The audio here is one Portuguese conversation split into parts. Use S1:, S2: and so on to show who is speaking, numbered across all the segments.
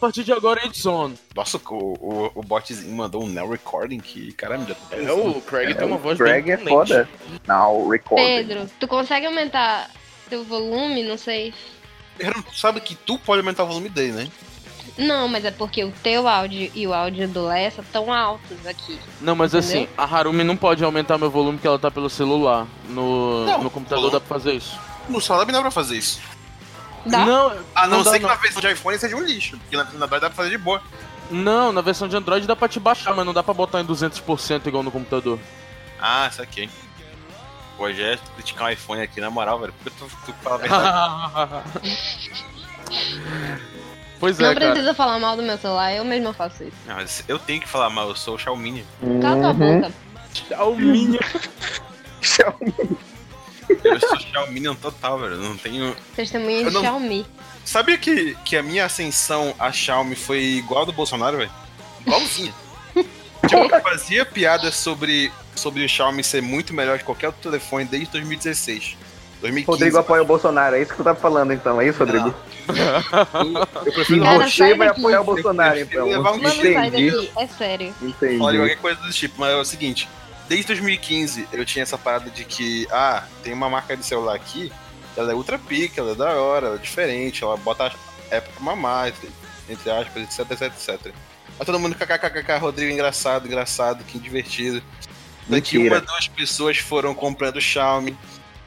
S1: partir de agora it's on.
S2: Nossa, o, o, o botzinho mandou um now recording que, caramba, já
S3: É, o Craig tem uma voz
S4: Greg
S3: bem
S4: é
S3: imponente.
S4: foda. Now
S2: É.
S4: recording.
S5: Pedro, tu consegue aumentar teu volume? Não sei.
S2: Pedro, sabe que tu pode aumentar o volume dele, né?
S5: Não, mas é porque o teu áudio e o áudio do Lessa estão altos aqui.
S1: Não, mas assim, a Harumi não pode aumentar meu volume que ela tá pelo celular. No,
S2: Não.
S1: no computador dá pra fazer isso.
S2: No Salab não dá pra fazer isso.
S5: Dá?
S1: Não,
S3: Ah,
S2: A não,
S1: dá,
S2: ser que na versão de iPhone seja um lixo, porque na, na verdade dá pra fazer de boa.
S1: Não, na versão de Android dá pra te baixar, mas não dá pra botar em 200% igual no computador.
S2: Ah, isso aqui. Hoje é criticar o iPhone aqui, na moral, velho. Porque tu, tu fala a verdade.
S1: pois
S5: Não
S1: é, cara.
S5: precisa falar mal do meu celular, eu mesma faço isso.
S2: Não, mas eu tenho que falar mal, eu sou o Xiaomi.
S5: Cala tua
S4: Uhum.
S5: boca.
S1: É Alminha.
S2: Eu sou Xiaomi total, velho. Eu Não tenho.
S5: Testemunha
S2: Eu
S5: de
S2: não-
S5: Xiaomi.
S2: Sabia que, que a minha ascensão a Xiaomi foi igual a do Bolsonaro, velho? Igualzinha. tipo, eu fazia piada sobre, sobre o Xiaomi ser muito melhor que qualquer outro telefone desde 2016. 2015.
S4: Rodrigo apoia o Bolsonaro, é isso que tu tá falando então, é isso, Rodrigo?
S2: Eu
S4: Ah. E
S2: prefiro
S5: Cara,
S4: você
S5: sai
S4: vai
S5: daqui.
S4: apoiar o Bolsonaro
S2: Eu
S4: então.
S2: prefiro levar um
S5: Mano, sai
S4: Entendi,
S5: daqui, é sério.
S2: falar de
S4: entendi.
S2: qualquer coisa do tipo, mas é o seguinte, desde 2015 eu tinha essa parada de que, ah, tem uma marca de celular aqui, ela é ultra pica, ela é da hora, ela é diferente, ela bota a época pra mamar, entre- entre aspas, etc, etc, etc. Aí todo mundo, kkkk, Rodrigo, engraçado, engraçado, que divertido. Daqui
S4: Mentira.
S2: uma, duas pessoas foram comprando Xiaomi,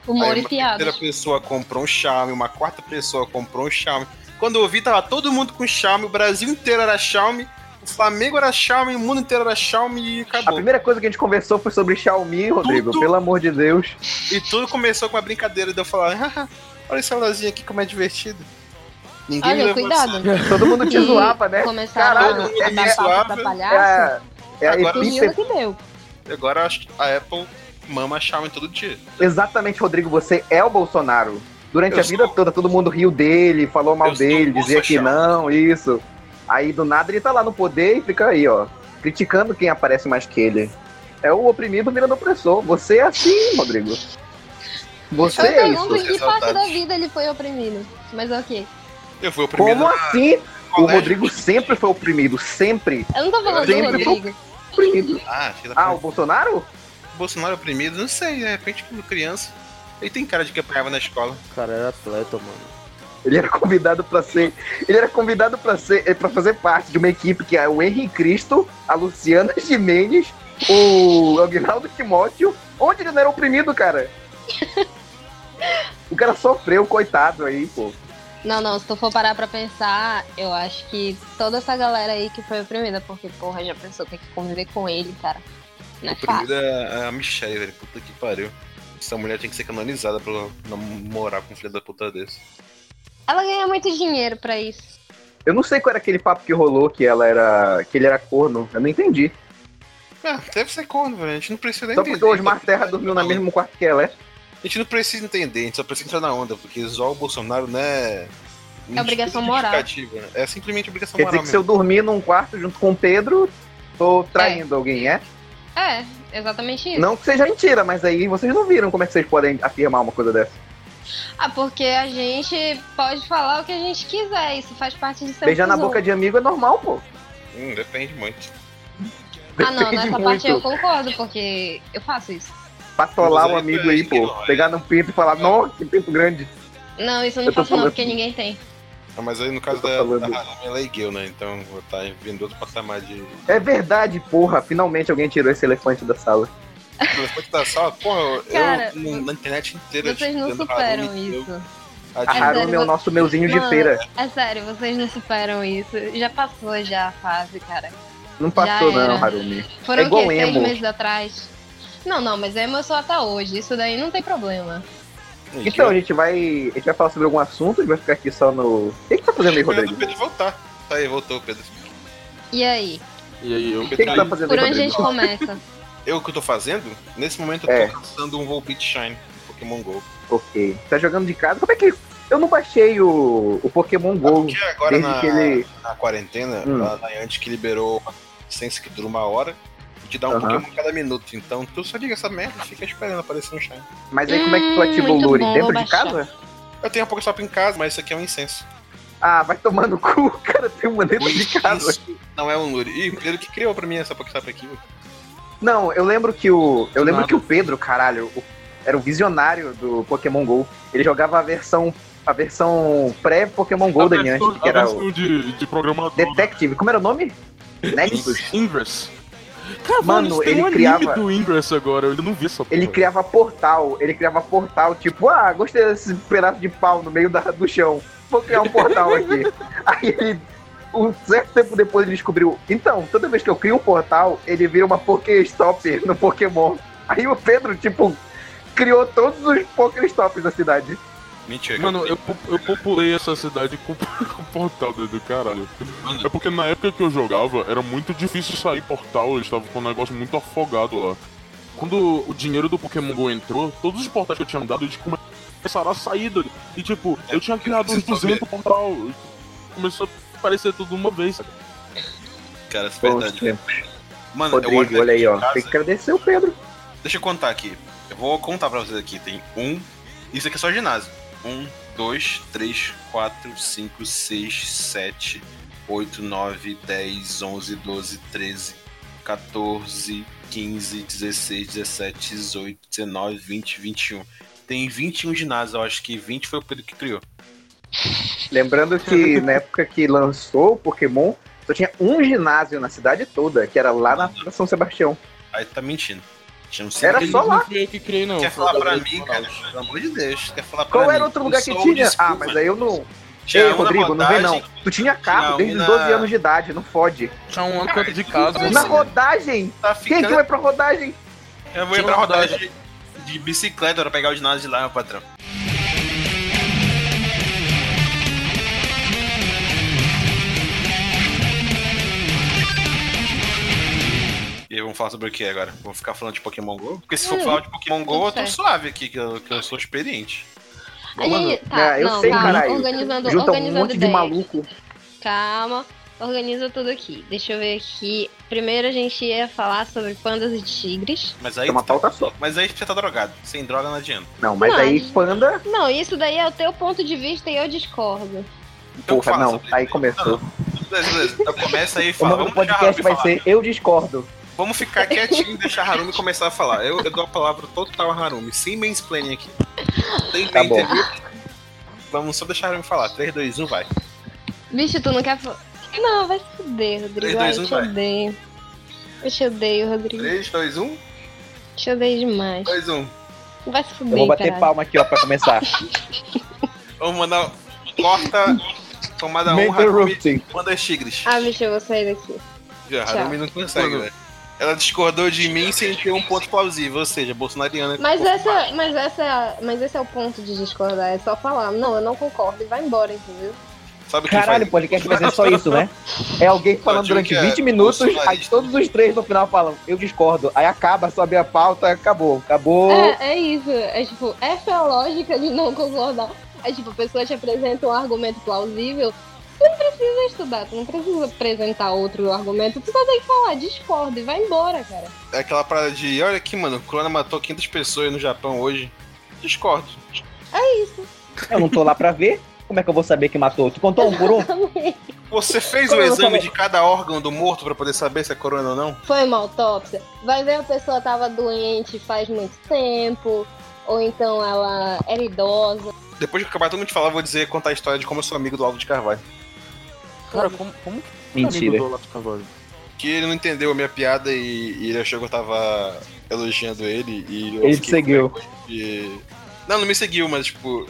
S5: Humor
S2: aí
S5: e
S2: uma
S5: piada.
S2: terceira pessoa comprou um Xiaomi, uma quarta pessoa comprou um Xiaomi. Quando eu vi, tava todo mundo com Xiaomi, o Brasil inteiro era Xiaomi, o Flamengo era Xiaomi, o mundo inteiro era Xiaomi e
S4: A
S2: acabou.
S4: primeira coisa que a gente conversou foi sobre Xiaomi, Rodrigo,
S2: Tudo.
S4: pelo amor de Deus.
S2: E tudo começou com uma brincadeira de eu falar, "Haha, olha esse celularzinho aqui como é divertido. Ninguém me
S5: Olha,
S2: levou a sério.
S5: cuidado.
S4: Todo mundo te
S5: E
S4: zoava, né?
S5: Começaram
S4: Caralho,
S5: a
S2: ele
S5: dar
S2: zoava.
S5: papo pra
S4: É
S5: palhaço.
S4: a, é a
S2: Agora-
S5: Fingiu
S4: epíteto.
S5: que deu.
S2: Agora acho que a Apple mama a Xiaomi todo dia.
S4: Exatamente, Rodrigo, você é o Bolsonaro. Durante
S2: Eu
S4: a vida
S2: sou.
S4: toda, todo mundo riu dele, falou mal
S2: Eu sou
S4: dele,
S2: o
S4: dizia que
S2: Bolsonaro.
S4: não, isso. Aí do nada ele tá lá no poder e fica aí, ó, criticando quem aparece mais que ele. É o oprimido virando opressor. Você é assim, Rodrigo. Você
S5: Eu
S4: é
S5: sei não
S4: isso.
S5: em que parte da
S2: Saudades.
S5: vida ele foi oprimido. Mas ok.
S2: Eu fui o primeiro
S4: Como
S2: do
S4: assim? O
S2: colégio.
S4: Rodrigo sempre foi oprimido, sempre
S5: Eu não tô falando do
S4: Sempre tô-
S5: Rodrigo.
S4: oprimido.
S2: Ah, filha da
S4: Ah, o
S2: puta.
S4: Bolsonaro?
S2: Bolsonaro oprimido, não sei, de repente quando criança. Ele tem cara de que apanhava na escola.
S1: O cara era atleta, mano.
S4: Ele era convidado para ser, ele era convidado para ser, para fazer parte de uma equipe que é o Henrique Cristo, a Luciana Gimenez, o Aguinaldo Timóteo, onde ele não era oprimido, cara. O cara sofreu, coitado aí, pô.
S5: Não, não, se tu for parar pra pensar, eu acho que toda essa galera aí que foi oprimida, porque, porra, já pensou, tem que conviver com ele, cara. Não é
S2: Oprimido
S5: fácil.
S2: é a Michelle, velho. Puta que pariu. Essa mulher tem que ser canonizada pra ela não morar com um filho da puta desse.
S5: Ela ganha muito dinheiro pra isso.
S4: Eu não sei qual era aquele papo que rolou que ela era, que ele era corno. Eu não entendi.
S2: Ah, deve ser corno, velho. A gente não precisa nem
S4: Só porque o Osmar Terra dormiu no mesmo quarto que ela, é?
S2: A gente não precisa entender, a gente só precisa entrar na onda, porque zoar o Bolsonaro não é.
S5: É obrigação
S2: não é
S5: moral.
S2: justificativa, né? É simplesmente obrigação
S4: Quer dizer
S2: moral
S4: que se eu
S2: mesmo.
S4: dormir num quarto junto com o Pedro, tô traindo alguém, é?
S5: É, exatamente isso.
S4: Não que seja mentira, mas aí vocês não viram como é que vocês podem afirmar uma coisa dessa.
S5: Ah, porque a gente pode falar o que a gente quiser, isso faz parte de ser um
S4: Beijar na
S5: cuzão.
S4: boca de amigo é normal, pô.
S2: Hum, depende muito.
S5: Ah, não, nessa
S4: Depende
S5: parte eu
S4: muito.
S5: concordo, porque eu faço isso.
S4: Patolar
S2: Mas
S4: um
S2: aí
S4: amigo
S2: tu é
S4: aí, pô.
S2: ignorante.
S4: Pegar no pinto e falar, nossa, que pinto grande.
S5: Não, isso eu não
S4: Eu
S5: faço
S4: tô
S5: não,
S4: falando- assim.
S5: porque ninguém tem.
S2: Ah, mas aí no caso
S4: Eu tô
S2: da,
S4: falando-
S2: da Harami, ela é gay, né? Então tá vindo outro patamar de.
S4: É verdade, porra. Finalmente alguém tirou esse elefante da sala.
S2: Elefante da sala, porra, tá eu-
S5: Cara,
S2: eu no- na internet inteira.
S5: Vocês não
S2: tá dizendo "Ah,
S5: superam
S2: Harami, eu-
S5: isso.
S2: a
S4: A
S2: de-
S5: sério,
S4: Harumi é o
S5: você-
S4: nosso meuzinho de
S5: Mano.
S4: feira.
S5: É sério, vocês não superam isso. Já passou já a fase, cara.
S4: Não passou,
S5: Já era.
S4: não, Harumi.
S5: Foram
S4: É
S5: o quê?
S4: igual
S5: Seis
S4: emo.
S5: meses atrás? Não, não, mas emo eu sou até hoje. Isso daí não tem problema.
S2: é
S4: Então, a gente vai. A gente vai falar sobre algum assunto, a gente vai ficar aqui só no. O que, que tá fazendo aí,
S2: Eu espero
S4: Rodrigo?
S2: o Pedro voltar. Tá aí, voltou o Pedro.
S5: E aí?
S1: E aí, eu.
S4: O que, que tá fazendo
S5: Por
S4: aí,
S5: onde a gente
S4: Rodrigo?
S5: começa?
S2: Eu que eu tô fazendo, nesse momento eu
S4: É.
S2: tô caçando um Volbeat Shine, um Pokémon GO.
S4: Ok. Tá jogando de casa? Como é que. Eu não baixei o, o Pokémon GO.
S2: Porque é agora
S4: Desde
S2: na,
S4: que ele.
S2: na quarentena,
S4: Hum.
S2: a Niantic que liberou uma licença que dura uma hora e te dá um
S4: Aham.
S2: Pokémon cada minuto. Então tu só liga essa merda e fica esperando aparecer no Shine.
S4: Mas aí como é que tu
S5: Hum,
S4: ativou o
S5: muito
S4: Lure?
S5: bom,
S4: Dentro
S5: vou
S4: de
S5: baixar.
S4: casa?
S2: Eu tenho a Pokéstop em casa, mas isso aqui é um incenso.
S4: Ah, vai tomar no cu, cara, tem uma dentro de
S2: Isso
S4: casa.
S2: não é um lure. Ih, o Pedro que criou pra mim essa Pokestop aqui. mano.
S4: Não, eu lembro que o. Eu lembro
S1: Nada.
S4: que o Pedro, caralho, o- era o visionário do Pokémon GO. Ele jogava a versão. A versão pré-Pokémon GO da Niantic, que era o.
S1: de, de programador.
S4: Detective, como era o nome? Nexus.
S1: Ingress. Cara,
S4: Mano,
S1: mano, tem
S4: ele
S1: um
S4: criava-
S1: anime do Ingress agora, eu não vi essa
S4: Ele
S1: porra.
S4: criava portal, ele criava portal, tipo, ah, gostei desse pedaço de pau no meio da, do chão, vou criar um portal aqui. Aí ele, um certo tempo depois ele descobriu, então, toda vez que eu crio um portal, ele vira uma Pokéstop no Pokémon. Aí o Pedro, tipo, criou todos os Pokéstops da cidade.
S2: Mentira.
S1: Mano, eu, po- eu populei essa cidade com com portal do do caralho. É porque na época que eu jogava, era muito difícil sair portal, eles estavam com um negócio muito afogado lá. Quando o dinheiro do Pokémon GO entrou, todos os portais que eu tinha dado, eles começaram a sair. doido. E tipo, eu tinha criado uns 200 portal. e Começou a aparecer tudo de uma vez. saca?
S2: Cara, isso é verdade. Mano, eu olho
S4: Rodrigo,
S2: daqui
S4: olha aí,
S2: de
S4: ó,
S2: casa-
S4: tem que agradecer o Pedro.
S2: Deixa eu contar aqui. Eu vou contar pra vocês aqui. Tem um. Isso aqui é só ginásio. Um, dois, três, quatro, cinco, seis, sete, oito, nove, dez, onze, doze, treze, 14, 15, 16, 17, 18, 19, 20, 21. Tem 21 ginásios, eu acho que 20 foi o Pedro que criou.
S4: Lembrando que na época que lançou o Pokémon, só tinha um ginásio na cidade toda, que era lá na São Sebastião.
S2: Aí tu tá mentindo. Tinha um
S4: Era
S2: cinco
S4: só lá.
S1: Não fui eu que criei, não.
S2: Quer
S1: foi
S2: falar
S1: o
S2: pra
S1: Gabriel de
S2: mim,
S1: Manaus.
S2: cara? Pelo amor de Deus. Quer falar pra
S4: Qual
S2: mim?
S4: era outro lugar
S2: Eu
S4: que
S2: sou o
S4: tinha?
S2: um
S4: Ah,
S2: desculpa.
S4: mas aí eu não.
S2: Tinha
S4: Ei,
S2: um na
S4: Rodrigo, não
S2: rodagem,
S4: vem não. Tu tinha
S2: Tinha
S4: carro
S2: um
S4: desde
S2: na-
S4: os 12 anos de idade, não fode.
S1: Tinha um ano canto de casa.
S4: Na
S2: sim.
S4: rodagem!
S2: Tá
S4: Quem
S2: ficando
S4: que vai pra rodagem?
S2: Eu vou
S1: Tinha
S2: entrar
S1: uma
S2: rodar
S1: rodada.
S2: de, de bicicleta pra pegar o ginásio de lá, meu patrão. E aí, vamos falar sobre o que agora? Vamos ficar falando de Pokémon GO? Porque se for
S5: Hum,
S2: falar de Pokémon GO, eu tô
S5: certo.
S2: suave aqui, que eu, que eu sou experiente.
S5: A gente, tá,
S4: Ah, eu
S5: não,
S4: sei,
S5: calma,
S4: caralho.
S5: organizando,
S4: Junta um
S5: organizando
S4: monte de
S5: ideia.
S4: maluco.
S5: Calma, organiza tudo aqui. Deixa eu ver aqui. Primeiro a gente ia falar sobre pandas e tigres.
S2: Mas
S4: É
S2: aí,
S4: uma
S2: tu tá-
S4: pauta só.
S2: mas aí você tá drogado. Sem droga não adianta.
S4: Não, mas
S5: Não,
S4: aí
S5: gente.
S4: panda.
S5: Não, isso daí é o teu ponto de vista e eu discordo.
S2: Então
S4: Porra,
S2: fala
S4: não.
S2: sobre
S4: Aí
S2: isso.
S4: começou.
S2: Beleza, beleza. Então começa aí e
S4: O
S2: fala.
S4: nome do
S2: Vamos deixar a
S4: podcast
S2: Ruby
S4: vai
S2: falar.
S4: ser Eu Discordo.
S2: Vamos ficar quietinho e deixar a Harumi começar a falar. Eu, eu dou a palavra total a Harumi, sem mansplaining aqui. Sem
S4: Tá bom.
S2: mansplaining. Vamos só deixar a Harumi falar. 3, 2, 1, vai.
S5: Bicho, tu não quer. fa- Não, vai se fuder, Rodrigo. Ai,
S2: Três, dois,
S5: eu
S2: um,
S5: te
S2: vai.
S5: odeio. Eu te odeio, Rodrigo.
S2: 3, 2, 1,
S5: Te odeio demais.
S2: 2, 1.
S5: Vai se fuder,
S4: Eu vou bater
S5: caralho.
S4: palma aqui, ó, pra começar.
S2: Vamos mandar. Corta. Tomada 1,
S4: Mental
S2: Harumi.
S4: Rupting.
S2: Manda as tigres.
S5: Ah, bicho, eu vou sair daqui.
S2: Já, Harumi não consegue, velho. Ela discordou de mim sem ter um ponto plausível, ou seja, bolsonariana.
S5: Mas essa, mas essa é a- mas esse é o ponto de discordar, é só falar, não, eu não concordo e vai embora, entendeu?
S2: Sabe quem
S4: Caralho,
S2: faz?
S4: o podcast vai ser só isso, né? É alguém falando
S2: digo
S4: durante
S2: que é
S4: 20 minutos, aí
S2: bolsonarista.
S4: todos os três no final falam, eu discordo. Aí acaba, sobe a pauta, acabou. Acabou.
S5: É, é isso, é tipo, essa é a lógica de não concordar. É tipo, a pessoa te apresenta um argumento plausível, tu não precisa estudar, tu não precisa apresentar outro argumento, tu só tem que falar, discorda e vai embora, cara.
S2: É aquela parada de. Olha aqui, mano, o Corona matou 500 pessoas no Japão hoje. Discordo.
S5: É isso.
S4: Eu não tô lá pra ver. Como é que eu vou saber que matou? Tu contou um por um?
S2: Você fez
S4: Como
S2: o
S4: eu vou
S2: exame
S4: saber?
S2: de cada órgão do morto pra poder saber se é corona ou não?
S5: Foi uma autópsia. Vai ver a pessoa tava doente faz muito tempo, ou então ela era idosa.
S2: Depois que acabar todo mundo de falar, eu vou dizer contar a história de como eu sou amigo do Aldo de Carvalho.
S1: Cara, como, como que
S4: Mentira.
S1: Amigo do Olavo Carvalho?
S2: Que ele não entendeu a minha piada e, e ele achou que eu tava elogiando ele e eu
S4: Ele te
S2: fiquei
S4: seguiu.
S2: de- Não, não me seguiu, mas tipo,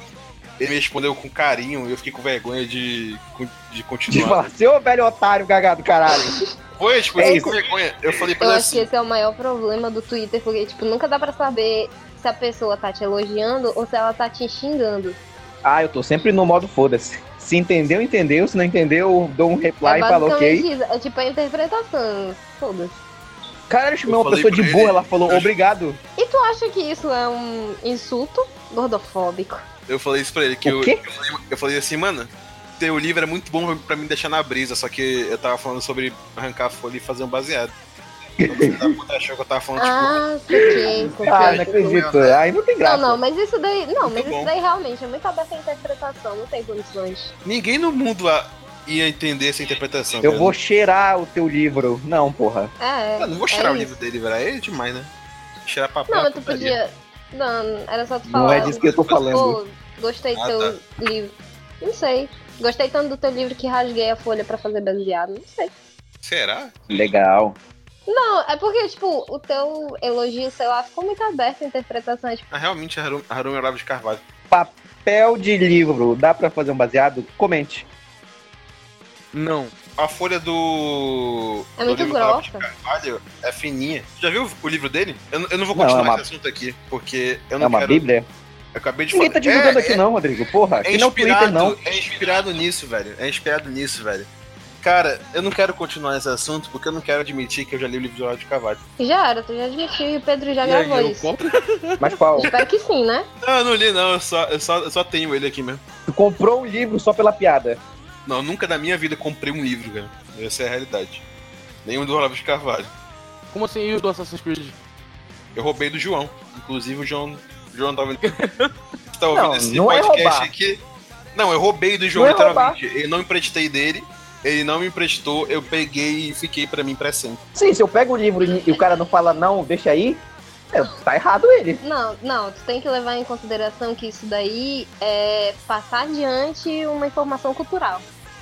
S2: ele me respondeu com carinho e eu fiquei com vergonha de, de
S4: De
S2: continuar.
S4: falar, seu velho otário, gagado, caralho.
S2: Foi, tipo, eu
S4: É
S2: fiquei
S4: isso.
S2: com vergonha. Eu falei pra
S5: Eu
S2: ele
S5: acho que
S2: assim,
S5: esse é o maior problema do Twitter, porque, tipo, nunca dá pra saber se a pessoa tá te elogiando ou se ela tá te xingando.
S4: Ah, eu tô sempre no modo foda-se. Se entendeu, entendeu. Se não entendeu, dou um reply
S5: é
S4: e falo ok.
S5: isso. É tipo a interpretação. Foda-se.
S4: Caralho, eu chamei
S2: Eu
S4: uma
S2: falei
S4: pessoa de
S2: pra
S4: burra,
S2: ele.
S4: ela falou
S2: Eu-
S4: obrigado.
S5: E tu acha que isso é um insulto gordofóbico?
S2: eu falei isso pra ele, que
S4: O
S2: eu,
S4: quê?
S2: eu falei, eu falei assim, mano, teu livro era muito bom pra me deixar na brisa, só que eu tava falando sobre arrancar a folha e fazer um baseado. Da puta achou que eu tava falando, tipo,
S5: Ah, saquei, saquei.
S2: Ah,
S4: Ah,
S2: não
S4: não
S2: acredito.
S4: acredito. Aí não tem
S5: Não,
S4: graça.
S5: não, mas isso daí. Não, mas
S2: Muito bom.
S5: isso daí realmente é muito aberto à interpretação, não tem condições.
S2: ninguém no mundo lá ia entender essa interpretação. né?
S4: Eu
S2: cara.
S4: vou cheirar o teu livro. Não, porra.
S5: É.
S2: Eu não vou
S5: é
S2: cheirar o
S5: isso.
S2: livro dele, velho. Aí É demais, né? Cheirar papel.
S5: Não,
S2: é
S5: mas tu
S2: putaria.
S5: podia. Não, era só tu falar.
S4: Não é disso que eu tô falando.
S5: Pô, gostei do
S2: Ah,
S5: teu livro. Não sei. Gostei tanto do teu livro que rasguei a folha pra fazer baseado. Não sei.
S2: Será?
S4: Legal.
S5: Não, é porque, tipo, o teu elogio, sei lá, ficou muito aberto à interpretação. É, tipo,
S2: Ah, realmente, Haru- Harumi Olavo de Carvalho.
S4: Papel de livro. Dá pra fazer um baseado? Comente.
S1: Não.
S2: A folha do.
S5: É muito
S2: do livro do Olavo de
S5: grossa.
S2: Carvalho é fininha. Já viu o livro dele? Eu, n- eu não vou
S4: Não,
S2: continuar
S4: é uma-
S2: esse assunto aqui, porque eu
S4: É
S2: não
S4: uma
S2: quero.
S4: bíblia?
S2: Eu acabei de
S4: Ninguém tá
S2: falar.
S4: divulgando
S2: É,
S4: aqui
S2: é-
S4: não, Rodrigo. Porra.
S2: É
S4: Aqui não é o Twitter, não.
S2: inspirado, é inspirado nisso, velho. É inspirado nisso, velho. Cara, eu não quero continuar nesse assunto porque eu não quero admitir que eu já li o livro do Olavo de Carvalho.
S5: já era, tu já admitiu e o Pedro já
S1: E aí,
S5: gravou
S1: eu
S5: isso.
S1: compro?
S4: Mas qual?
S5: Espero que sim, né?
S2: Não, eu não li, não. Eu só, eu só, eu só tenho ele aqui mesmo.
S4: Tu comprou um livro só pela piada.
S2: Não, nunca na minha vida comprei um livro, cara. Essa é a realidade. Nenhum do Olavo de Carvalho.
S1: Como assim e o do Assassin's Creed?
S2: Eu roubei do João. Inclusive o João. O João tava. Você tá
S4: Não, não é roubar.
S2: aqui. Não, eu roubei do João,
S4: Não é
S2: literalmente. eu não emprestei dele. Ele não me emprestou, eu peguei e fiquei pra mim pra sempre.
S4: Sim, se eu pego o livro e o cara não fala não, deixa aí, é, tá errado ele.
S5: Não, não, tu tem que levar em consideração que isso daí é passar adiante uma informação cultural.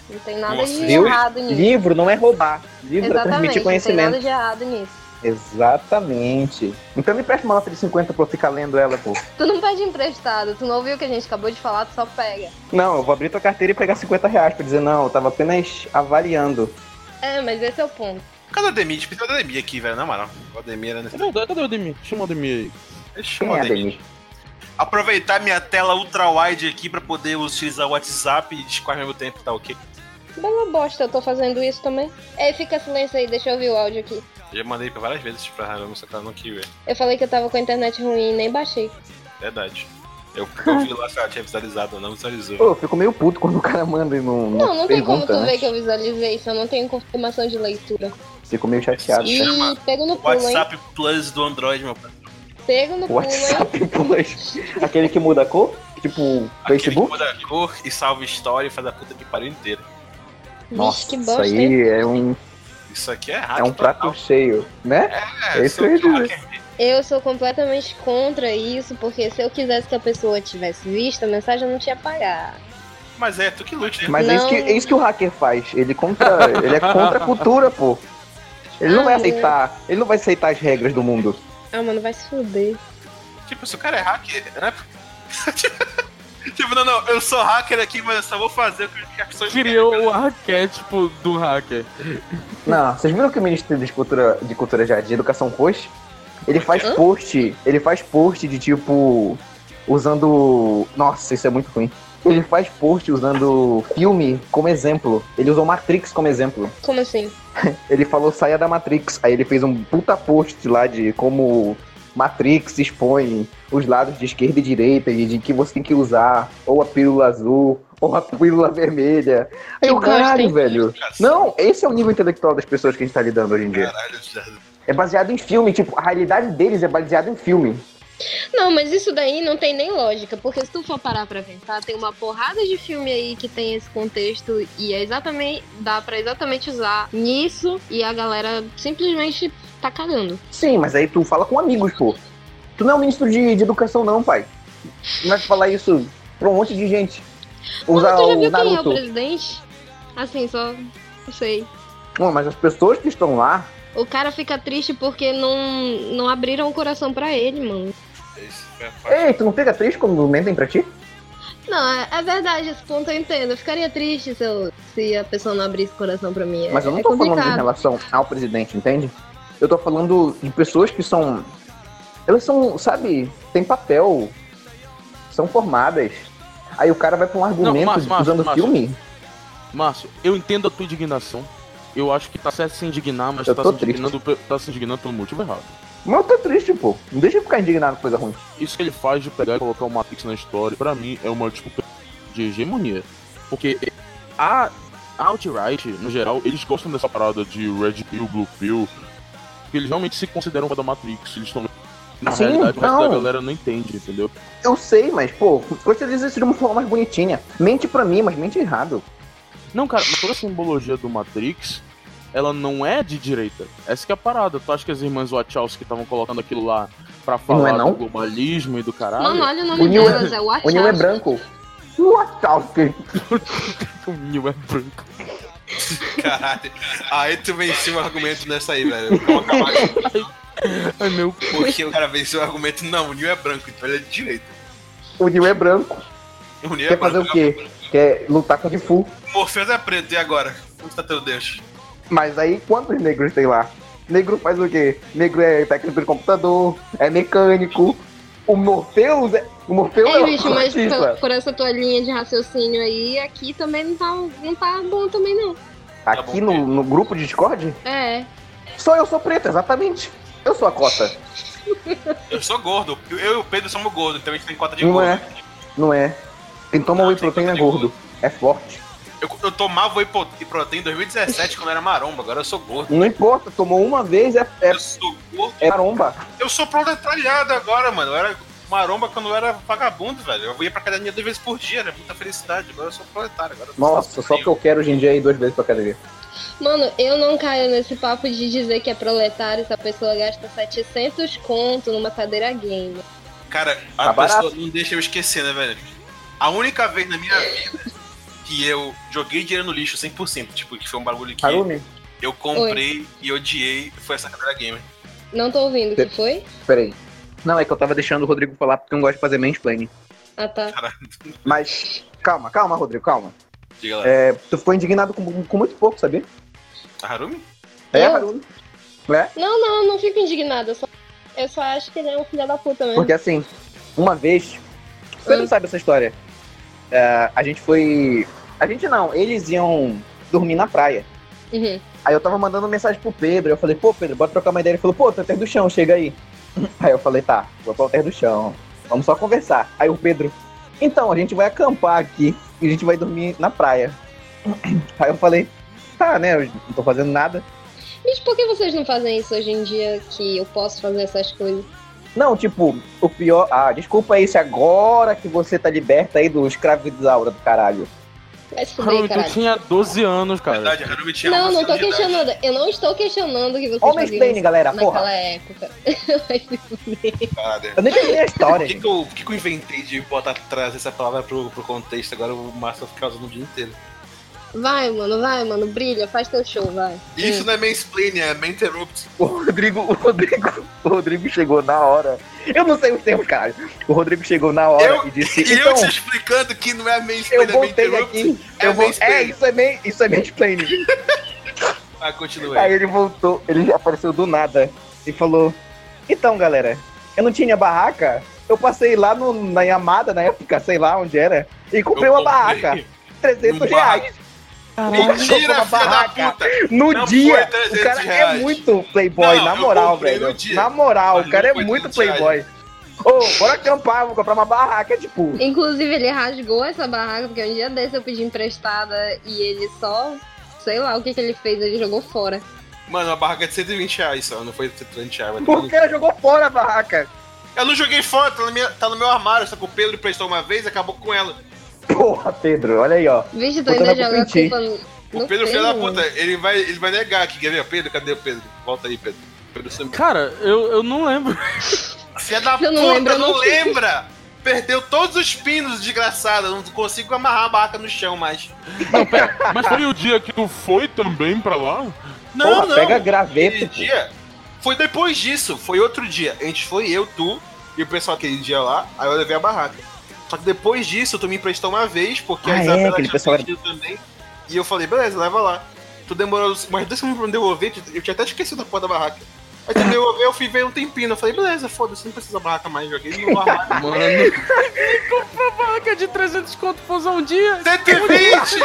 S5: Não tem nada
S2: Nossa,
S5: de
S4: eu-
S5: errado nisso.
S4: Livro não é roubar. Livro é
S5: Hum. Exatamente,
S4: transmitir
S5: não tem
S4: conhecimento.
S5: nada de errado nisso.
S4: Exatamente. Então me presta uma nota de 50 pra eu ficar lendo ela, pô.
S5: Tu não pede emprestado, tu não ouviu o que a gente acabou de falar, tu só pega.
S4: Não, eu vou abrir tua carteira e pegar 50 reais pra dizer não, eu tava apenas avaliando.
S5: É, mas esse é o ponto.
S2: Cadê o Ademir? Tipo, cadê o Ademir aqui, velho? Na moral. O Ademir era nesse.
S1: É verdade, cadê o Ademir? Chama o Ademir aí.
S2: Deixa eu
S4: Quem é
S2: chamar o
S4: Ademir?
S2: Aproveitar minha tela ultra-wide aqui pra poder utilizar o WhatsApp e Discord ao mesmo tempo, tá ok?
S5: Bela é bosta, eu tô fazendo isso também. É, fica silêncio aí, deixa eu ouvir o áudio aqui.
S2: Já mandei pra várias vezes pra Harumi, só que ela não queria.
S5: Eu falei que eu tava com a internet ruim e nem baixei.
S2: Verdade. Eu, eu vi lá se ela tinha visualizado, não visualizou.
S4: Pô, eu fico meio puto quando o cara manda e não,
S5: Não, não tem como
S4: pergunta,
S5: tu
S4: né?
S5: ver que eu visualizei isso, eu não tenho confirmação de leitura.
S4: Fico meio chateado. né?
S5: Ih,
S4: cara.
S2: Chama
S5: pego no pulo, hein?
S2: WhatsApp Plus do Android, meu pai.
S5: Pego no pulo, hein?
S4: WhatsApp Plus. Aquele que muda a cor? Tipo,
S2: Aquele que
S4: Facebook?
S2: muda a cor e salva história e faz a puta que pariu inteira.
S5: Vixe, que
S4: isso
S5: bosta, hein?
S4: aí é um,
S2: Isso aqui é
S4: é
S2: errado.
S4: um prato cheio, né? é isso que eu ia
S2: um
S4: dizer.
S5: Eu sou completamente contra isso, porque se eu quisesse que a pessoa tivesse visto, a mensagem não tinha pagar.
S2: Mas é, tu que lute, né?
S4: Mas é isso,
S5: Não.
S4: que, é isso que o hacker faz. Ele contra, ele é contra a cultura, pô. Ele não vai
S5: Ah, é.
S4: aceitar, ele não vai aceitar as regras do mundo.
S5: Ah, mano, vai se fuder.
S2: Tipo, se o cara é hacker, né? tipo, não, não, eu sou hacker aqui, mas eu só vou fazer o que as pessoas querem.
S1: Criou o arquétipo do hacker.
S4: Não, vocês viram que o Ministério de Cultura, de Cultura já é de Educação pôs? Ele faz
S5: Hã?
S4: post, ele faz post de tipo usando, nossa, isso é muito ruim. Ele faz post usando filme como exemplo. Ele usou Matrix como exemplo.
S5: Como assim?
S4: Ele falou saia da Matrix. Aí ele fez um puta post lá de como Matrix expõe os lados de esquerda e direita e de que você tem que usar ou a pílula azul ou a pílula vermelha. Aí
S5: Que
S4: o
S5: bosta,
S4: caralho,
S5: hein?
S4: velho. Não, esse é o nível intelectual das pessoas que a gente tá lidando hoje em dia.
S2: Caralho, Gerardo.
S4: É baseado em filme, tipo, a realidade deles é baseada em filme.
S5: Não, mas isso daí não tem nem lógica, porque se tu for parar pra pensar, tem uma porrada de filme aí que tem esse contexto e é exatamente. dá pra exatamente usar nisso e a galera simplesmente tá cagando.
S4: Sim, mas aí tu fala com amigos, pô. Tu não é um ministro de, de educação, não, pai. Não vai falar isso pra um monte de gente. Usar
S5: Mano, tu já
S4: o
S5: viu quem é o
S4: Naruto.
S5: presidente? Assim, só. não sei.
S4: Não, mas as pessoas que estão lá,
S5: O cara fica triste porque não, não abriram o coração pra ele, mano.
S2: Esse foi a parte.
S4: Ei, tu não fica triste quando mentem pra ti?
S5: Não, é, é verdade, esse ponto eu entendo. Eu ficaria triste se, eu- se a pessoa não abrisse o coração pra mim. É-
S4: Mas eu não
S5: é
S4: tô falando em
S5: complicado.
S4: relação ao presidente, entende? Eu tô falando de pessoas que são. Elas são, sabe, tem papel, são formadas. Aí o cara vai pra um argumento
S1: Márcio, Márcio,
S4: usando
S1: Márcio.
S4: filme.
S1: Márcio, eu entendo a tua indignação. Eu acho que tá certo se indignar, mas
S4: Eu
S1: tá
S4: tô
S1: se, indignando, pe- tá se indignando pelo motivo errado.
S4: Mas eu tô triste, pô. Não deixa eu ficar indignado com coisa ruim.
S1: Isso que ele faz de pegar e colocar o Matrix na história, pra mim, é uma desculpa de hegemonia. Porque a a Alt-Right, no geral, eles gostam dessa parada de Red Pill, Blue Pill. Porque eles realmente se consideram fã da Matrix. Eles estão. Na
S4: Sim,
S1: realidade, mas a
S4: não.
S1: galera não entende, entendeu?
S4: Eu sei, mas, pô, gostaria isso de uma forma mais bonitinha. Mente pra mim, mas mente errado.
S1: Não, cara, mas toda a simbologia do Matrix, ela não é de direita. Essa que é a parada. Tu acha que as irmãs Wachowski estavam colocando aquilo lá pra falar
S4: é, não?
S1: do globalismo e do caralho?
S5: Mano, olha o
S4: O
S5: nome
S4: Neil é-
S5: delas, é
S4: O Neil é
S5: Wachowski.
S4: branco. Wachowski.
S1: O Neo é branco.
S2: Caralho. Aí tu venceu o argumento nessa aí, velho. Vou acabar com-
S1: Ai, meu
S2: Porque o cara venceu o argumento, não, o Nil é branco, então ele é de direita.
S4: O Neil é branco.
S2: O Nil é
S4: Quer fazer um-
S2: branco.
S4: o quê? Quer lutar com o Gifu.
S2: O Morpheus é preto, e agora? Onde tá teu Deus?
S4: Mas aí, quantos negros tem lá? Negro faz o quê? Negro é técnico de computador, é mecânico. O Morpheus é... O Morpheus é,
S5: É,
S4: um
S5: bicho, mas por,
S4: artista.
S5: por essa tua linha de raciocínio aí, aqui também não tá, não tá bom também, não.
S4: Aqui
S2: Tá bom,
S4: no, no grupo de Discord,
S5: É.
S4: só eu sou preto, exatamente. Eu sou a cota.
S2: Eu sou gordo. Eu eu e o Pedro somos gordos, então a gente tem cota de Ah,
S4: Não
S2: gordo.
S4: é. Não é. Quem toma
S2: Não,
S4: whey
S2: tem
S4: protein é
S2: proteína.
S4: gordo. É forte.
S2: Eu, eu tomava whey pro- whey protein em 2017 quando eu era maromba, agora eu sou gordo.
S4: Não importa, tomou uma vez, é,
S2: Eu
S4: é,
S2: sou gordo.
S4: é maromba.
S2: Eu sou proletariado agora, mano. Eu era maromba quando eu era vagabundo, velho. Eu ia pra academia duas vezes por dia, era muita felicidade. Agora eu sou proletário. Agora eu
S4: Nossa, só que eu quero hoje em dia ir duas vezes pra academia.
S5: Mano, eu não caio nesse papo de dizer que é proletário se a pessoa gasta 700 conto numa cadeira game.
S2: Cara, a
S4: Tá
S2: pessoa
S4: barato.
S2: não deixa eu esquecer, né, velho? A única vez na minha vida que eu joguei dinheiro no lixo 100%, tipo, que foi um bagulho que
S4: Harumi?
S2: eu comprei e odiei, foi essa cadeira gamer.
S5: Não tô ouvindo, o que foi?
S4: Peraí. Não, é que eu tava deixando o Rodrigo falar porque eu não gosto de fazer mansplaining.
S5: Ah, tá.
S4: Mas, calma, calma, Rodrigo, calma.
S2: Diga lá.
S4: É, tu ficou indignado com, com muito pouco, sabia?
S2: A Harumi?
S4: É,
S5: Eu?
S4: Harumi. Né?
S5: Não, não, eu não fico indignada. Eu só, eu só acho que ele é um filho da puta mesmo.
S4: Porque assim, uma vez. Você não
S5: Ah.
S4: sabe essa história. É, a gente foi. A gente não, eles iam dormir na praia.
S5: Uhum.
S4: Aí eu tava mandando mensagem pro Pedro, eu falei, pô, Pedro, bora trocar uma ideia. Ele falou, pô, tô terra do chão, chega aí. Aí eu falei, tá, vou pra terra do chão, vamos só conversar. Aí o Pedro, então, a gente vai acampar aqui e a gente vai dormir na praia. Aí eu falei, tá, né, eu não tô fazendo nada.
S5: Bicho, por que vocês não fazem isso hoje em dia que eu posso fazer essas coisas?
S4: Não, tipo, o pior, ah, desculpa aí se agora que você tá liberta aí do escravizaura do caralho.
S5: Vai se fuder,
S1: Caralho, tu
S5: caralho.
S1: tinha 12 anos, cara.
S2: Verdade, a Harumi tinha
S5: Não,
S2: uma
S5: não tô
S2: facilidade.
S5: questionando. Eu não estou questionando que vocês
S4: Olha o
S5: faziam
S4: mansplaining, galera,
S5: naquela
S4: Tá, porra.
S5: época. Vai se fuder.
S2: Caralho.
S4: Eu nem terminei a
S2: Por
S4: história,
S2: que,
S4: gente.
S2: que, eu, por que que eu inventei de botar trazer essa palavra pro, pro contexto? Agora o Márcio vai ficar usando o dia inteiro.
S5: Vai, mano, vai, mano, brilha, faz teu show, vai.
S2: Isso não é mansplaining, é interrupt.
S4: O Rodrigo, o Rodrigo, o Rodrigo chegou na hora. Eu não sei os termos, caralho. O Rodrigo chegou na hora
S2: Eu-
S4: e disse,
S2: E
S4: então,
S2: eu te explicando que não é
S4: eu
S2: mansplaining, é
S4: voltei
S2: interrupt.
S4: aqui.
S2: É
S4: eu vou... É,
S2: mansplaining.
S4: isso é, main, isso é mansplaining.
S2: Ah, continua
S4: Aí
S2: aí.
S4: ele voltou, ele apareceu do nada e falou, então, galera, eu não tinha barraca, eu passei lá no, na Yamada, na época, sei lá onde era, e comprei
S2: Eu
S4: uma
S2: comprei
S4: barraca. 300
S2: um barraco.
S4: reais
S2: Mentira,
S4: Uma
S2: filha da
S4: barraca.
S2: puta!
S4: no
S2: Não foi
S4: dia.
S2: 300
S4: O cara
S2: reais.
S4: é muito playboy,
S2: Não,
S4: na
S2: eu
S4: moral,
S2: comprei no
S4: velho.
S2: dia.
S4: Na moral,
S2: Mas
S4: o cara
S2: não
S4: é
S2: foi
S4: muito
S2: 300 reais.
S4: playboy. Ô, bora acampar, vou comprar uma barraca, tipo...
S5: Inclusive, ele rasgou essa barraca, porque um dia desse eu pedi emprestada e ele só. Sei lá o que, que ele fez, ele jogou fora.
S2: Mano, uma barraca é de 120 reais só, não foi 120 reais. mas tá
S4: O
S2: maluco.
S4: cara jogou fora a barraca.
S2: Eu não joguei fora, tá, na minha- tá no meu armário, só que o Pedro prestou uma vez e acabou com ela.
S4: Porra, Pedro, olha aí, ó.
S5: Vixe, tu
S4: Puta,
S5: ainda
S4: mas eu
S5: joga a
S4: senti.
S5: culpa no.
S2: O
S5: no
S2: Pedro, filho da
S5: mano.
S2: puta, ele vai, ele vai negar aqui, quer ver? Pedro, cadê o Pedro? Volta aí, Pedro. Pedro sumiu.
S1: Cara, eu, eu não lembro.
S2: Filha da
S5: Eu não
S2: puta,
S5: lembro, eu
S2: não
S5: não-
S2: lembra! Perdeu todos os pinos, desgraçado. Não consigo amarrar a barraca no chão mais.
S1: Não, pera, mas foi o dia que tu foi também pra lá?
S2: Não,
S4: Porra,
S2: não.
S4: pega
S2: Aquele
S4: graveto. pô.
S2: dia foi depois disso, foi outro dia. A gente foi, eu, tu e o pessoal aquele dia lá, aí eu levei a barraca. Só que depois disso, tu me emprestou uma vez, porque
S4: Ah,
S2: a
S4: é,
S2: Isabela
S4: aquele
S2: tinha
S4: pessoal era-
S2: pedido também. E eu falei, beleza, leva lá. Tu demorou mais dois segundos pra me devolver, tu- eu tinha até esquecido a porra da barraca. Aí tu me devolveu, eu fui ver um tempinho. Eu falei, beleza, foda-se, não precisa da barraca mais, joguei no armário.
S1: Mano. comprou uma barraca é de 300 conto pra usar um dia.
S2: 120!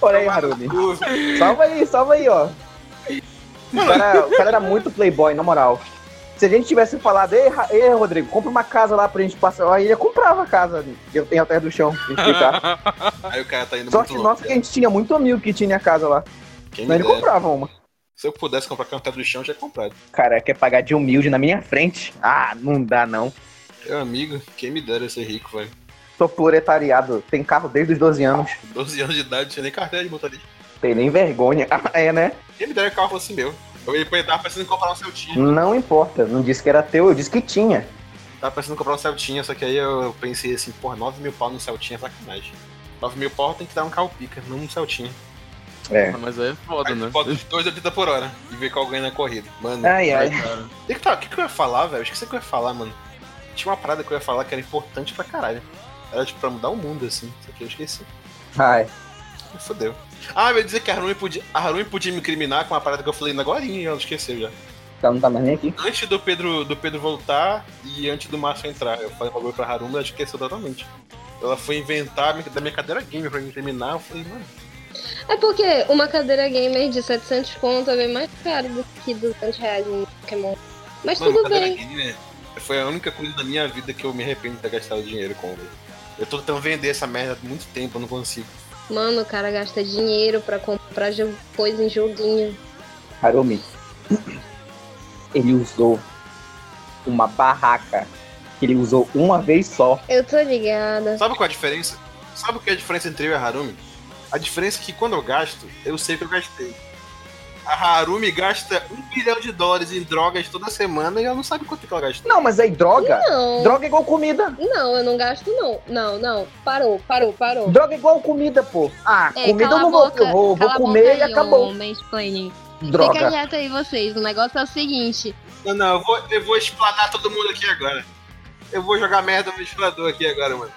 S4: Olha
S2: é
S4: aí, Harumi.
S2: Pô,
S4: Salva aí, salva aí, ó. O cara, o cara era muito playboy, na moral. Se a gente tivesse falado, ei, Ra- ei Rodrigo, compra uma casa lá pra gente passar. Aí ele comprava a casa eu tenho a terra do chão pra gente ficar.
S2: Aí o cara tá indo
S4: Só
S2: muito
S4: que
S2: longe.
S4: nossa, que a gente tinha muito amigo que tinha casa lá.
S2: Quem
S4: Mas
S2: me
S4: ele
S2: dera.
S4: comprava uma.
S2: Se eu pudesse comprar cantado do chão, eu já comprado.
S6: Cara, quer pagar de humilde na minha frente? Ah, não dá não.
S2: Meu amigo, quem me dera ser rico, velho.
S6: Sou proletariado, tem carro desde os 12 anos.
S2: 12 anos de idade, não tinha nem carteira de motorista.
S6: Tem nem vergonha. Ah, é, né?
S2: Quem me dera carro fosse meu. Eu, eu tava pensando em comprar um Celtinha.
S6: Não importa. Não disse que era teu, eu disse que tinha.
S2: Tava pensando em comprar um Celtinha, só que aí eu pensei assim, porra, 9 mil pau no Celtinha é sacanagem. 9 mil pau tem que dar um carro pica, não um Celtinha.
S6: É.
S1: Ah, Mas aí é foda,
S2: Aí
S1: né?
S2: tu bota os dois 80 por hora e vê qual ganha na corrida. Mano,
S6: Ai, ai.
S2: E que tá, o que, que eu ia falar, velho? Esqueci o que eu ia falar, mano. Tinha uma parada que eu ia falar que era importante pra caralho. Era tipo pra mudar o mundo, assim. Isso aqui eu esqueci.
S6: Ai.
S2: Me fodeu. Ah, eu ia dizer que a Harumi podia, a Harumi podia me incriminar com uma parada que eu falei agora e ela esqueceu já.
S6: Então não tá mais nem aqui.
S2: Antes do Pedro, do Pedro voltar e antes do Márcio entrar. Eu falei um bagulho pra Harumi e ela esqueceu totalmente. Ela foi inventar mi- da minha cadeira gamer pra me incriminar. Eu falei, mano,
S5: É porque uma cadeira gamer de 700 conto é bem mais caro do que 200 reais em Pokémon. Mas
S2: mano
S5: tudo
S2: cadeira
S5: bem.
S2: gamer foi a única coisa da minha vida que eu me arrependo de ter gastado dinheiro com. velho. Eu tô tentando vender essa merda há muito tempo, eu não consigo.
S5: Mano, o cara gasta dinheiro pra comprar jo- coisa em joguinho.
S6: Harumi. Ele usou uma barraca que ele usou uma vez só.
S5: Eu tô ligada.
S2: Sabe qual é a diferença? Sabe o que é a diferença entre eu e a Harumi? A diferença é que quando eu gasto, eu sei que eu gastei. A Harumi gasta um bilhão de dólares em drogas toda semana e ela não sabe quanto que ela gastou.
S6: Não, mas aí droga.
S5: Não.
S6: Droga é igual comida.
S5: Não, eu não gasto não. Não, não. Parou, parou, parou.
S6: Droga é igual comida, pô. Ah,
S5: É,
S6: comida eu
S5: cala
S6: não
S5: a
S6: vou,
S5: boca,
S6: eu vou, vou
S5: cala a boca
S6: comer
S5: aí,
S6: e acabou.
S5: ô mansplaining. Fica
S6: Droga.
S5: quieto aí vocês. O negócio é o seguinte.
S2: Não, não, eu vou, eu vou explanar todo mundo aqui agora. Eu vou jogar merda no ventilador aqui agora, mano.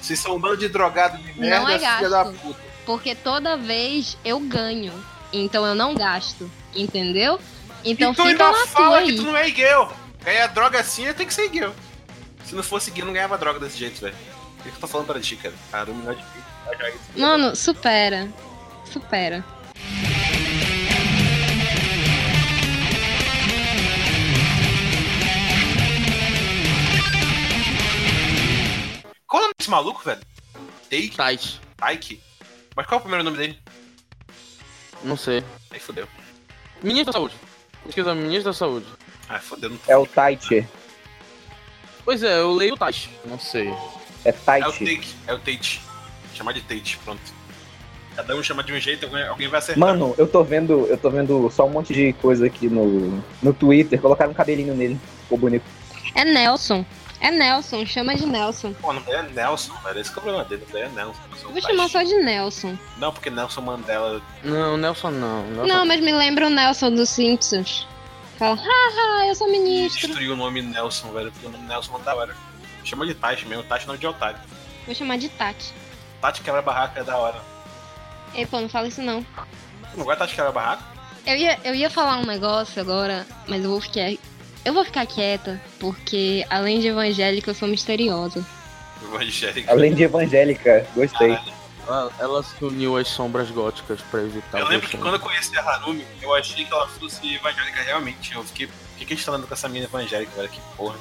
S2: Vocês são um bando de drogado de merda,
S5: é
S2: filha
S5: gasto.
S2: da puta.
S5: Porque toda vez eu ganho. Então eu não gasto. Entendeu? Então,
S2: tu
S5: fica na
S2: ainda
S5: tua
S2: fala que
S5: aí.
S2: tu não é girl. Ganhar droga assim, tem que ser girl. Se não fosse girl, não ganhava droga desse jeito, velho. O que eu tô falando pra ti, cara? A Harumi não é de
S5: Mano, supera. Supera.
S2: Qual é o nome desse maluco, velho? Take
S1: Tais.
S2: Ike? Mas qual é o primeiro nome dele?
S1: Não sei.
S2: Aí fodeu.
S1: Ministro da Saúde. Pesquisa Ministro da Saúde.
S2: Ah, fodeu. Não...
S6: É o Taichi.
S1: Pois é, eu leio o Tais. Não sei.
S2: É
S6: É
S2: o
S6: Taichi.
S2: Take. É o Tate. Chamar de Tate, pronto. Cada um chama de um jeito, alguém- alguém vai acertar.
S6: Mano, eu tô vendo, eu tô vendo só um monte de coisa aqui no, no Twitter. Colocaram um cabelinho nele. Ficou bonito.
S5: É Nelson. É Nelson. Chama de Nelson.
S2: Pô, não é Nelson, velho. Esse que é o problema dele, não é Nelson.
S5: Eu
S2: Nelson
S5: Vou
S2: Tate.
S5: chamar só de Nelson.
S2: Não, porque Nelson Mandela.
S1: Não, Nelson não.
S6: Tá
S1: Nelson
S5: Não, mas me lembra o Nelson dos Simpsons. Fala, haha, eu sou ministro.
S2: Destruiu o nome Nelson, velho. Porque o nome Nelson não da hora. Chama de Tate mesmo. Tate é nome de otário.
S5: Vou chamar de Tati.
S2: Tate quebra barraca é da hora.
S5: Ei, pô, não fala isso não.
S2: Não gosta de Tate quebra barraca?
S5: Eu ia, eu ia falar um negócio agora, mas eu vou ficar. Eu vou ficar quieta, porque além de evangélica, eu sou misteriosa.
S2: Evangélico.
S6: Além de evangélica, gostei.
S1: Ela, ela se uniu às sombras góticas pra evitar
S2: Eu
S1: o
S2: lembro que
S6: um
S1: vexame.
S2: quando eu conheci a Harumi, eu achei que ela fosse evangélica realmente. Eu fiquei, por que, que a gente tá andando com essa menina evangélica, velho? Que porra.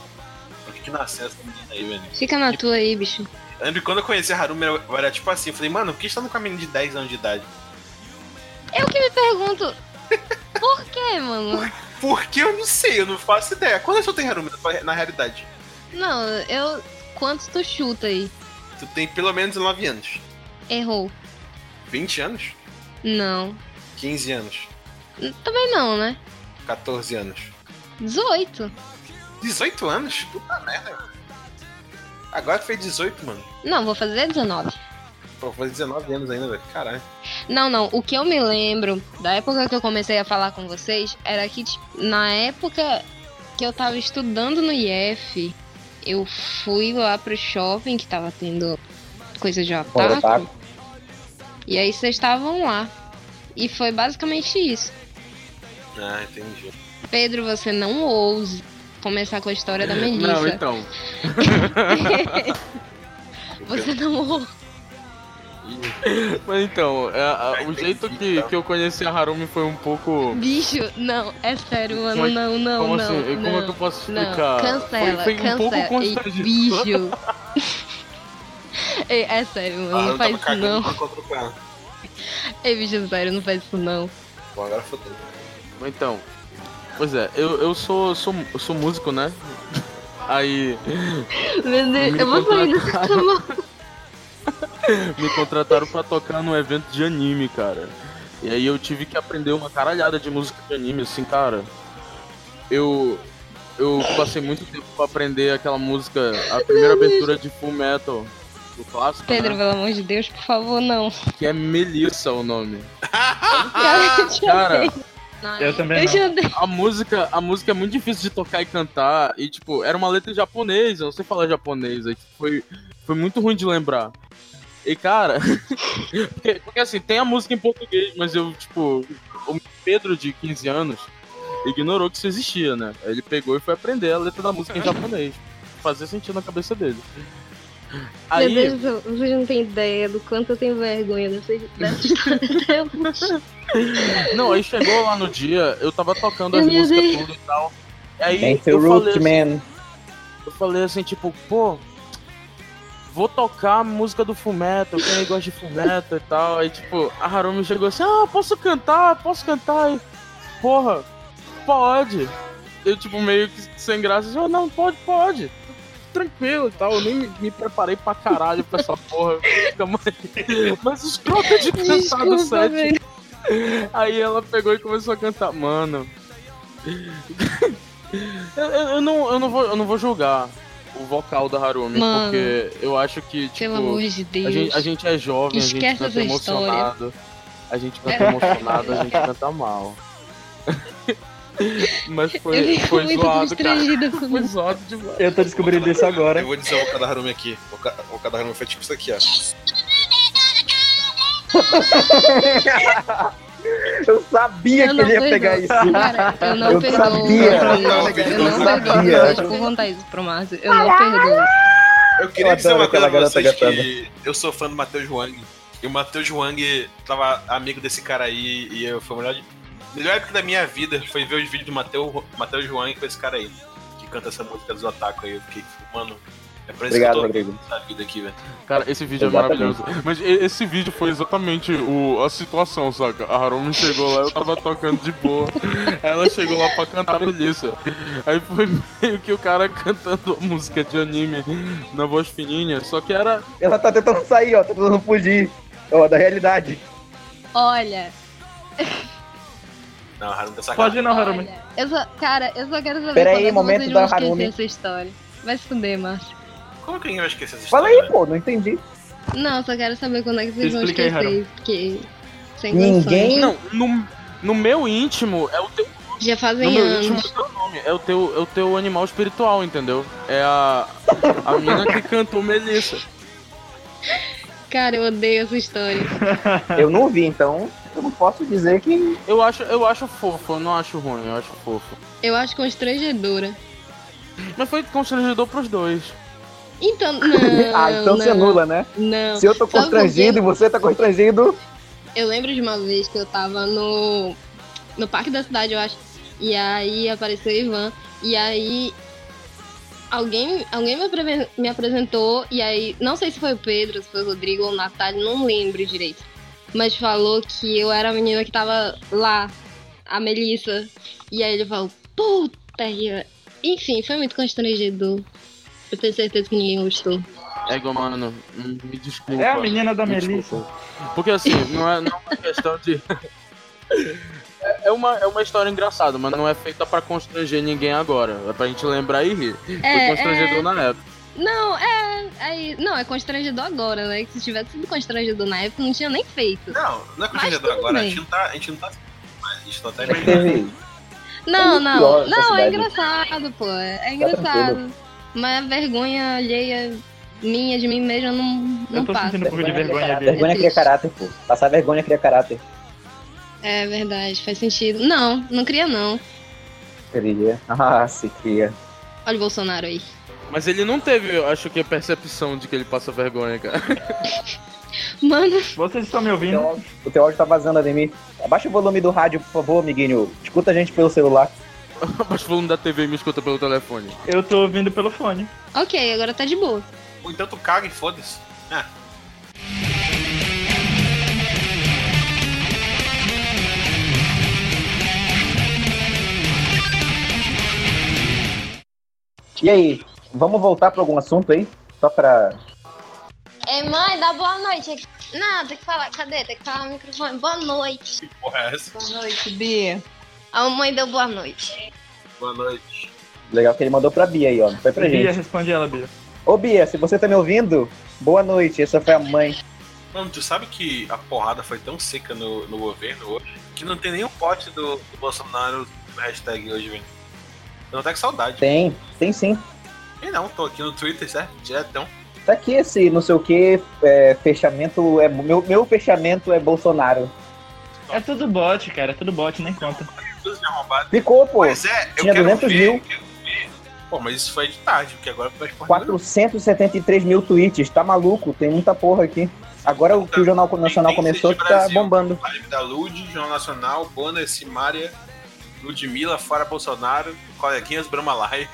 S2: Por que, que nasceu essa menina aí, velho?
S5: Fica na tua aí, bicho.
S2: Eu lembro que quando eu conheci a Harumi, eu eu era tipo assim, eu falei, mano, por que a gente tá andando com a menina de 10 anos de idade?
S5: Eu que me pergunto. Por quê, mano?
S2: Por que eu não sei, eu não faço ideia. Quando é eu tem Harumi na- na realidade?
S5: Não, eu. Quanto tu chuta aí?
S2: Tu tem pelo menos 9 anos.
S5: Errou.
S2: 20 anos?
S5: Não.
S2: 15 anos?
S5: Também não, né?
S2: 14 anos?
S5: 18.
S2: 18 anos? Puta merda, velho. Agora tu fez 18, mano.
S5: Não, vou fazer 19.
S2: Pô, vou fazer 19 anos ainda, velho. Caralho.
S5: Não, não. O que eu me lembro da época que eu comecei a falar com vocês era que, tipo, na época que eu tava estudando no IF, eu fui lá pro shopping que tava tendo coisa de
S6: Bora,
S5: otaku.
S6: Taco.
S5: E aí vocês estavam lá. E foi basicamente isso.
S2: Ah, entendi.
S5: Pedro, você não ouse começar com a história da
S1: Não,
S5: Melissa.
S1: então.
S5: Você não ouse.
S1: Mas então, é, a-
S2: Vai
S1: o
S2: ter
S1: jeito
S2: que
S1: que,
S2: então.
S1: que eu conheci a Harumi foi um pouco.
S5: Bicho, não, é sério, mano.
S1: Mas
S5: não, não,
S1: como
S5: não.
S1: assim? E como
S5: não.
S1: é que eu posso
S5: Não,
S1: explicar? foi,
S5: cancela,
S1: foi um
S5: cancela.
S1: pouco
S5: Ei,
S1: constrangedor.
S5: bicho. Ei, é sério,
S1: Ah,
S5: mano,
S2: Ah,
S5: não faz isso não. é
S2: quando encontrou com ela.
S5: Ei, bicho, sério, não faz isso não.
S2: Bom, agora fodeu.
S1: Então, pois é, eu, eu sou, sou, eu sou músico, né? Aí
S5: Meu Deus,
S1: Me
S5: eu vou sair desse chamado.
S1: me contrataram pra tocar num evento de anime, cara. E aí eu tive que aprender uma caralhada de música de anime, assim, cara. Eu eu passei muito tempo pra aprender aquela música, a primeira abertura de Full Metal, do clássico,
S5: Pedro,
S1: né?
S5: pelo amor de Deus, por favor, não.
S1: que é Melissa o nome. Ah,
S5: Cara, eu te
S1: Cara,
S5: odeio.
S7: Eu também
S5: Eu
S7: não.
S5: te odeio.
S1: a música, a música é muito difícil de tocar e cantar. E, tipo, era uma letra em japonês, eu não sei falar japonês. Aí, tipo, foi, foi muito ruim de lembrar. E, cara, porque, porque, assim, tem a música em português, mas eu, tipo, o Pedro de 15 anos ignorou que isso existia, né? Aí Ele pegou e foi aprender a letra da música em japonês. Fazer sentido na cabeça dele. Aí,
S5: Meu Deus, vocês não têm ideia do quanto eu tenho vergonha dessa, dessa história dela.
S1: não, aí chegou lá no dia, eu tava tocando as
S5: Meu
S1: músicas
S5: Deus.
S1: tudo e tal. Aí
S4: Thank
S1: eu
S4: you,
S1: falei assim,
S4: Rootman.
S1: Eu falei assim, tipo, pô, vou tocar a música do Fumeto, quem gosta de Fumeto e tal. Aí, tipo, a Harumi chegou assim, ah, posso cantar, posso cantar. E, Porra, pode. Eu, tipo, meio que sem graça, assim, "Ah, não, pode, pode. Tranquilo e tal, eu nem me, me preparei pra caralho pra essa porra. Fica mais- Mas escrota de cantar do
S5: Desculpa,
S1: set.
S5: velho.
S1: Aí ela pegou e começou a cantar. Mano. eu, eu- eu não, eu, não vou, eu não vou julgar o vocal da Harumi,
S5: Mano.
S1: porque eu acho que, tipo,
S5: Pelo amor de Deus.
S1: a, gente, a gente é jovem, a gente
S5: Esquece
S1: canta
S5: essa história.
S1: emocionado. A gente canta emocionado, a gente canta mal. Mas
S5: eu
S1: foi,
S5: fico
S1: foi
S5: muito
S1: zoado, cara.
S5: constrangida
S1: Foi
S5: com isso.
S1: zoado demais.
S4: Eu tô descobrindo isso agora.
S2: Eu vou dizer o vocal da Harumi aqui. O voca- o vocal da Harumi foi tipo isso aqui, ó.
S6: Eu sabia
S5: Eu
S6: que
S5: não
S6: ele ia
S5: perdoo.
S6: pegar isso.
S5: Cara, eu não
S6: Eu
S5: perdoo.
S6: sabia.
S5: Eu não
S2: Eu
S5: perdoo.
S6: sabia.
S5: Eu acho que eu vou contar isso pro Márcio. Eu não perdoo.
S2: Eu queria
S4: Eu
S2: dizer
S4: adoro
S2: uma coisa pra
S4: aquela
S2: vocês
S4: garota
S2: que eu sou fã do Matheus Wang. E o Matheus Wang tava amigo desse cara aí e eu, foi a melhor, melhor época da minha vida foi ver os vídeos do Matheus Matheus Wang com esse cara aí, que canta essa música dos Otaku aí. Eu fiquei, mano, é pra isso que eu
S4: Obrigado,
S2: tô
S4: Rodrigo.
S2: na vida aqui, velho.
S1: Cara, esse vídeo
S4: Exatamente.
S1: é maravilhoso.
S8: Mas e- esse vídeo foi exatamente o, a situação, saca? A Harumi chegou lá, eu tava tocando de boa.
S1: Ela chegou lá pra cantar Melissa. Aí foi meio que o cara cantando música de anime na voz fininha, só que era.
S6: Ela tá tentando sair, ó, tá tentando fugir. Ó, da realidade.
S5: Olha,
S2: Não, Harumi tá
S7: Pode
S2: sacanagem.
S7: ir não, Harumi.
S5: olha. Eu só, cara, eu só quero saber
S4: Pera
S5: quando
S4: aí,
S5: é que
S4: momento
S5: vocês
S4: da
S5: vão esquecer
S4: Harumi.
S5: essa história. Vai se fuder, Márcio.
S2: Como que ninguém vai esquecer essa
S6: Fala
S2: história, né?
S6: aí, pô, não entendi.
S5: Não, só quero saber quando é que vocês vão
S7: Explica aí,
S5: esquecer, porque. Sem
S4: Ninguém-
S5: condições.
S1: Não, no, no meu íntimo é o teu.
S5: Já
S1: No
S5: fazem
S1: meu íntimo é
S5: anos.
S1: o teu nome. É o teu, é o teu animal espiritual, entendeu? É a. A menina que cantou Melissa.
S5: Cara, eu odeio essa história.
S6: Eu não vi, então eu não posso dizer que.
S1: Eu acho, eu acho fofo, eu não acho ruim, eu acho fofo.
S5: Eu acho constrangedora.
S1: Mas foi constrangedor pros dois.
S5: Então, não.
S6: ah, então
S5: não,
S4: é
S6: você anula, né?
S5: Não.
S6: Se eu tô
S4: Tá
S5: Sabe
S6: constrangido e você tá constrangido,
S5: Eu lembro de uma vez que eu tava no. No parque da cidade, eu acho. E aí apareceu o Ivan. E aí. Alguém, alguém me, apreve- me apresentou. E aí. Não sei se foi o Pedro, se foi o Rodrigo ou o Natália, não lembro direito. Mas falou que eu era a menina que tava lá, a Melissa. E aí ele falou: Puta! Ian." Enfim, foi muito constrangedor. Eu tenho certeza que ninguém gostou.
S1: Ego, mano, me desculpa.
S7: É a menina da
S1: Me
S7: Melissa.
S1: Porque assim, não é, não é uma questão de. É- É uma, é uma história engraçada, mas não é feita pra constranger ninguém agora. É pra gente lembrar e rir.
S5: É,
S1: Foi constrangedor na época.
S5: Não, é, aí, não, é constrangedor agora, né? Que se tivesse sido constrangedor na época, não tinha nem feito.
S2: Não, não é constrangedor
S5: tudo
S2: agora. A
S5: bem.
S2: gente não tá. A gente não tá. A gente não tá imaginando.
S4: Teve
S5: Não,
S4: muito pior
S5: não,
S4: essa
S5: não, é
S4: cidade. Tá
S5: engraçado, pô, é é engraçado. Mas a vergonha alheia minha, de mim mesma, não, não
S7: Eu tô
S5: passa. né?
S7: sentindo um pouco de vergonha dele.
S4: Vergonha cria caráter, pô. Passar vergonha cria caráter.
S5: É verdade, faz sentido. Não, não cria não.
S4: Cria. Ah, se cria.
S5: Olha o Bolsonaro aí.
S1: Mas ele não teve, eu acho que, a percepção de que ele passa vergonha, cara.
S5: Mano,
S7: Vocês estão me ouvindo?
S4: Então, O teu áudio tá vazando, Ademir. Abaixa o volume do rádio, por favor, amiguinho. Escuta a gente pelo celular.
S1: Mas o volume da TV e me escuta pelo telefone.
S7: Eu tô ouvindo pelo fone.
S5: ok, agora tá de boa.
S2: Ou então tu caga e foda-se. Ah,
S4: E aí, vamos voltar pra algum assunto aí? Só pra.
S5: É, mãe, dá boa noite aqui. Não, tem que falar. Cadê? Tem que falar no microfone. Boa noite.
S2: Porra, é essa?
S5: Boa noite, Bia. A mãe deu boa noite.
S2: Boa noite.
S4: Legal que ele mandou pra Bia aí, ó. Não foi pra
S7: Bia,
S4: gente.
S7: responde ela, Bia.
S4: Ô Bia, se você tá me ouvindo, boa noite. Essa foi a mãe.
S2: Mano, tu sabe que a porrada foi tão seca no, no governo hoje que não tem nenhum pote do, do Bolsonaro no hashtag hoje, velho. Eu não tá com saudade.
S4: Tem, tem sim.
S2: E não, tô aqui no Twitter, certo? Diretão.
S4: Tá aqui esse não sei o que, é, fechamento é. Meu, meu fechamento é Bolsonaro.
S7: É tudo bot, cara, é tudo bot, nem conta.
S2: Tudo de arrombado.
S4: Ficou, pô.
S2: Pois é, eu
S4: tinha
S2: quero
S4: 200
S2: ver,
S4: mil.
S2: eu quero ver. Pô, mas isso foi de tarde, porque agora vai exportar.
S4: 473 mil tweets, tá maluco? Tem muita porra aqui. Agora o que o Jornal Nacional começou que tá bombando.
S2: Live da Lud, Jornal Nacional, Bona, Simária, Ludmilla, Fora Bolsonaro, Coleguinhas, Brahma Live.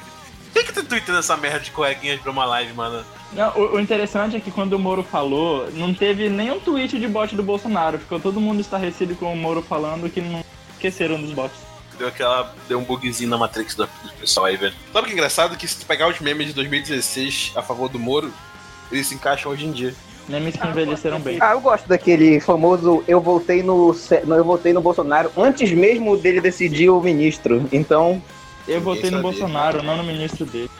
S2: Por que, que tu tá tweetando essa merda de coleguinhas Brahma Live, mano?
S7: Não, o, o interessante é que quando o Moro falou, não teve nenhum tweet de bot do Bolsonaro. Ficou todo mundo estarrecido com o Moro falando que não esqueceram dos bots.
S2: Deu aquela. Deu um bugzinho na Matrix do, do pessoal aí, velho. Sabe o que é engraçado? Que se tu pegar os memes de 2016 a favor do Moro, eles se encaixam hoje em dia.
S7: Memes que envelheceram bem.
S4: Ah, eu gosto daquele famoso eu voltei no, Ce- no- eu voltei no Bolsonaro antes mesmo dele decidir o ministro. Então,
S7: Eu votei no
S2: sabia.
S7: Bolsonaro, não no ministro dele.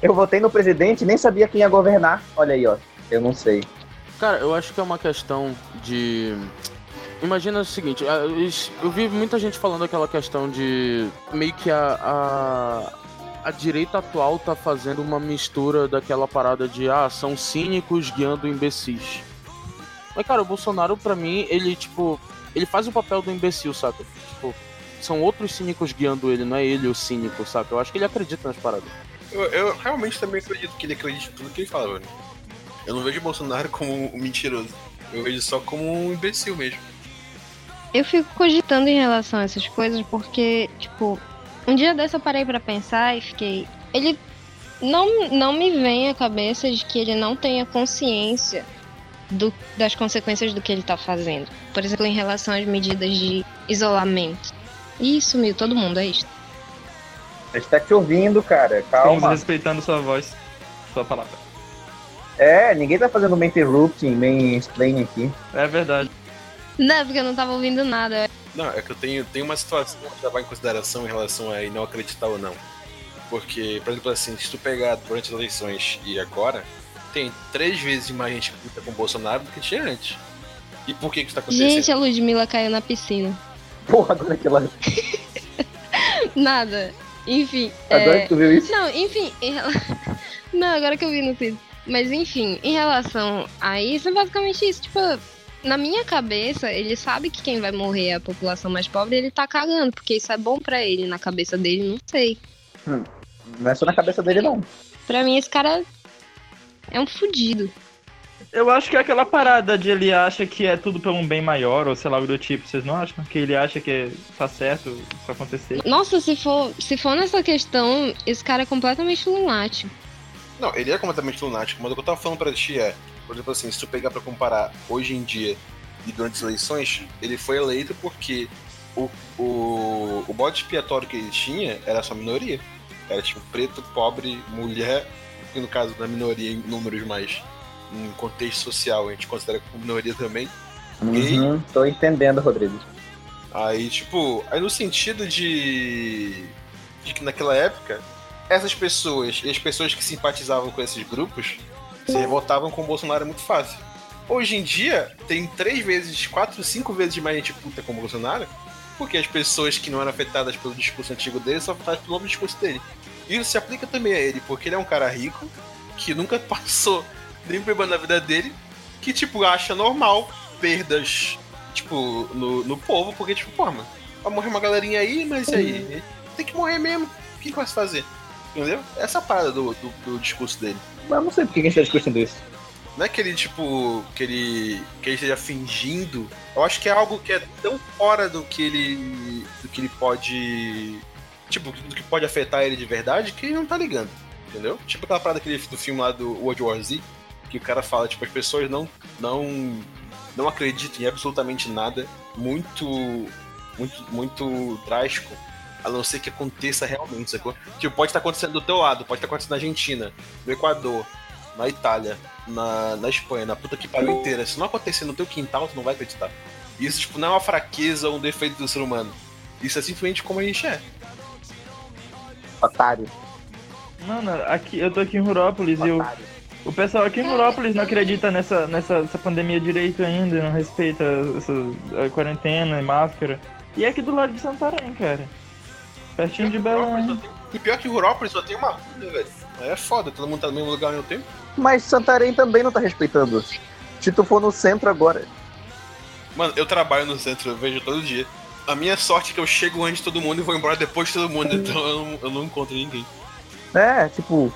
S4: eu votei no presidente, nem sabia quem ia governar. Olha aí, ó. Eu não sei.
S1: Cara, eu acho que é uma questão de. Imagina o seguinte, a- os- eu vi muita gente falando aquela questão de meio que a, a, a direita atual tá fazendo uma mistura daquela parada de ah, são cínicos guiando imbecis. Mas cara, o Bolsonaro pra mim, ele tipo, ele faz o papel do imbecil, saca? Tipo, são outros cínicos guiando ele, não é ele o cínico, saca? Eu acho que ele acredita nas paradas.
S2: Eu, eu realmente também acredito que ele acredita em tudo que ele fala, velho. Eu não vejo o Bolsonaro como um mentiroso. Eu vejo só como um imbecil mesmo.
S5: Eu fico cogitando em relação a essas coisas porque, tipo, um dia desse eu parei pra pensar e fiquei. Ele não, não me vem à cabeça de que ele não tenha consciência do, das consequências do que ele tá fazendo. Por exemplo, em relação às medidas de isolamento. Ih, sumiu todo mundo, é isso.
S4: A gente tá te ouvindo, cara.
S7: Estamos
S4: Calma.
S7: respeitando sua voz, sua palavra.
S4: É, ninguém tá fazendo main interrupting, main explaining aqui.
S7: É verdade.
S5: Não, porque eu não tava ouvindo nada.
S2: Não, é que eu tenho, tenho uma situação a levar em consideração em relação a ele não acreditar ou não. Porque, por exemplo, assim, se tu pegar durante as eleições e agora, tem três vezes mais gente que luta com o Bolsonaro do que tinha antes. E por que que isso tá acontecendo?
S5: Gente, a Ludmilla caiu na piscina.
S4: Porra, agora que ela.
S5: Nada. Enfim.
S4: Agora
S5: é...
S4: que tu viu isso.
S5: Não, enfim. em rela- Não, agora que eu vi no Twitter. Mas enfim, em relação a isso, é basicamente isso. Tipo, na minha cabeça, ele sabe que quem vai morrer é a população mais pobre, ele tá cagando, porque isso é bom pra ele. Na cabeça dele, não sei.
S4: Não é só na cabeça dele, não.
S5: Pra mim, esse cara é um fudido.
S7: Eu acho que é aquela parada de ele acha que é tudo pelo um bem maior, ou sei lá, algo do tipo. Vocês não acham? Que ele acha que tá certo isso acontecer?
S5: Nossa, se for, se for nessa questão, esse cara é completamente lunático.
S2: Não, ele é completamente lunático, mas o que eu tava falando pra ti é, por exemplo assim, se tu pegar pra comparar hoje em dia e durante as eleições, ele foi eleito porque o, o, o bode expiatório que ele tinha era só minoria. Era tipo preto, pobre, mulher, que no caso da minoria em números mais em contexto social, a gente considera como minoria também.
S4: Uhum, tô entendendo, Rodrigo.
S2: Aí, tipo, aí no sentido de, de que naquela época, essas pessoas e as pessoas que simpatizavam com esses grupos se revoltavam com o Bolsonaro muito fácil. Hoje em dia, tem três vezes, quatro, cinco vezes mais gente puta com o Bolsonaro, porque as pessoas que não eram afetadas pelo discurso antigo dele são afetadas pelo novo discurso dele. E isso se aplica também a ele, porque ele é um cara rico, que nunca passou nem problema na vida dele, que, tipo, acha normal perdas tipo, no, no povo, porque, tipo, pô, mano, vai morrer uma galerinha aí, mas e aí? Tem que morrer mesmo. O que, que vai se fazer? Entendeu? Essa é a parada do, do, do discurso dele.
S4: Mas eu não sei por que a gente tá discutindo isso.
S2: Não é que ele, tipo, que ele, que ele esteja fingindo. Eu acho que é algo que é tão fora do que ele. do que ele pode. Tipo, do que pode afetar ele de verdade, que ele não tá ligando. Entendeu? Tipo aquela parada que ele- do filme lá do World War Z, que o cara fala, tipo, as pessoas não. não. não acreditam em absolutamente nada muito. muito. muito drástico. a não ser que aconteça realmente, sacou? Tipo, pode estar acontecendo do teu lado, pode estar acontecendo na Argentina, no Equador, na Itália, na, na Espanha, na puta que pariu inteira. Se não acontecer no teu quintal, tu não vai acreditar. Isso, tipo, não é uma fraqueza ou um defeito do ser humano. Isso é simplesmente como a gente é.
S4: otário.
S7: Mano, aqui, eu tô aqui em Rurópolis e o,
S4: otário.
S7: o pessoal aqui em Rurópolis não acredita nessa, nessa, nessa pandemia direito ainda, não respeita essa a quarentena e máscara. E é aqui do lado de Santarém, cara. Pertinho de Belém.
S9: né?
S2: E pior que Rurópolis só tem uma rua, velho. Aí É foda, todo mundo tá no mesmo lugar ao mesmo tempo.
S4: Mas Santarém também não tá respeitando. Se tu for no centro agora.
S2: Mano, eu trabalho no centro, eu vejo todo dia. A minha sorte é que eu chego antes de todo mundo e vou embora depois de todo mundo, então eu não, eu não encontro ninguém.
S4: É, tipo.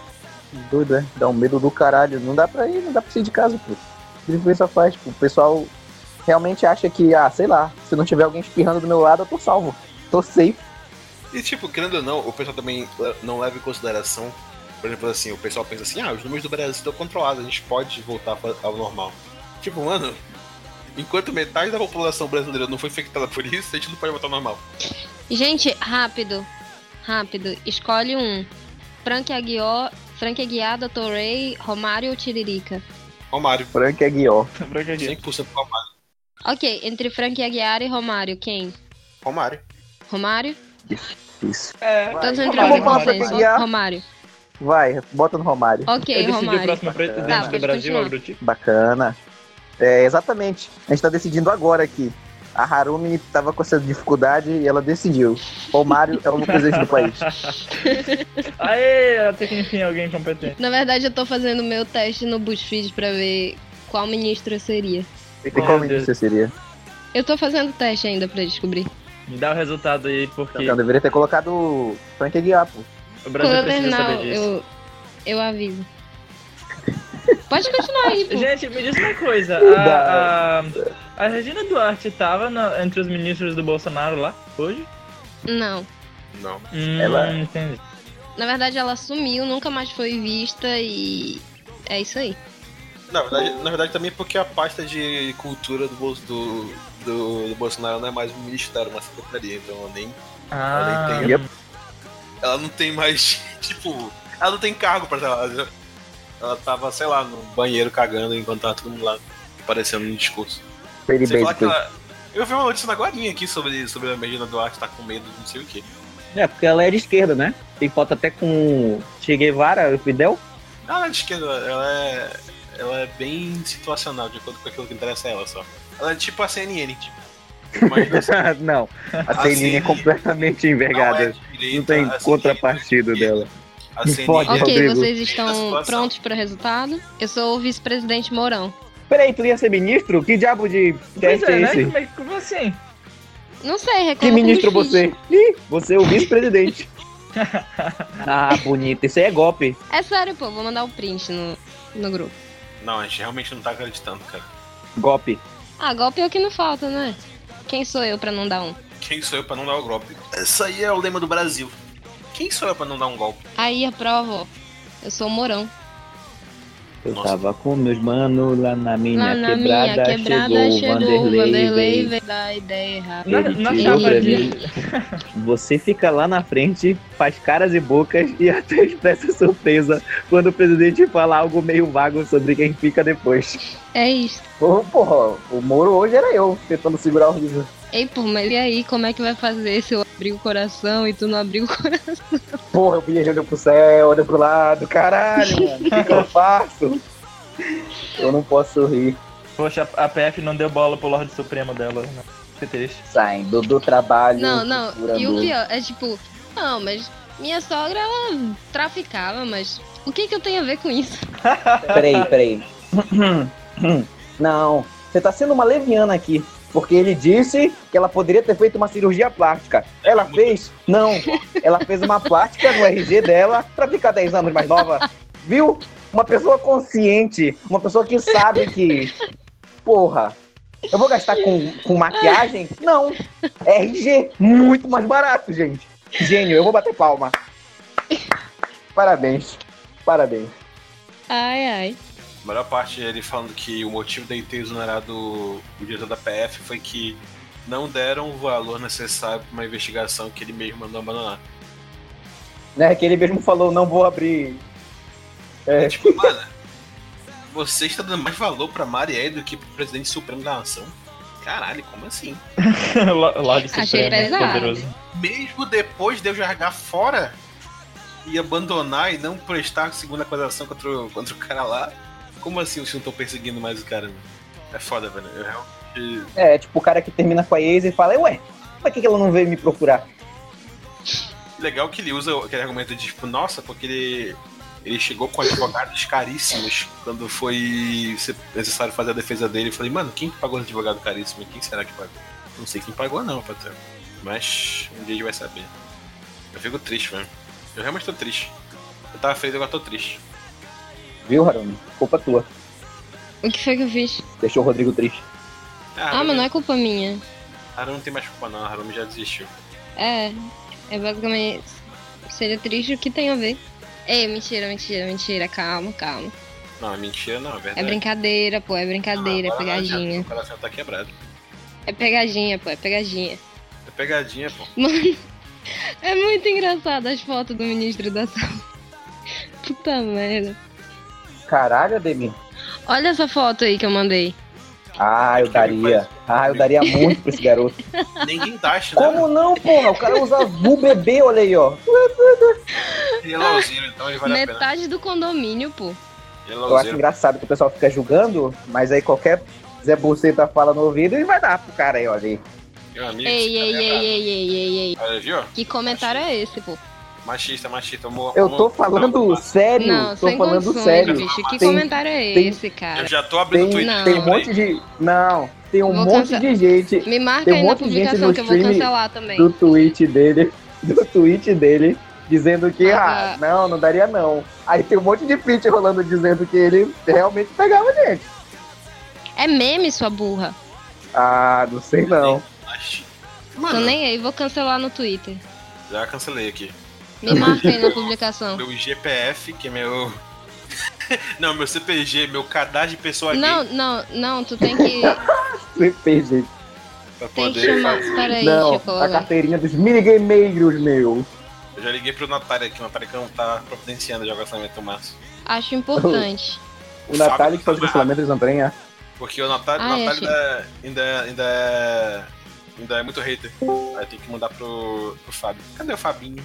S4: Doido, né? Dá um medo do caralho. Não dá pra ir, não dá pra sair de casa, pô. O que só faz? Tipo, o pessoal realmente acha que, ah, sei lá, se não tiver alguém espirrando do meu lado, eu tô salvo. Tô safe.
S2: E tipo, querendo ou não, o pessoal também eh, não leva em consideração, por exemplo, assim, o pessoal pensa assim, ah, os números do Brasil estão controlados, a gente pode voltar pra- ao normal. Tipo, mano, enquanto metade da população brasileira não foi infectada por isso, a gente não pode voltar ao normal.
S5: Gente, rápido. Rápido. Escolhe um. Frank Aguiar, Frank Aguiar, Dr. Ray, Romário ou Tiririca?
S2: Romário,
S4: Frank é Aguiar.
S7: Pra quê?
S2: 100% Romário.
S5: Ok, entre Frank Aguiar e Romário, quem?
S2: Romário.
S5: Romário?
S4: Isso.
S7: É,
S5: Todos
S7: Romário,
S5: entraram em
S4: vamos falar Frank
S5: consenso?
S4: Aguiar.
S5: Romário.
S4: Vai, bota no Romário.
S5: Ok,
S7: eu decidi o
S5: Romário.
S7: próximo presidente
S5: Tá,
S7: do tipo.
S5: pode
S7: Brasil,
S5: continuar.
S7: Agruti.
S4: Bacana. É, exatamente. A gente tá decidindo agora aqui. A Harumi tava com essa dificuldade e ela decidiu. Romário é o presidente do país.
S7: Aê, até que enfim alguém competente.
S5: Na verdade, eu tô fazendo meu teste no BuzzFeed pra ver qual ministro eu seria.
S4: E qual
S7: Meu Deus.
S4: ministro seria?
S5: Eu tô fazendo teste ainda pra descobrir.
S7: Me dá o resultado aí, porque
S4: Então, deveria ter colocado o Frank Aguiar, pô.
S7: o
S5: Quando
S7: Brasil
S5: eu
S7: precisa
S5: terminar,
S7: saber disso.
S5: eu, eu aviso. Pode continuar aí, pô.
S7: Gente, me diz uma coisa. A, a, a Regina Duarte tava na- entre os ministros do Bolsonaro lá hoje?
S5: Não.
S2: Não.
S7: Hum,
S4: Ela-
S7: entendi.
S5: Na verdade, ela sumiu, nunca mais foi vista e. É isso aí.
S2: Na verdade, na verdade também porque a pasta de cultura do, Bolso- do, do, do Bolsonaro não é mais um ministério, é uma secretaria, então ela nem.
S7: Ah,
S2: Ela
S4: Yep.
S2: Ela não tem mais, tipo. Ela não tem cargo pra ela. né? Ela tava, sei lá, no banheiro cagando enquanto tava todo mundo lá aparecendo no discurso.
S4: Ele
S2: Você falar que é
S4: Bates.
S2: ela. Eu vi uma notícia agora aqui sobre, sobre a Regina Duarte tá com medo de não sei o quê.
S10: É, porque ela é de esquerda, né? Tem foto até com o Che Guevara, o Fidel.
S2: Ela é de esquerda, ela é. Ela é bem situacional, de acordo com aquilo que interessa a ela só. Ela é tipo a CNN, tipo. Imagina assim,
S10: não, a
S7: Ah,
S2: Assim,
S10: Celine é completamente
S2: não é
S10: envergada.
S2: direita,
S10: Não tem
S2: a
S7: assim.
S2: CNN
S10: contrapartido
S2: é direita,
S10: dela.
S2: A
S10: Me
S2: CNN
S10: fode,
S2: é-
S5: Ok,
S10: Rodrigo.
S5: vocês
S2: A
S5: estão
S2: situação.
S5: prontos para o resultado? Eu sou o vice-presidente Mourão.
S10: Peraí, tu ia ser ministro? Que diabo de
S7: Pois
S10: teste
S7: é,
S10: é
S7: né?
S10: esse?
S7: Como, é- como assim?
S5: Não sei, é reconheço.
S10: Que ministro
S5: meus
S10: você?
S5: filhos.
S10: Ih, você é o vice-presidente. ah, bonito. Isso aí é golpe.
S5: É sério, pô, vou mandar o print no, no grupo.
S2: Não, a gente realmente não tá acreditando, cara.
S10: Golpe.
S5: Ah, golpe é o que não falta, né? Quem sou eu pra não dar um?
S2: Quem sou eu pra não dar o golpe? Isso aí é o lema do Brasil. Quem sou eu pra não dar um golpe?
S5: Aí a prova, ó. Eu sou o Mourão.
S10: Eu
S2: Nossa.
S10: tava com meus manos lá na minha
S5: Lá na
S10: quebrada,
S5: minha
S10: chegou,
S5: quebrada chegou,
S10: o Vanderlei.
S5: Vanderlei
S10: veio.
S5: veio dar ideia errada.
S7: Na,
S10: Ele
S7: na
S10: tirou
S7: chapa
S10: pra
S7: de.
S10: mim. Você fica lá na frente, faz caras e bocas e até expressa surpresa quando o presidente fala algo meio vago sobre quem fica depois.
S5: É isso.
S4: Pô, porra, o Moro hoje era eu, tentando segurar o riso.
S5: Ei, pô, mas e aí, como é que vai fazer se eu abrir o coração e tu não abrir o coração?
S4: Porra, eu viajando pro céu, olhando pro lado, caralho, mano, o que, que eu faço? Eu não posso rir.
S7: Poxa, a PF não deu bola pro Lorde Supremo dela. né? Que triste.
S4: Saindo do trabalho.
S5: Não, não. E o
S4: procurador.
S5: pior, é tipo, não, mas minha sogra, ela traficava, mas o que que eu tenho a ver com isso?
S4: Peraí, peraí. Não, você tá sendo uma leviana aqui. Porque ele disse que ela poderia ter feito uma cirurgia plástica. Ela fez? Não. Ela fez uma plástica no RG dela pra ficar 10 anos mais nova. Viu? Uma pessoa consciente, uma pessoa que sabe que. Porra, eu vou gastar com, com maquiagem? Não. RG, muito mais barato, gente. Gênio, eu vou bater palma. Parabéns. Parabéns.
S5: Ai, ai.
S2: A melhor parte é ele falando que o motivo da ter exonerado o diretor da PF foi que não deram o valor necessário para uma investigação que ele mesmo mandou abandonar.
S4: Né? Que ele mesmo falou, não vou abrir. É,
S2: Tipo, mano, você está dando mais valor pra Marielle do que pro presidente supremo da nação? Caralho, como assim?
S7: Lorde
S5: Achei
S7: Supremo,
S5: pesado.
S7: poderoso.
S2: Mesmo depois de eu jogar fora e abandonar e não prestar segunda acusação contra o, contra o cara lá, como assim vocês não estão perseguindo mais o cara? mano? É foda, velho. Eu realmente.
S4: é, tipo, o cara que termina com a ex e fala, ué, por que que ela não veio me procurar?
S2: Legal que ele usa aquele argumento de tipo, nossa, porque ele, ele chegou com advogados caríssimos quando foi se- necessário fazer a defesa dele. Eu falei, mano, quem que pagou o advogado caríssimo? Quem será que pagou? Não sei quem pagou, não, patrão. Mas um dia a gente vai saber. Eu fico triste, velho. Eu realmente tô triste. Eu tava feliz, agora tô triste.
S4: Viu, Harumi? Culpa tua.
S5: O que foi que eu fiz?
S4: Deixou o Rodrigo triste.
S5: Ah, mas não é culpa minha.
S2: Harumi não tem mais culpa, não. Harumi já desistiu.
S5: É, é basicamente. Seria triste o que tem a ver. Ei, mentira, mentira, mentira. Calma, calma.
S2: Não, é mentira, não. É verdade. Ah,
S5: É brincadeira, pô, é brincadeira, é
S2: Agora não adianta,
S5: pegadinha.
S2: O coração tá quebrado.
S5: É pegadinha, pô, é pegadinha.
S2: É pegadinha, pô.
S5: Mano, é muito engraçado as fotos do ministro da saúde. Puta merda.
S4: Caralho, Ademir.
S5: Olha essa foto aí que eu mandei.
S4: Ah, eu daria. Ah, eu daria muito pra esse garoto.
S2: Ninguém tá achando.
S4: Como não, porra? O cara usa azul bebê, olha aí, ó.
S2: Ele é lauzinho, então ele vale a pena.
S5: Metade do condomínio, pô.
S2: Ele é
S4: Eu acho
S2: lauzinho.
S4: engraçado que o pessoal fica julgando, mas aí qualquer Zé Buceta fala no ouvido e vai dar pro cara aí, olha aí.
S2: Meu amigo,
S5: Ei,
S2: esse
S5: ei,
S2: cara é
S5: ei,
S2: brabo.
S5: ei, ei, ei, ei.
S2: Olha, viu?
S5: Que comentário é esse, pô?
S2: Machista, machista. Amor,
S4: Eu tô falando sério,
S5: Não,
S4: tô
S5: sem
S4: falando
S5: condições,
S4: sério.
S5: bicho. Que
S4: Tem-
S5: comentário é
S4: tem-
S5: esse, cara?
S2: Eu já tô abrindo
S4: Tem,
S2: o Twitter.
S5: Não.
S4: tem um monte de. Não, tem um
S5: Vou
S4: monte
S5: cancelar.
S4: de gente
S5: Me marca
S4: tem um
S5: aí na
S4: monte de gente
S5: publicação
S4: no
S5: que eu vou
S4: stream
S5: cancelar também.
S4: do tweet dele, do tweet dele, dizendo que, ah,
S5: Ah.
S4: não, não daria não. Aí tem um monte de print rolando dizendo que ele realmente pegava gente.
S5: É meme, sua burra.
S4: Ah, não sei não.
S2: Machi-
S5: Tô
S2: Mano,
S5: nem aí, vou cancelar no Twitter.
S2: já cancelei aqui.
S5: Me marca aí na publicação.
S2: Meu GPF, que é meu... não, meu CPG, meu cadastro de pessoa
S5: Não,
S2: gay.
S5: não, não, tu tem que,
S4: Você fez, gente.
S2: Pra
S5: tem que
S2: poder...
S5: chamar. Peraí,
S4: não, a
S5: Chicola.
S4: carteirinha dos minigameiros, meu.
S2: Eu já liguei pro Natália aqui. O Natália que não tá providenciando já o cancelamento do Márcio.
S5: Acho importante.
S4: O Natália que faz o cancelamento de Zambrenha.
S2: Porque o Natália,
S5: Ah, é,
S2: Natália ainda, ainda, ainda, é- ainda é muito hater. Aí tem que mandar pro, pro Fábio. Cadê o Fabinho?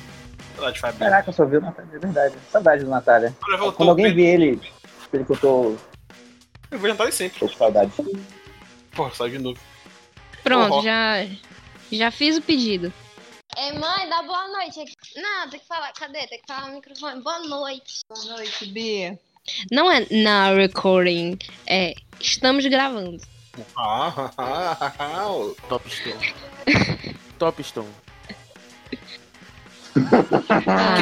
S2: Saudade de Fabinho.
S4: Caraca, eu só vi o Natália, é verdade. Saudade do Natália.
S2: Agora voltou
S4: Quando
S2: o
S4: alguém
S2: Pedro.
S4: vê ele, ele que eu tô,
S2: Eu vou jantar ele sempre.
S4: tô com saudade.
S2: Pô, sai de novo.
S5: Pronto,
S2: Porra.
S5: já, já fiz o pedido. Ei, mãe, dá boa noite. Não, tem que falar. Cadê? Tem que falar no microfone. Boa noite. Boa noite, Bia. Não é na recording, é estamos gravando.
S2: Ah, ah, ah, ah, ô.
S1: Top Stone. Top Stone.
S5: Ah,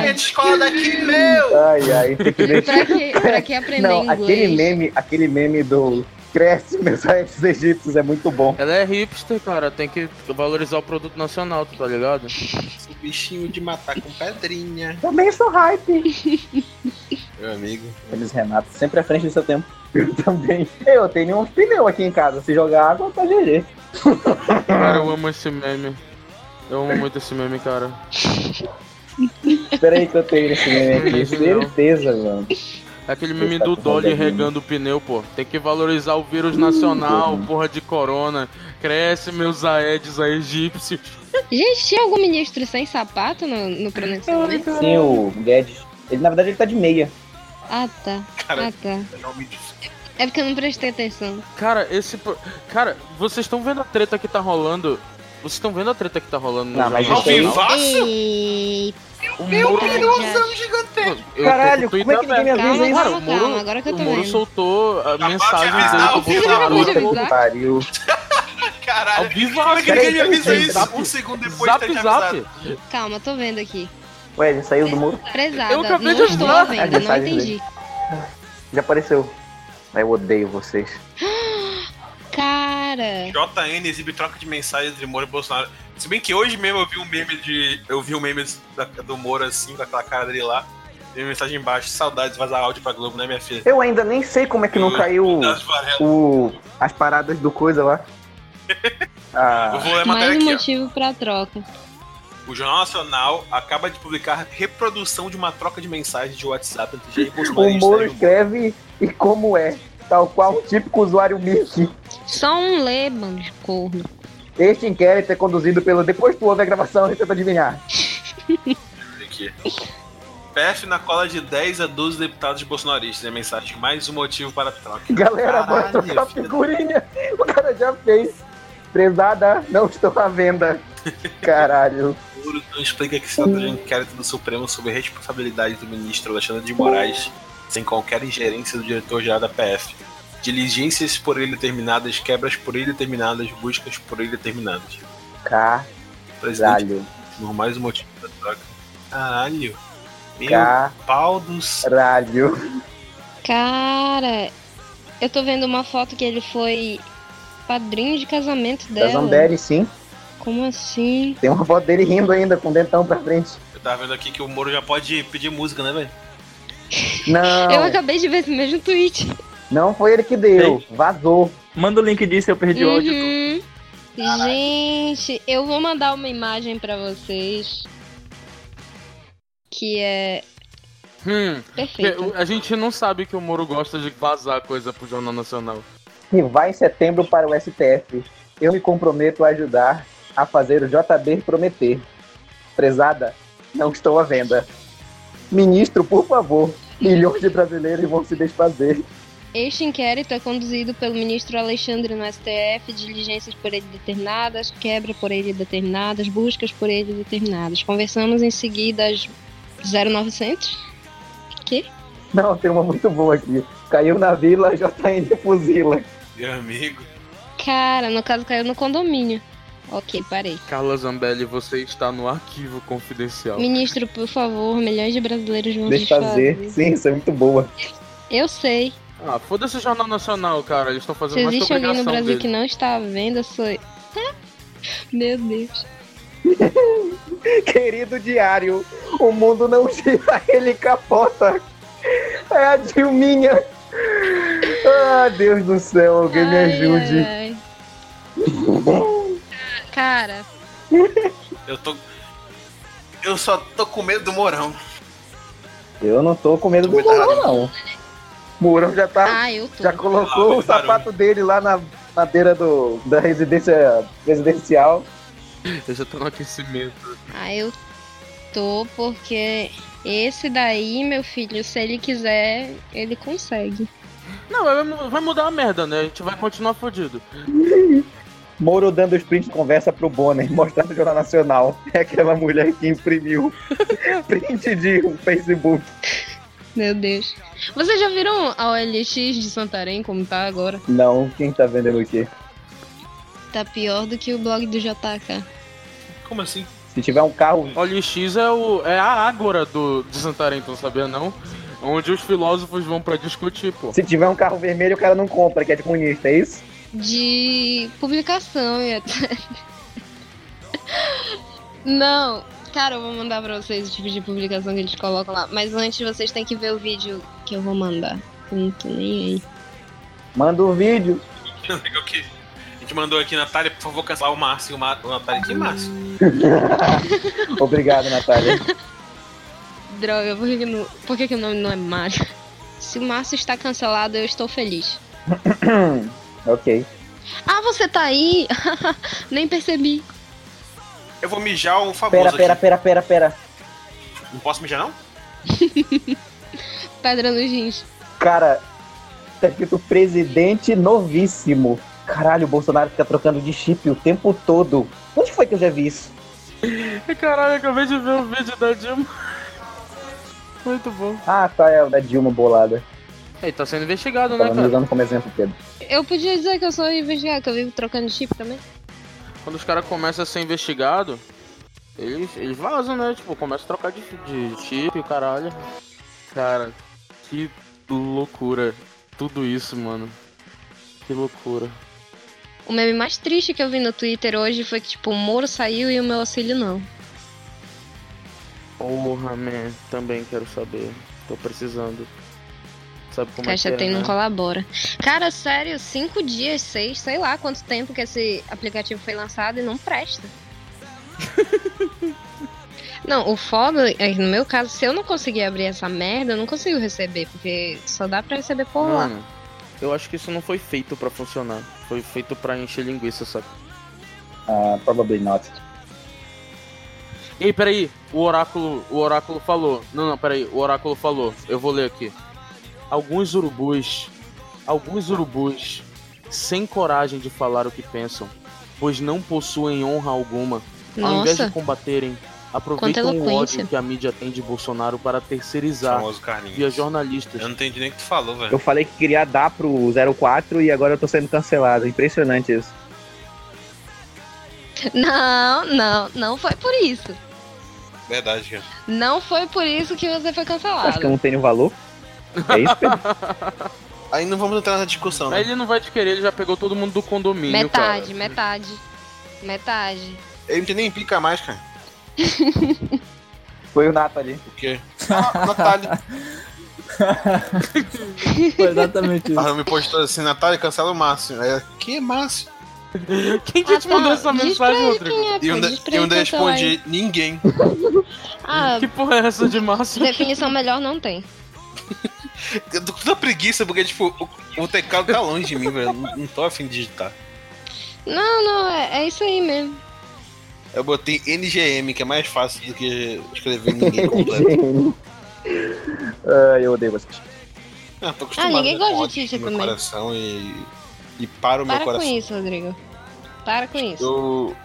S2: Quem discorda aqui, meu?
S4: Ai, ai, tem Ah, que ver.
S5: pra, que, pra que aprender
S4: Não,
S5: inglês?
S4: aquele meme, aquele meme do Cresce, meus Aedes egípcios é muito bom.
S1: Ela é hipster, cara. Tem que valorizar o produto nacional, tá ligado?
S2: Esse bichinho de matar com pedrinha.
S4: Também sou hype.
S2: Meu amigo.
S4: Eles Renato, sempre à frente do seu tempo. Eu também. Eu tenho uns pneus aqui em casa. Se jogar água, tá GG.
S1: Cara, eu amo esse meme. Eu amo muito esse meme, cara.
S4: Espera aí que eu tenho esse meme aqui.
S1: Original.
S4: Certeza, mano.
S1: É Aquele meme do Dolly regando o pneu, pô. Tem que valorizar o vírus nacional, porra de corona. Cresce, meus Aedes egípcios.
S5: Gente, tinha algum ministro sem sapato no, no pronunciamento?
S4: Sim, o Guedes. Ele, na verdade, ele tá de meia.
S5: Ah, tá.
S2: Cara,
S5: Ah, tá.
S2: realmente.
S5: É porque eu não prestei atenção.
S1: Cara, esse. pro- Cara, vocês estão vendo a treta que tá rolando? Vocês estão vendo a treta que tá rolando no
S4: Não, mas
S1: jornal?
S4: isso aí-
S5: Ei,
S1: O muro- Eu tô
S4: Caralho,
S1: com o
S4: como é que
S1: Twitter
S4: ninguém me
S1: aberto.
S5: Calma,
S4: avisa isso?
S1: Cara,
S5: calma,
S1: o Moro-
S5: calma, agora que eu
S1: o
S5: tô
S1: Muro
S5: vendo.
S1: soltou a
S2: de
S1: mensagem
S2: avisar,
S1: dele
S2: o
S1: pro
S2: filho da
S1: Bolsonaro.
S5: puta.
S4: Puta que pariu.
S2: Caralho.
S1: Ao vivo, Como é
S2: que ninguém me avisa isso?
S4: Zap,
S2: Um segundo depois
S1: Zap,
S2: de ter avisado.
S1: zap.
S5: Calma, tô vendo aqui.
S4: Ué, ele saiu do muro?
S5: Prezada,
S1: Eu acabei de
S5: não estou
S1: avisar.
S4: É
S5: vendo, não
S4: mensagem
S5: entendi.
S4: Já apareceu. Ai, eu odeio vocês.
S5: Cara,
S2: JN exibe troca de mensagens de Moro e Bolsonaro. Se bem que hoje mesmo eu vi um meme de. Eu vi um meme da- do Moro assim, com aquela cara dele lá. Tem uma mensagem embaixo. Saudades, vazar áudio pra Globo, né, minha filha?
S4: Eu ainda nem sei como é que não caiu
S2: Das Varela.
S4: o, as paradas do coisa lá.
S2: Eu
S6: Ah,
S2: vou ler a matéria
S5: Mais um
S2: aqui, ó.
S5: motivo pra troca.
S2: O Jornal Nacional acaba de publicar reprodução de uma troca de mensagens de WhatsApp entre Jair Bolsonaro
S6: o
S2: e
S6: Moro
S2: Jair Bolsonaro.
S6: escreve e como é, tal qual o típico usuário Mickey.
S5: Só um lê, mano, de corno.
S6: Este inquérito é conduzido pelo. Depois tu ouve a gravação e tenta adivinhar.
S2: Aqui. PF na cola de 10 a 12 deputados bolsonaristas. É a mensagem. Mais um motivo para a troca.
S6: Galera,
S2: Caralho,
S6: bora trocar
S2: filho.
S6: figurinha. O cara já fez. Prezada, não estou à venda. Caralho.
S2: Moro não explica que se trata de um inquérito do Supremo sobre a responsabilidade do ministro Alexandre de Moraes, sem qualquer ingerência do diretor-geral da PF. Diligências por ele determinadas, quebras por ele determinadas, buscas por ele determinadas.
S6: Caralho.
S2: Presidente, por mais um motivo para a troca. Caralho. Meu pau do céu.
S6: Caralho.
S5: Cara, eu tô vendo uma foto que ele foi padrinho de casamento
S4: Das
S5: dela.
S4: Andere, sim.
S5: Como assim?
S6: Tem uma foto dele rindo ainda, com o dentão pra frente.
S2: Eu tava vendo aqui que o Moro já pode pedir música, né, velho?
S6: Não,
S5: Eu acabei de ver esse mesmo tweet.
S6: não foi ele que deu. Vazou.
S7: Manda o link disso, eu perdi o áudio.
S5: Uhum. Gente, eu vou mandar uma imagem pra vocês. Que é
S1: Hum,
S5: perfeita.
S1: que- a gente não sabe que o Moro gosta de vazar coisa pro Jornal Nacional.
S4: E vai em setembro para o STF. Eu me comprometo a ajudar a fazer o JB prometer. Prezada, não estou à venda. Ministro, por favor, milhões de brasileiros vão se desfazer.
S5: Este inquérito é conduzido pelo ministro Alexandre no STF, diligências por ele determinadas, quebra por ele determinadas, buscas por ele determinadas. Conversamos em seguida às 0900.
S4: Não, tem uma muito boa aqui. Caiu na vila, JN fuzila.
S2: Meu amigo.
S5: Cara, no caso caiu no condomínio. Ok, parei.
S1: Carla Zambelli, você está no arquivo confidencial.
S5: Ministro, por favor, milhões de brasileiros vão
S4: Desfazer.
S5: desfazer.
S4: Sim, isso é muito boa.
S5: Eu sei.
S1: Ah, foda-se o Jornal Nacional, cara. Eles estão fazendo
S5: Se
S1: mais que
S5: existe alguém no
S1: obrigação
S5: Brasil
S1: dele.
S5: que não está à venda, sou eu. Meu Deus.
S4: Querido diário, o mundo não gira, ele capota. É a Dilminha. Ah, Deus do céu, alguém me
S5: Ai,
S4: ajude.
S5: ai, ai. Cara,
S2: Eu tô. Eu só tô com medo do Morão.
S4: Eu não tô com medo do
S2: Cuidado.
S4: Morão, não.
S6: Mourão já tá.
S5: ah, eu tô.
S4: Já colocou
S2: Ah,
S4: o sapato dele lá na madeira do, da residência presidencial.
S1: Eu já tô no aquecimento.
S5: Ah, eu tô, porque esse daí, meu filho, se ele quiser, ele consegue.
S1: Não, vai mu- vai mudar a merda, né? A gente vai continuar fodido.
S4: Moro dando sprint de conversa pro Bonner, mostrando no Jornal Nacional. É aquela mulher que imprimiu print de um Facebook.
S5: Meu Deus. Vocês já viram a OLX de Santarém, como tá agora?
S4: Não, quem tá vendendo o quê?
S5: Tá pior do que o blog do JK.
S2: Como assim?
S4: Se tiver um carro,
S1: Olha, X é, o, é a ágora do, de Santarém, tu não sabia não? Onde os filósofos vão pra discutir, pô.
S4: se tiver um carro vermelho, o cara não compra, que é de comunista, é isso?
S5: De publicação e até. Não, cara, eu vou mandar pra vocês o tipo de publicação que eles colocam lá. Mas antes vocês têm que ver o vídeo que eu vou mandar. Eu não tô nem aí.
S4: Manda um vídeo.
S2: Legal é que a gente mandou aqui, Natália, por favor, cancelar o Márcio. O, Ma... o Natália, que Márcio?
S4: Obrigado, Natália.
S5: Droga, por que, que não- por que, que o nome não é Mário? Se o Márcio está cancelado, eu estou feliz.
S4: ok.
S5: Ah, você tá aí? Nem percebi.
S2: Eu vou mijar o famoso
S4: Pera,
S2: aqui.
S4: pera, pera, pera, pera.
S2: Não posso mijar, não?
S5: Pedra nos rins.
S4: Cara, tá escrito presidente novíssimo. Caralho, o Bolsonaro fica trocando de chip o tempo todo. Onde foi que eu já vi isso?
S1: Caralho, acabei de ver o vídeo da Dilma. Muito bom.
S4: Ah, tá, é o da Dilma bolada.
S1: Ele tá sendo investigado, né,
S4: Tava me
S1: cara?
S4: usando como exemplo, Pedro.
S5: Eu podia dizer que eu sou investigado, que eu vivo trocando chip também.
S1: Quando os caras começam a ser investigado, eles, eles vazam, né? Tipo, começa a trocar de, de chip, caralho. Cara, que loucura. Tudo isso, mano. Que loucura.
S5: O meme mais triste que eu vi no Twitter hoje foi que, tipo, o Moro saiu e o meu auxílio não.
S1: Porra, man. Também quero saber. Tô precisando. Sabe como é que
S5: Caixa
S1: é,
S5: tem um
S1: né?
S5: não colabora. Cara, sério, cinco dias, seis, sei lá quanto tempo que esse aplicativo foi lançado e não presta. não, o foda é que no meu caso, se eu não conseguir abrir essa merda, eu não consigo receber, porque só dá pra receber por lá.
S1: Mano, eu acho que isso não foi feito pra funcionar. Foi feito pra encher linguiça, sabe?
S4: Ah, probably not.
S1: Ei, peraí, o oráculo, o oráculo falou. Não, não, peraí, o oráculo falou. Eu vou ler aqui. Alguns urubus, alguns urubus, sem coragem de falar o que pensam, pois não possuem honra alguma, ao invés de
S5: Nossa,
S1: combaterem, aproveitam o
S5: eloquência.
S1: ódio que a mídia tem de Bolsonaro para terceirizar
S2: famoso Carlinhos.
S1: via jornalistas.
S2: Eu não entendi nem o que tu falou, velho.
S10: Eu falei que queria dar pro 04 e agora eu tô sendo cancelado. Impressionante isso.
S5: não, não, não foi por isso.
S2: Verdade, cara.
S5: Não foi por isso que você foi
S10: Acho que eu
S1: um
S5: cancelado.
S10: não tenho valor. É isso, Pedro?
S2: Aí não vamos entrar na discussão,
S1: Aí
S2: né?
S1: ele não vai te querer, ele já pegou todo mundo do condomínio,
S5: Metade,
S1: cara.
S5: metade, metade.
S2: Ele não tem nem pica mais, cara.
S4: Foi o Nathalie.
S2: O quê? Ah, Natália.
S9: Foi exatamente
S2: A
S9: isso.
S2: Rami postou assim, Natália, cancela o Márcio. Aí, ela, que Márcio?
S1: Quem que
S5: Ah,
S1: te mandou essa
S5: diz pra
S1: mensagem,
S5: ele
S1: Rodrigo?
S5: quem é,
S2: E
S5: pô,
S2: eu ainda
S5: diz pra
S2: eu
S5: ele
S2: ainda
S5: cancelar aí.
S2: respondi, ninguém.
S5: Ah,
S1: Que porra é essa de massa?
S5: definição melhor não tem.
S2: Eu tô com tanta preguiça, porque, tipo, o, o teclado tá longe de mim, velho. Eu Não, não tô afim de digitar.
S5: Não, não, é, é isso aí mesmo.
S2: Eu botei NGM, que é mais fácil do que escrever ninguém completo.
S4: Gente. Ai, eu odeio vocês.
S2: Ah, tô acostumado,
S5: Ah, ninguém
S2: né,
S5: gosta
S2: com
S5: de
S2: ódio
S5: Tite
S2: no meu
S5: também.
S2: coração e, e para o meu
S5: Para com
S2: coração.
S5: isso, Rodrigo. Para com isso.
S2: Eu,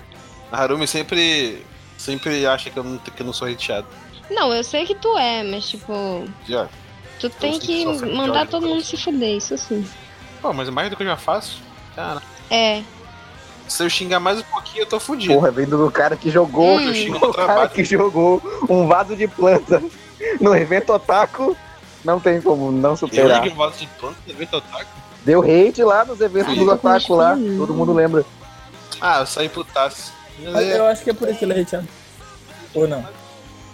S2: a Harumi sempre, sempre acha que eu não, que eu não sou hateado.
S5: Não, eu sei que tu é, mas tipo,
S2: Já.
S5: tu tem
S2: sinto
S5: que
S2: sofrimento
S5: mandar
S2: de
S5: todo
S2: ódio.
S5: mundo se fuder, isso sim.
S2: Pô, mas é mais do que eu já faço. Cara,
S5: É.
S2: se eu xingar mais um pouquinho, eu tô fudido.
S4: Porra, vindo do cara que jogou.
S5: Hum.
S2: eu xingo no
S4: O cara
S2: trabalho.
S4: que jogou um vaso de planta no evento otaku. Não tem como não
S2: Eu
S4: superar.
S2: ligo o vaso de planta no evento ataque.
S4: Deu hate lá nos eventos
S2: Sim.
S4: do otaku lá.
S5: Sim.
S4: Todo mundo lembra.
S2: Ah, eu saí pro Tassi.
S9: Mas
S2: Isso
S9: Eu acho que é por isso que ele é hateado. Ou não?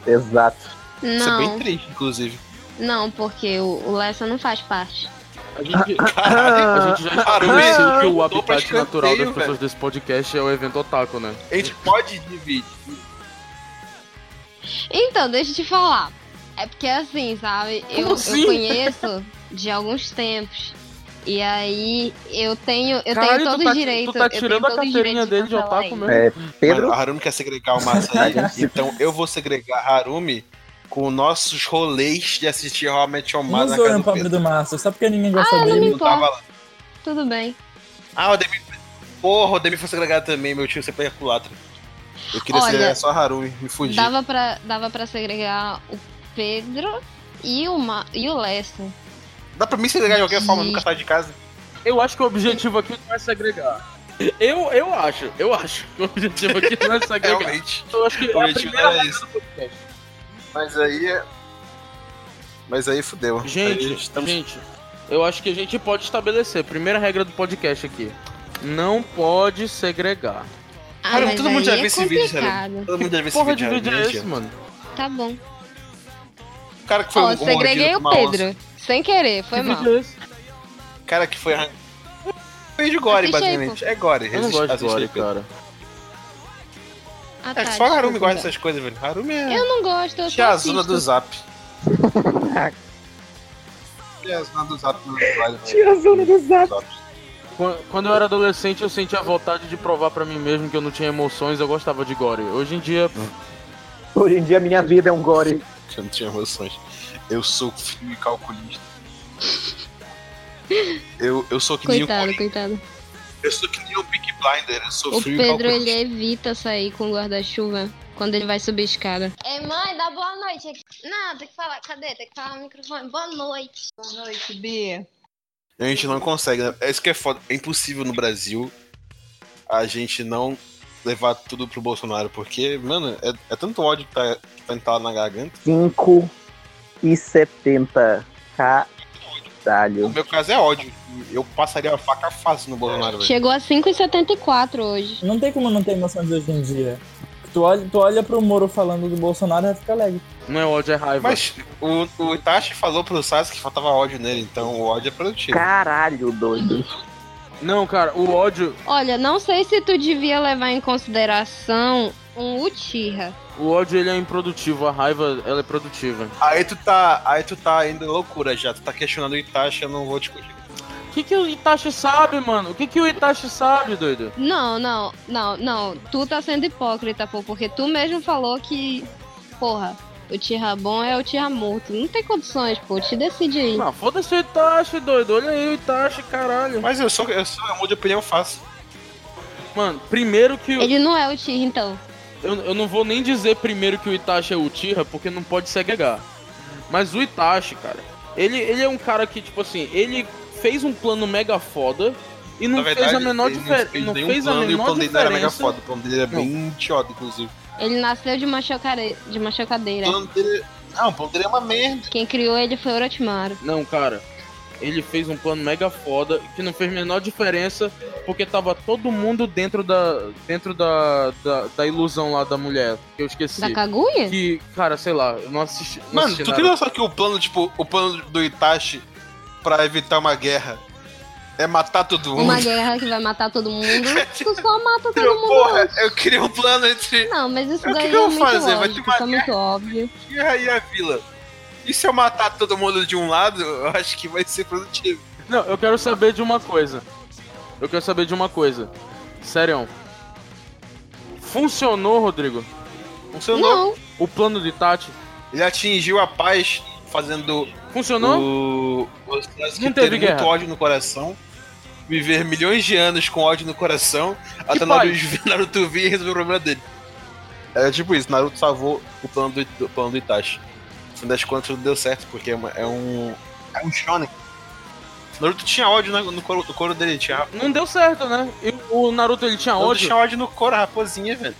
S4: Exato.
S2: é bem
S5: Não,
S2: triste, inclusive.
S5: não, porque o, o Lessa não faz parte.
S1: A gente,
S4: Ah.
S2: Caralho,
S5: Ah.
S1: a gente já
S2: Caramba,
S1: estabeleceu que o
S2: mudou pra
S1: habitat
S2: escanteio,
S1: natural das
S2: velho.
S1: pessoas desse podcast é o evento otaku, né?
S2: a gente pode dividir.
S5: Então, deixa eu te falar. É porque assim, sabe? Eu,
S1: assim?
S5: eu conheço de alguns tempos. E aí eu tenho, eu
S1: Caralho,
S5: tenho
S1: tu
S5: todo
S1: tá-
S5: o direito.
S1: tu tá
S5: eu tenho
S1: tirando a
S5: todo o
S1: carteirinha
S5: direito
S1: dele de
S5: cancelar
S1: otaku
S5: ele.
S1: mesmo.
S4: É,
S2: Mano,
S4: Pedro.
S2: a Harumi quer segregar o Massa aí, então eu vou segregar Harumi com nossos rolês de assistir How I Met Your
S9: Não
S2: Mother na
S9: zoa
S2: casa
S9: o
S2: do
S9: pobre
S2: Pedro.
S9: do Márcio, só porque ninguém gosta
S5: Ah, não
S9: dele.
S5: me
S2: Eu tava lá.
S5: Tudo bem.
S2: Ah, o Demi... Porra, o Demi foi segregado também, meu tio, você foi culatra. Eu queria
S5: Olha,
S2: segregar só Harumi, me fudi.
S5: Dava pra, dava pra segregar o Pedro e o, Ma e o Lessa.
S2: Dá pra mim segregar de qualquer forma, eu nunca sai de casa.
S1: Eu acho que o objetivo aqui não é segregar. Eu, eu acho, eu acho que o objetivo aqui não é segregar.
S2: Realmente.
S1: eu acho que
S2: O
S1: é a
S2: objetivo
S1: primeira
S2: era
S1: regra
S2: esse.
S1: do podcast.
S2: Mas aí. é- Mas aí fudeu.
S1: Gente, tá-
S2: Aí estamos-
S1: gente, eu acho que a gente pode estabelecer. Primeira regra do podcast aqui. Não pode segregar.
S5: Ah,
S2: Cara,
S5: mas
S2: todo mundo
S5: aí
S2: já
S5: é
S2: viu esse vídeo, sério.
S5: complicado.
S2: Todo mundo já viu esse
S1: Porra de
S2: vídeo,
S1: vídeo é
S2: Harumi,
S1: esse,
S2: gente.
S1: mano?
S5: Tá bom.
S2: né, O cara que foi
S5: Ó,
S2: um
S5: segreguei o Pedro. Sem querer, foi
S1: Que
S5: mal.
S1: vídeo é esse?
S2: O cara que foi. arran- Foi de Gore,
S5: Assiste aí,
S2: basicamente. É Gore,
S1: Eu não
S2: resiste,
S1: gosto de
S2: assiste aí,
S1: gore,
S2: Pedro.
S1: cara.
S5: Ah, tá,
S2: É, só Harumi
S5: desculpa,
S2: gosta
S5: então.
S2: dessas coisas, velho. Harumi é.
S5: Eu não gosto, eu só
S2: Tiazuna
S5: assisto.
S2: do Zap. Tiazuna do Zap no trabalho, velho.
S10: Tiazona do Zap.
S1: Quan- Quando eu era adolescente, eu sentia vontade de provar pra mim mesmo que eu não tinha emoções, eu gostava de gore. Hoje em dia,
S4: Hoje em dia minha vida é um gore.
S2: Eu não tinha emoções. Eu sou frio e calculista. Eu, eu sou que nem o.
S5: Coitado, coitado.
S2: Eu sou que nem o Big Blinder. Eu sou
S5: O
S2: frio e
S5: Pedro, ele é
S2: calculista.
S5: evita sair com o guarda-chuva quando ele vai subir a escada. Ei, mãe, dá boa noite. Não, tem que falar. Cadê? Tem que falar no microfone. Boa noite. Boa noite, Bia.
S2: A gente não consegue, né? É isso que é foda. É impossível no Brasil a gente não levar tudo pro Bolsonaro, porque, mano, é, é tanto ódio que tá, que tá entalado na garganta.
S4: 5 e 70. Caralho.
S2: No meu caso é ódio. Eu passaria a faca
S1: É.
S2: fácil no Bolsonaro, velho.
S5: Chegou a 5h74 hoje.
S9: Não tem como não ter emoções hoje em dia. Tu olha, tu olha pro Moro falando do Bolsonaro e fica alegre.
S1: Não é ódio, é raiva.
S2: Mas o, o Itachi falou pro Sasuke que faltava ódio nele, então o ódio é produtivo.
S6: Caralho, doido.
S1: Não, cara, o ódio.
S5: Olha, não sei se tu devia levar em consideração um Uchiha.
S1: O ódio ele é improdutivo, a raiva ela é produtiva.
S2: Aí tu tá. Aí tu tá ainda loucura já. Tu tá questionando o Itachi, eu não vou discutir.
S1: O que, que o Itachi sabe, mano? O que, que o Itachi sabe, doido?
S5: Não, não, não, não. Tu tá sendo hipócrita, pô, porque tu mesmo falou que. Porra, o Tira bom é o Tira morto. Não tem condições, pô. Te decide aí.
S1: Não, foda-se o Itachi, doido. Olha aí o Itachi, caralho.
S2: Mas eu sou, eu sou, eu mudo de opinião fácil.
S1: Mano, primeiro que. o-
S5: Ele não é o Tira, então.
S1: Eu, eu não vou nem dizer primeiro que o Itachi é o Uchiha, porque não pode segregar. Mas o Itachi, cara, ele, ele é um cara que, tipo assim, ele fez um plano mega foda e não
S2: Na verdade,
S1: fez a menor
S2: ele
S1: diferença. Não
S2: nenhum
S1: fez a
S2: plano e o
S1: menor
S2: plano dele não era mega
S1: diferença.
S2: foda. O plano dele era bem idiota, inclusive.
S5: Ele nasceu de uma, chocare... de uma
S2: O
S5: chocadeira.
S2: plano dele. Não, o plano dele é uma merda.
S5: Quem criou ele foi Orochimaru.
S1: Não, cara. Ele fez um plano mega foda que não fez a menor diferença porque tava todo mundo dentro da dentro da, da, da ilusão lá da mulher, que eu esqueci.
S5: Da Kaguya?
S1: Que, cara, sei lá, eu não assisti. não
S2: Mano,
S1: assisti
S2: tu
S1: nada.
S2: tem noção que o plano, tipo, o plano do Itachi pra evitar uma guerra é matar todo mundo?
S5: Uma guerra que vai matar todo mundo. Tu só mata todo
S2: Eu,
S5: mundo.
S2: porra, eu queria um plano entre
S5: Não, mas isso
S2: O que
S5: daí
S2: que eu vou
S5: é muito
S2: fazer? Vai ter
S5: lógico,
S2: uma
S5: isso é muito óbvio.
S2: guerra e a vila. E se eu matar todo mundo de um lado, eu acho que vai ser produtivo.
S1: Não, eu quero saber de uma coisa. Eu quero saber de uma coisa. Sério. Funcionou, Rodrigo?
S2: Funcionou.
S5: Não,
S1: O plano de Tati?
S2: Ele atingiu a paz fazendo
S1: Funcionou?
S2: o, o Sasuke
S1: Não
S2: ter
S1: teve
S2: muito
S1: guerra.
S2: ódio no coração. Viver milhões de anos com ódio no coração, até
S1: paz.
S2: Naruto, Naruto vir e resolver o problema dele. É tipo isso, Naruto salvou o plano do, do plano do Itachi. No fim das contas tudo deu certo, porque é, uma- é um. É um Shonen. Naruto tinha ódio na- no, couro, no couro dele, tinha rap-
S1: Não deu certo, né? E o Naruto ele tinha
S2: Naruto
S1: ódio?
S2: tinha ódio no couro, a raposinha, velho.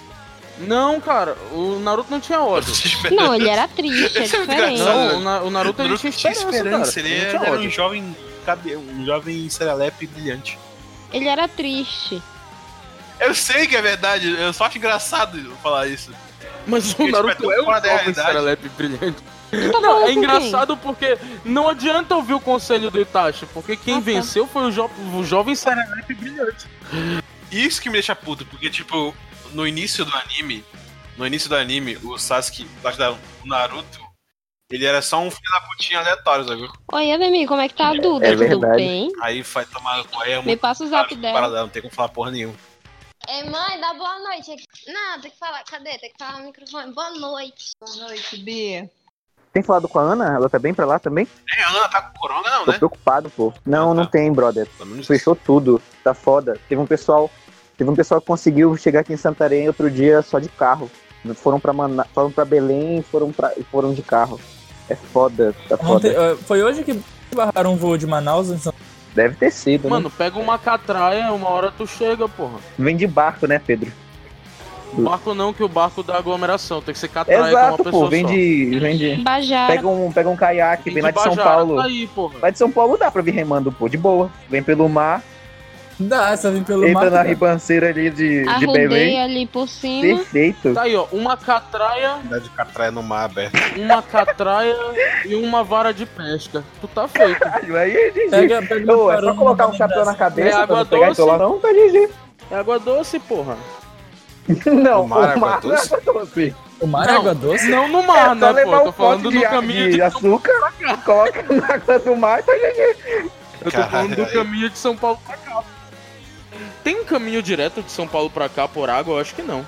S1: Não, cara, o Naruto não tinha ódio.
S5: não, ele era triste, é
S2: Isso é muito
S5: diferente.
S2: engraçado.
S1: Não, o, Na- o Naruto ele tinha esperança, cara.
S2: ele
S1: Ele não
S2: era,
S1: tinha
S2: um
S1: ódio.
S2: jovem. cabe- Um jovem serelepe brilhante.
S5: Ele era triste.
S2: Eu sei que é verdade, eu só acho engraçado eu falar isso.
S1: Mas o Naruto
S2: espetáculo
S1: é um
S2: fora da
S1: jovem
S2: realidade.
S1: serelepe brilhante.
S5: Tu tá falando
S1: Não,
S5: com
S1: é
S5: quem?
S1: engraçado porque não adianta ouvir o conselho do Itachi, porque quem
S5: Ah, tá.
S1: venceu foi o, jo o jovem serelepe brilhante.
S2: Isso que me deixa puto, porque, tipo, no início do anime, no início do anime, o Sasuke, lá da- o Naruto, ele era só um filho da putinha aleatório, sabe?
S5: Oi, Ademir, como é que tá a Duda?
S6: É
S5: Tudo
S6: verdade.
S5: bem?
S2: Aí vai tomar correia
S5: Me
S2: muito
S5: passa o zap
S2: parado,
S5: dela.
S2: não tem como falar porra nenhuma.
S5: É, mãe, dá boa noite aqui. Não, tem que falar, cadê? Tem que falar no microfone. Boa noite. Boa noite, Bia.
S4: Tem falado com a Ana? Ela tá bem pra lá também?
S2: É, a Ana tá com corona, não,
S4: Tô
S2: né?
S4: preocupado, pô. Não, não tem, brother.
S2: Pelo menos
S4: Fechou tudo. Tá foda. Teve um pessoal. Teve um pessoal que conseguiu chegar aqui em Santarém outro dia só de carro. Foram pra, Mana... foram pra Belém e foram, pra... e foram de carro. É foda, tá
S9: Ontem,
S4: foda.
S9: eh, foi hoje que barraram um voo de Manaus em São
S4: Deve ter sido, né?
S1: Mano, pega uma catraia, uma hora tu chega, porra.
S4: Vem de barco, né, Pedro?
S1: Barco não, que o barco da aglomeração. Tem que ser catraia
S4: Exato,
S1: Ah, é com uma pessoa
S4: pô. Vem
S1: só.
S4: de, vem de.
S5: Bajara.
S4: Pega um, pega um caiaque,
S1: Vem
S4: vem lá de São
S1: Bajara,
S4: Paulo.
S1: tá Aí, porra.
S4: Lá de São Paulo dá pra vir remando, pô, de boa. Vem pelo mar,
S9: Dá, só vim pelo
S4: entra
S9: mar.
S4: na ribanceira ali de, de Belém.
S5: Arrodeia ali por cima.
S4: Perfeito.
S1: Tá aí, ó. Uma catraia,
S2: de catraia no mar aberto.
S1: uma catraia e uma vara de pesca. Tu tá feito.
S4: Caralho, aí é GG.
S9: Pega, pega
S4: Ô, é
S9: farol,
S4: só colocar
S9: manda
S4: um chapéu na
S9: lembrança.
S4: cabeça
S1: É água
S4: pra não pegar
S1: doce?
S4: entolarão, tá GG.
S1: É água doce, porra.
S4: Não,
S2: O
S4: o
S2: mar é
S4: mar,
S2: água
S4: não é
S2: doce?
S4: água doce.
S9: O mar é
S1: Não.
S9: água doce?
S1: Não no
S4: É
S1: mar,
S4: só
S1: né,
S4: levar
S1: pô?
S4: um
S1: Tô falando
S4: pote
S1: do
S4: de, ar-
S1: caminho
S4: de
S1: de...
S4: açúcar, coloca na água do mar e tá GG.
S1: Eu tô falando
S2: Caralho.
S1: do caminho de São Paulo pra cá. Tem um caminho direto de São Paulo pra cá por água? Eu acho que não.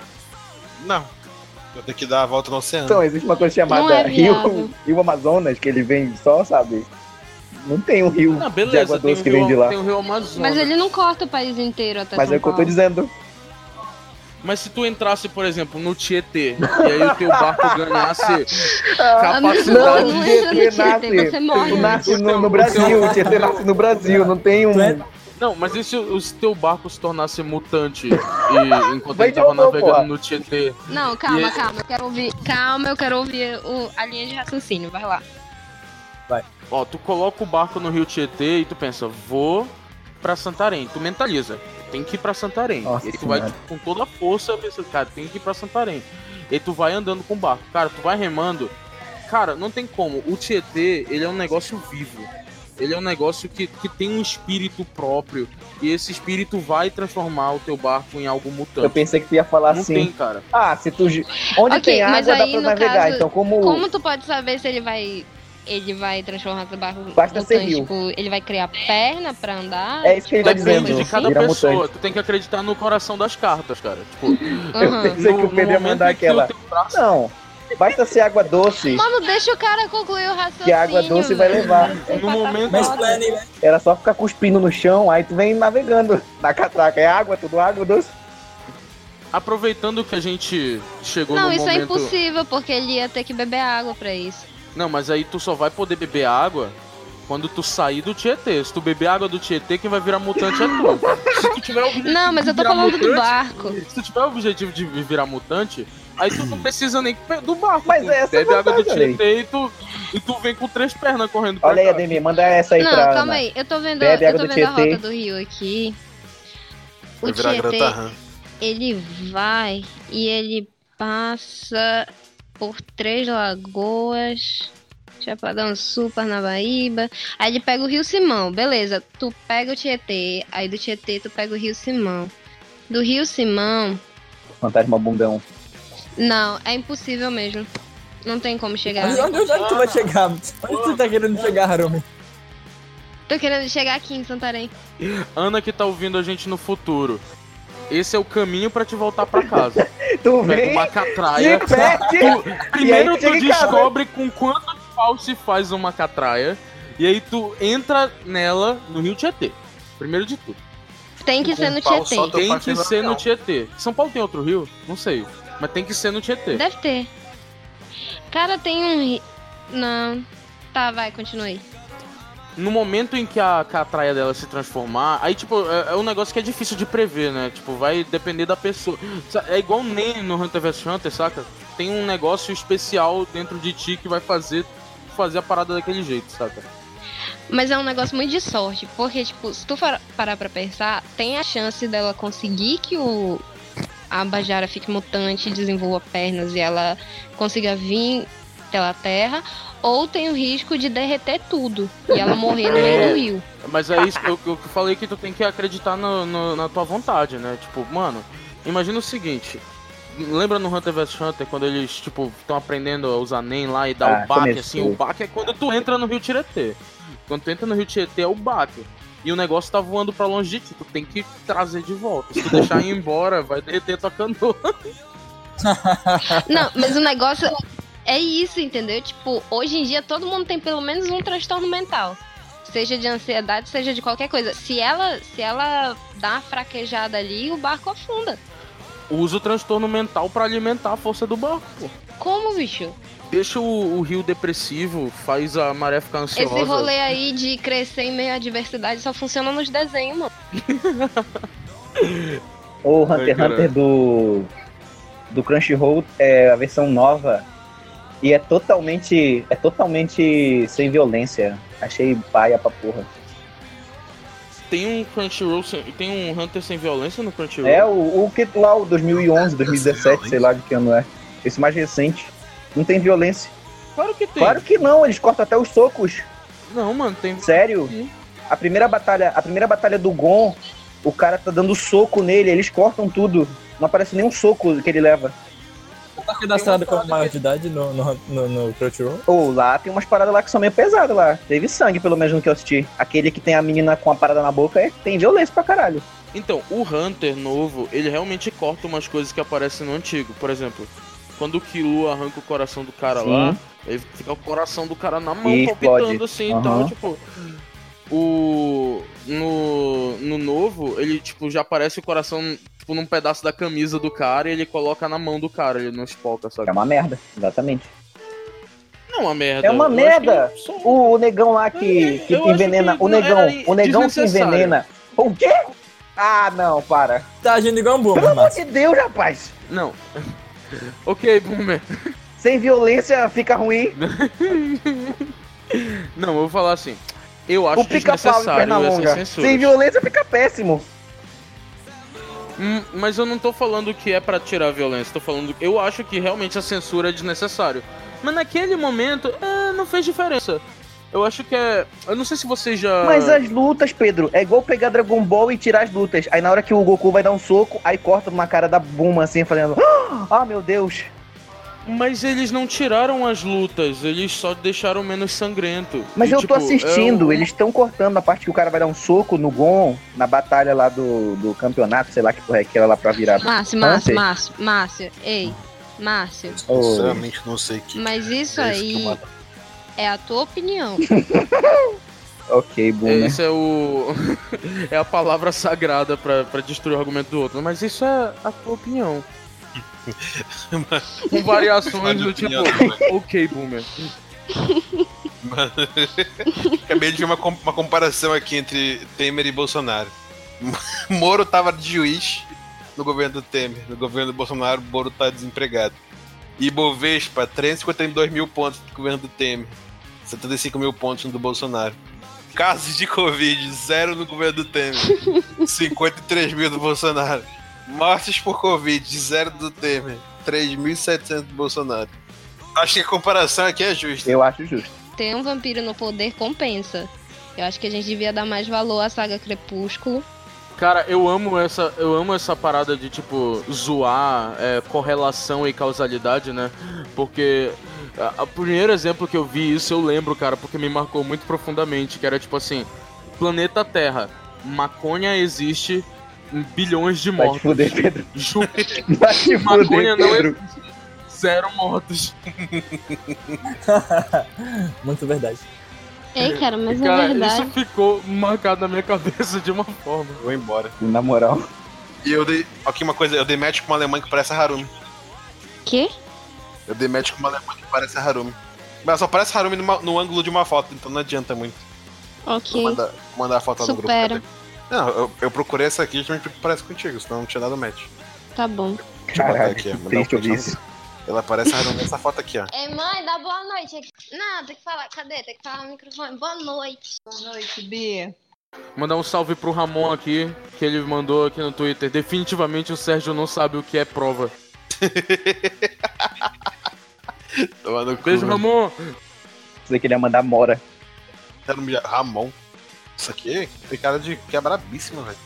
S2: Não. Eu tenho que dar a volta no oceano.
S4: Então, existe uma coisa
S5: Não é
S4: chamada
S5: viável.
S4: Rio, Rio Amazonas, que ele vem só, sabe? Não tem um rio
S1: Ah,
S4: de
S1: beleza.
S4: água
S1: Tem
S4: doce
S1: o,
S4: que vem de
S1: rio,
S4: lá.
S1: tem o Rio Amazonas.
S5: Mas ele não corta o país inteiro até
S4: Mas
S5: São
S4: é o que eu
S5: Paulo.
S4: tô dizendo.
S1: Mas se tu entrasse, por exemplo, no Tietê, e aí o teu barco ganhasse
S5: Ah, não,
S1: capacidade
S5: não
S4: o
S5: entra no
S4: Tietê
S5: Tietê,
S4: nasce-
S5: você morre.
S4: Tu nasce no, no
S1: Então,
S4: Brasil,
S9: então-
S4: o Tietê nasce no Brasil, não tem um.
S9: Tu é-
S1: Não, mas e se o se teu barco se tornasse mutante e enquanto
S4: Vai
S1: ele tava
S4: de robô,
S1: navegando
S4: porra.
S1: no Tietê?
S5: Não, calma,
S1: E-
S5: calma. Eu quero ouvir. Calma, eu quero ouvir o- a linha de raciocínio. Vai lá.
S1: Ó, tu coloca o barco no rio Tietê e tu pensa, vou pra Santarém. Tu mentaliza. Tem que ir pra Santarém.
S9: Nossa
S1: e aí tu vai
S9: Senhora.
S1: tipo, com toda a força pensando, cara, tem que ir pra Santarém. E aí tu vai andando com o barco. Cara, tu vai remando. Cara, não tem como. O Tietê, ele é um negócio vivo. Ele é um negócio que, que tem um espírito próprio. E esse espírito vai transformar o teu barco em algo
S4: Eu
S1: mutante.
S4: pensei que tu ia falar
S1: Não
S4: assim.
S1: tem, cara.
S4: Ah, se tu. gi- Onde
S5: Ok,
S4: tem água
S5: mas
S4: dá
S5: aí,
S4: pra
S5: no
S4: navegar.
S5: caso,
S4: então, como.
S5: Como tu pode saber se ele vai. Ele vai transformar seu barco
S4: Basta ser
S5: mutante,
S4: rio.
S5: tipo, ele vai criar perna pra andar?
S4: É isso que ele tá
S1: Depende
S4: dizendo.
S1: de cada
S4: vira
S1: pessoa.
S4: mutante.
S1: Tu tem que acreditar no coração das cartas, cara. Tipo,
S4: Eu
S5: Aham.
S4: pensei que
S1: no-
S4: o
S1: no
S4: Pedro ia
S1: momento
S4: mandar
S1: em que o
S4: aquela.
S1: teu braço-
S4: Não. Basta ser água doce,
S5: Mano, deixa o cara concluir o raciocínio.
S4: que a água doce vai
S5: velho.
S4: levar.
S5: Sem
S1: No
S5: passar
S1: momento-
S9: Mas
S5: fome.
S9: planning, né?
S4: Era só ficar cuspindo no chão, aí tu vem navegando na catraca. É água, tudo água doce.
S1: Aproveitando que a gente chegou
S5: Não,
S1: no
S5: isso é
S1: momento.
S5: impossível, porque ele ia ter que beber água pra isso.
S1: Não, mas aí tu só vai poder beber água quando tu sair do Tietê. Se tu beber água do Tietê, quem vai virar mutante é tu. Se tu tiver o objetivo
S5: Não, mas
S1: de
S5: eu tô
S1: virar um
S5: falando do
S1: mutante-
S5: barco.
S1: Se tu tiver o objetivo de vi- virar mutante, aí tu não precisa nem do barco.
S4: Mas
S1: tu
S4: essa é a
S1: bebe água do
S4: vantagem, Lei.
S1: Tietê e tu, e tu vem com três pernas correndo pra
S4: Olha aí,
S1: cá.
S4: Ademir, manda essa aí
S5: Não,
S4: pra.
S5: calma
S4: Ana.
S5: aí. Eu tô vendo,
S4: Bebe
S5: eu
S4: água
S5: tô
S4: do
S5: vendo a
S4: Tietê.
S5: rota do rio aqui. O
S2: Vai virar
S5: Tietê,
S2: Granta Ram.
S5: ele vai e ele passa por Três Lagoas, Chapadão Sul, Parnaíba. Aí ele pega o Rio Simão, beleza. Tu pega o Tietê, aí do Tietê tu pega o Rio Simão. Do Rio Simão,
S4: Fantasma bundão.
S5: não, é impossível mesmo. Não tem como chegar.
S9: Olha onde, onde tu vai chegar? Onde tu tá querendo chegar, Harumi?
S5: Tô querendo chegar aqui em Santarém.
S1: Ana que tá ouvindo a gente no futuro. Esse é o caminho pra te voltar pra casa. é
S4: Tu
S1: Pega
S4: vem,
S1: uma
S4: se
S1: catraia.
S4: perde.
S1: Primeiro
S4: aí chega
S1: tu
S4: em casa. né?
S1: descobre com quanto pau se faz uma catraia. E aí tu entra nela no Rio Tietê. Primeiro de tudo.
S5: Tem que
S2: Com
S5: ser no
S2: pau
S5: Tietê.
S2: só tô
S1: Tem que
S2: partindo
S1: ser no
S2: legal.
S1: Tietê. São Paulo tem outro rio? Não sei. Mas tem que ser no Tietê.
S5: Deve ter. Cara, tem um. ri- Não. Tá, vai, continue. aí.
S1: No momento em que a catraia dela se transformar, aí, tipo, é, é um negócio que é difícil de prever, né? Tipo, vai depender da pessoa. Sa- É igual nem no Hunter vs Hunter, saca? Tem um negócio especial dentro de ti que vai fazer fazer a parada daquele jeito, saca?
S5: Mas é um negócio muito de sorte, porque, tipo, se tu for- parar pra pensar, tem a chance dela conseguir que o. A Bajara fique mutante, desenvolva pernas e ela consiga vir pela terra. Ou tem o risco de derreter tudo e ela morrer no meio do rio.
S1: Mas é isso que eu, que eu falei que tu tem que acreditar no- no- na tua vontade, né? Tipo, mano, imagina o seguinte. Lembra no Hunter vs Hunter quando eles, tipo, estão aprendendo a usar NEM lá e dar
S4: Ah,
S1: o baque,
S4: começou.
S1: assim? O baque é quando tu entra no Rio Tiretê. Quando tu entra no Rio Tiretê é o baque. E o negócio tá voando pra longe de ti, tu tem que trazer de volta. Se tu deixar ir embora, vai derreter tua canoa.
S5: Não, mas o negócio é isso, entendeu? Tipo, hoje em dia todo mundo tem pelo menos um transtorno mental. Seja de ansiedade, seja de qualquer coisa. Se ela, se ela dá uma fraquejada ali, o barco afunda.
S1: Usa o transtorno mental pra alimentar a força do barco, pô.
S5: Como, bicho?
S1: Deixa o, o rio depressivo, faz a maré ficar ansiosa.
S5: Esse rolê aí de crescer em meio à diversidade só funciona nos desenhos, mano.
S4: O Hunter
S1: Ai,
S4: x Hunter do, do Crunchyroll é a versão nova e é totalmente é totalmente sem violência. Achei paia pra porra.
S1: Tem um Crunchyroll sem, tem um Hunter sem violência no Crunchyroll?
S4: É o, o que lá, o 2011, 2017, sei lá de que ano é. Esse mais recente. Não tem violência.
S1: Claro que tem.
S4: Claro que não, eles cortam até os socos.
S1: Não, mano, tem.
S4: Sério?
S1: Sim.
S4: A primeira batalha, a primeira batalha do Gon, o cara tá dando soco nele, eles cortam tudo. Não aparece nenhum soco que ele leva.
S9: Tá cadastrado como maior de idade no, no, no, no Crunchyroll?
S4: Ou lá tem umas paradas lá que são meio pesadas lá. Teve sangue, pelo menos, no que eu assisti. Aquele que tem a menina com a parada na boca é, tem violência pra caralho.
S1: Então, o Hunter novo, ele realmente corta umas coisas que aparecem no antigo. Por exemplo, quando o Killua arranca o coração do cara
S4: Sim.
S1: lá, ele fica o coração do cara na mão,
S4: E
S1: palpitando
S4: explode.
S1: assim
S4: Aham.
S1: então, tipo. O. No. No novo, ele, tipo, já aparece o coração, tipo, num pedaço da camisa do cara e ele coloca na mão do cara, ele não espoca,
S4: É
S1: sabe?
S4: uma merda, exatamente.
S1: Não é uma merda.
S4: É uma
S1: eu acho
S4: merda!
S1: que só-
S4: O, o negão lá que, que
S1: Eu acho
S4: envenena.
S1: que
S4: o
S1: não
S4: negão,
S1: era
S4: o negão que
S1: desnecessário.
S4: envenena. O quê? Ah, não, para.
S9: Tá agindo igual um
S4: Pelo
S9: boomer,
S4: amor
S9: mas
S4: de Deus, rapaz.
S1: Não. ok, Boomer.
S4: Sem violência fica ruim.
S1: Não, eu vou falar assim. Eu acho
S4: O pica-pau em
S1: desnecessário essa
S4: Pernalonga.
S1: censura.
S4: Sem violência fica péssimo.
S1: Hum, mas eu não tô falando que é pra tirar a violência, tô falando. Eu acho que realmente a censura é desnecessário. Mas naquele momento, é, não fez diferença. Eu acho que é. Eu não sei se vocês já.
S4: Mas as lutas, Pedro, é igual pegar Dragon Ball e tirar as lutas. Aí na hora que o Goku vai dar um soco, aí corta uma cara da Buma assim, fazendo. Ah, meu Deus!
S1: Mas eles não tiraram as lutas, eles só deixaram menos sangrento.
S4: Mas
S1: E,
S4: eu
S1: tipo,
S4: tô assistindo,
S1: é um-
S4: eles estão cortando a parte que o cara vai dar um soco no Gon, na batalha lá do, do campeonato, sei lá que porra é aquela lá pra virar.
S5: Márcio, Márcio,
S4: Márcio,
S5: Márcio, Márcio, ei, Márcio.
S4: Ô.
S2: Sinceramente, não sei que.
S5: Mas isso
S2: É isso que
S5: aí
S2: mata.
S5: é a tua opinião.
S4: Ok,
S1: É,
S4: Buma.
S1: isso é o. é a palavra sagrada pra, pra destruir o argumento do outro. Mas isso é a tua opinião. Com variações do tipo. Ok, boomer.
S2: Acabei de ver uma, com- uma comparação aqui entre Temer e Bolsonaro. Moro tava de juiz no governo do Temer. No governo do Bolsonaro, Moro tá desempregado. E Bovespa, 352 mil pontos do governo do Temer. 75 mil pontos no do Bolsonaro. Casos de Covid, zero no governo do Temer. 53 mil do Bolsonaro. Mortes por Covid, zero do Temer. 3.700 do Bolsonaro. Acho que a comparação aqui é justa.
S4: Eu acho justo.
S5: Ter um vampiro no poder compensa. Eu acho que a gente devia dar mais valor à saga Crepúsculo.
S1: Cara, eu amo essa, eu amo essa parada de tipo zoar é, correlação e causalidade, né? Porque a- a- o primeiro exemplo que eu vi isso eu lembro, cara, porque me marcou muito profundamente, que era tipo assim, planeta Terra, maconha existe, bilhões de
S4: Vai te
S1: mortos.
S4: fuder, Pedro.
S1: Júpiter,
S4: Vai te
S1: maconha
S4: fuder,
S1: não é
S4: Pedro.
S1: existe, zero mortos.
S9: Muito verdade.
S5: Ei, cara, mas é
S1: cara, isso
S5: verdade.
S1: ficou marcado na minha cabeça de uma forma.
S2: Vou embora.
S4: Na moral.
S2: E eu dei. Aqui uma coisa, eu dei match com uma alemã que parece a Harumi.
S5: Quê?
S2: Eu dei match com uma alemã que parece a Harumi. Mas só parece Harumi numa- no ângulo de uma foto, então não adianta muito. Vou
S5: Ok.
S2: mandar, vou mandar a foto lá no grupo.
S5: Supera.
S2: cadê? Não, eu, eu procurei essa aqui justamente porque parece contigo, senão não tinha dado match.
S5: Tá bom.
S2: Deixa eu botar
S4: Caralho,
S2: aqui,
S4: que é,
S2: mandar
S4: triste
S2: um
S4: eu vi isso.
S2: Ela parece a Harumi nessa foto aqui, ó.
S5: Ei, mãe, dá boa noite. Não, tem que falar. Cadê? Tem que falar no microfone. Boa noite. Boa noite, Bia.
S1: Mandar um salve pro Ramon aqui, que ele mandou aqui no Twitter. Definitivamente o Sérgio não sabe o que é prova.
S2: Toma no cu, né?
S1: Beijo,
S2: velho.
S1: Ramon!
S4: Sei que ele ia mandar mora.
S2: Quero me- Ramon. Isso aqui tem cara de quebrabíssima, velho.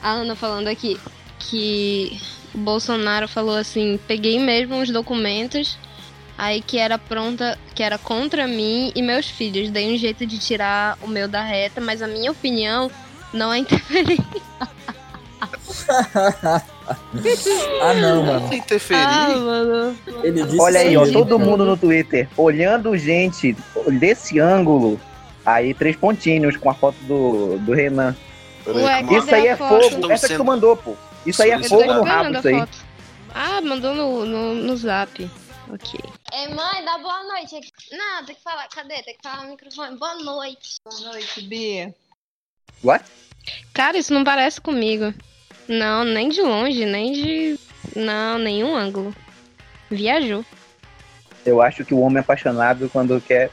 S5: A Ana falando aqui que o Bolsonaro falou assim: peguei mesmo os documentos. Aí que era pronta, que era contra mim e meus filhos. Dei um jeito de tirar o meu da reta, mas a minha opinião não é interferir.
S9: Ah, não, mano.
S2: Interferir.
S5: Ah, mano.
S9: Ele disse
S4: Olha aí,
S1: é
S9: isso
S4: ó,
S5: Sim.
S4: todo mundo no Twitter olhando gente desse ângulo. Aí, três pontinhos com a foto do, do Renan.
S2: Peraí,
S5: Ué,
S2: calma lá.
S4: Isso aí é
S5: a foto.
S4: fogo. Essa que tu mandou, pô. Isso aí é
S2: Eu tô
S5: tá
S4: fogo no
S2: esperando
S4: rabo, isso aí.
S5: Ah, mandou no, no, no zap. Ok. Ei, mãe, dá boa noite. Não, tem que falar. Cadê? Tem que falar no microfone. Boa noite. Boa noite, Bia.
S4: What?
S5: Cara, isso não parece comigo. Não, nem de longe, nem de. Não, nenhum ângulo. Viajou.
S4: Eu acho que o homem é apaixonado quando quer.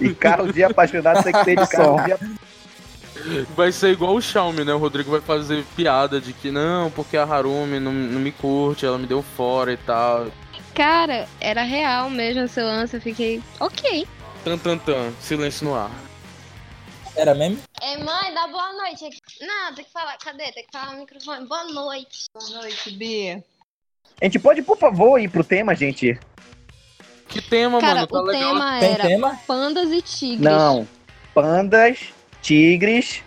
S4: E carro de apaixonado tem que ter de som.
S1: Vai ser igual o Xiaomi, né? O Rodrigo vai fazer piada de que não, porque a Harumi não, não me curte, ela me deu fora e tal.
S5: Cara, era real mesmo seu lance. Eu fiquei. Ok.
S1: Tan tan tan, silêncio no ar.
S9: Era meme?
S5: Ei, mãe, dá boa noite. Não, tem que falar. Cadê? Tem que falar no microfone. Boa noite. Boa noite, Bia.
S4: A gente pode, por favor, ir pro tema, gente?
S1: Que tema,
S5: Cara,
S1: mano? Tá
S5: o
S1: legal.
S5: tema
S9: Tem
S5: era
S9: tema?
S5: pandas e tigres.
S4: Não. Pandas, tigres.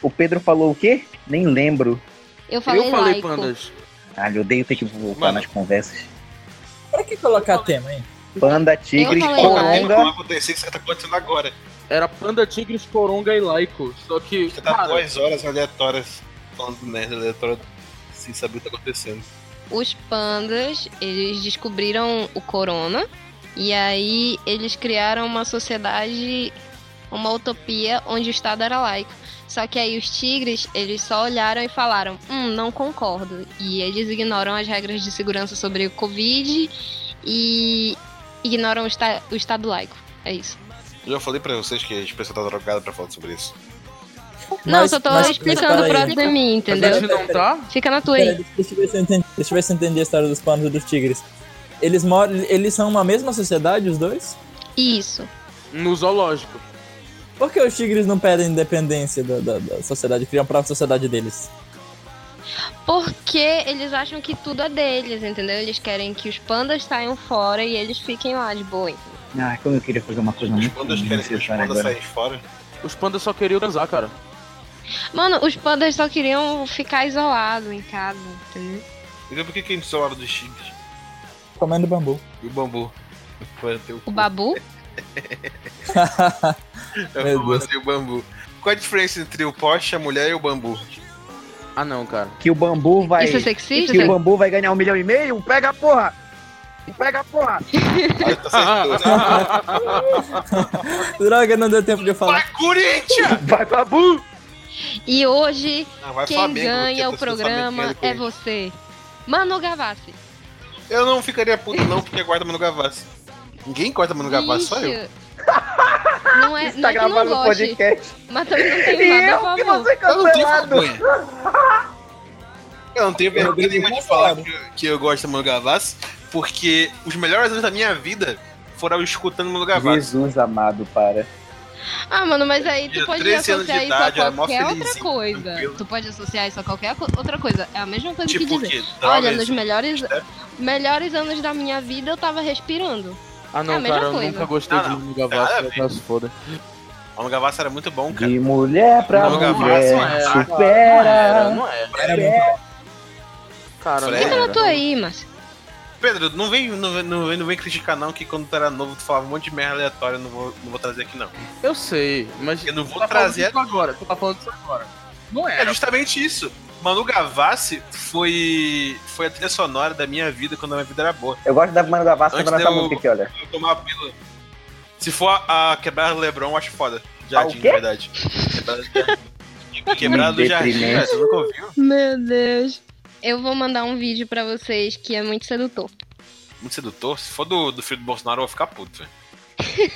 S4: O Pedro falou o quê? Nem lembro.
S5: Eu falei,
S1: Eu falei
S5: laico.
S1: pandas.
S4: Ah, eu odeio ter que voltar
S2: Mano.
S4: nas conversas.
S9: Pra que colocar tema, hein?
S4: Panda, tigres,
S5: falei
S2: Calma,
S4: coronga.
S2: calma, aconteceu isso que tá acontecendo agora.
S1: Era panda, tigres, coronga e laico. Só que,
S2: Você tá
S1: cara,
S2: duas horas aleatórias falando merda aleatória sem saber o que tá acontecendo.
S5: Os pandas, eles descobriram o corona. E aí eles criaram uma sociedade, uma utopia onde o Estado era laico. Só que aí os tigres, eles só olharam e falaram, hum, não concordo. E eles ignoram as regras de segurança sobre o Covid e ignoram o, esta- o Estado laico. É isso.
S2: Eu já falei pra vocês que a gente precisa estar drogada pra falar sobre isso.
S5: Não,
S9: Mas-
S5: só tô
S9: mas-
S5: explicando
S9: mas
S5: pro
S9: peraí.
S5: de mim,
S1: A
S5: entendeu?
S1: gente não tá?
S5: Fica na tua
S9: Pera,
S5: aí.
S9: deixa, deixa eu ver se eu entendi, deixa eu ver se eu entendi a história dos panos e dos tigres. Eles moram. Eles são uma mesma sociedade, os dois?
S5: Isso.
S1: No zoológico.
S9: Por que os tigres não pedem independência da, da, da sociedade, criam a própria sociedade deles?
S5: Porque eles acham que tudo é deles, entendeu? Eles querem que os pandas saiam fora e eles fiquem lá de boa. entendeu?
S10: Ah, como eu queria fazer uma coisa
S2: Os
S10: muito
S2: pandas querem que os
S10: necessária
S2: pandas
S10: agora.
S2: saem fora.
S1: Os pandas só queriam transar, cara.
S5: Mano, os pandas só queriam ficar isolados em casa, entendeu?
S2: Então por que que a gente isolava dos tigres?
S9: Comendo bambu.
S2: E o bambu? é Agora tem
S5: O babu?
S9: Meu
S2: Eu
S9: Deus.
S2: botei o bambu. Qual é a diferença entre o Porsche, a mulher e o bambu?
S1: Ah, não, cara.
S10: Que o bambu vai.
S5: Isso é sexista?
S6: tipo,
S10: Que o bambu vai ganhar um milhão e meio? Pega a porra! Pega a porra!
S2: Ah, tá certo, né?
S9: Droga, não deu tempo de eu falar.
S2: Vai, Corinthians!
S6: Vai, babu!
S5: E hoje,
S2: Ah,
S6: tá
S2: vai
S5: quem
S2: Flamengo, porque
S5: ganha
S2: eu
S5: o
S2: tô sem saber
S5: programa
S2: quem
S5: é
S2: é do Corinthians.
S5: você. Manu Gavassi.
S2: Eu não ficaria puto não, porque guarda Manu Gavassi. Ninguém corta Manu Gavassi, só eu.
S5: Bicho. Não é, não
S6: Tá
S5: é que eu não
S6: gravando o
S5: goste,
S6: podcast.
S5: mas também não tem
S6: E eu
S5: nada a
S6: que
S2: Eu não
S5: favor.
S6: não fui
S2: tenho
S6: cancelado.
S2: vergonha. Eu não tenho vergonha nenhuma de falar que, eu- que eu gosto da Manu Gavassi, porque os melhores anos da minha vida foram eu escutando Manu Gavassi.
S10: Jesus amado, para.
S5: Ah, mano, mas aí tu
S2: Tinha
S5: pode
S2: 13 anos
S5: associar
S2: de
S5: isso
S2: idade,
S5: a
S2: era mó
S5: qualquer outra
S2: felizinho,
S5: coisa.
S2: tranquilo.
S5: Tu pode associar isso a qualquer co- outra coisa. É a mesma coisa que
S2: Tipo o
S5: dizer.
S2: quê?
S5: Olha,
S2: Drogas?
S5: nos melhores, melhores anos da minha vida eu tava respirando.
S1: Ah,
S5: É
S1: não,
S5: a mesma
S1: cara. Eu
S5: coisa.
S1: nunca gostei
S2: Ah,
S1: de
S2: não.
S1: Manu
S2: Nada a
S1: Gavassi.
S2: ver.
S1: Tá se foda.
S2: Manu Gavassi era muito bom, cara.
S10: De mulher pra
S2: Droga,
S10: mulher,
S1: massa, né?
S10: supera.
S1: Não era, não era.
S9: Era muito-
S1: Cara, não é.
S2: Fred.
S5: Fica na
S1: era.
S5: tua Então, aí, mas.
S2: Pedro, não vem, não, vem- não, vem, não vem criticar não, que quando tu era novo tu falava um monte de merda aleatória, eu não vou, não vou trazer aqui não.
S1: Eu sei, mas.
S2: Eu não vou
S1: tu tá falando
S2: trazer-
S1: disso agora. Tu tá falando disso agora. Não
S2: É
S1: era.
S2: justamente isso. Manu Gavassi foi, foi a trilha sonora da minha vida quando a minha vida era boa.
S4: Eu gosto da Mano Gavassi
S2: Antes
S4: cantando essa
S2: deu-
S4: música aqui, olha.
S2: Eu tomar a pílula. Se for a, a quebrar do Lebron, eu acho foda.
S4: Ah,
S2: Jardim,
S4: o
S2: de
S4: quê?
S2: verdade. Quebrada do Jardim. Quebrada do Jardim,
S10: Deprimente.
S2: cara, você nunca ouviu?
S5: Meu Deus. Eu vou mandar um vídeo pra vocês que é muito sedutor.
S2: Muito sedutor. Se for do, do filho do Bolsonaro, eu vou ficar puto, velho.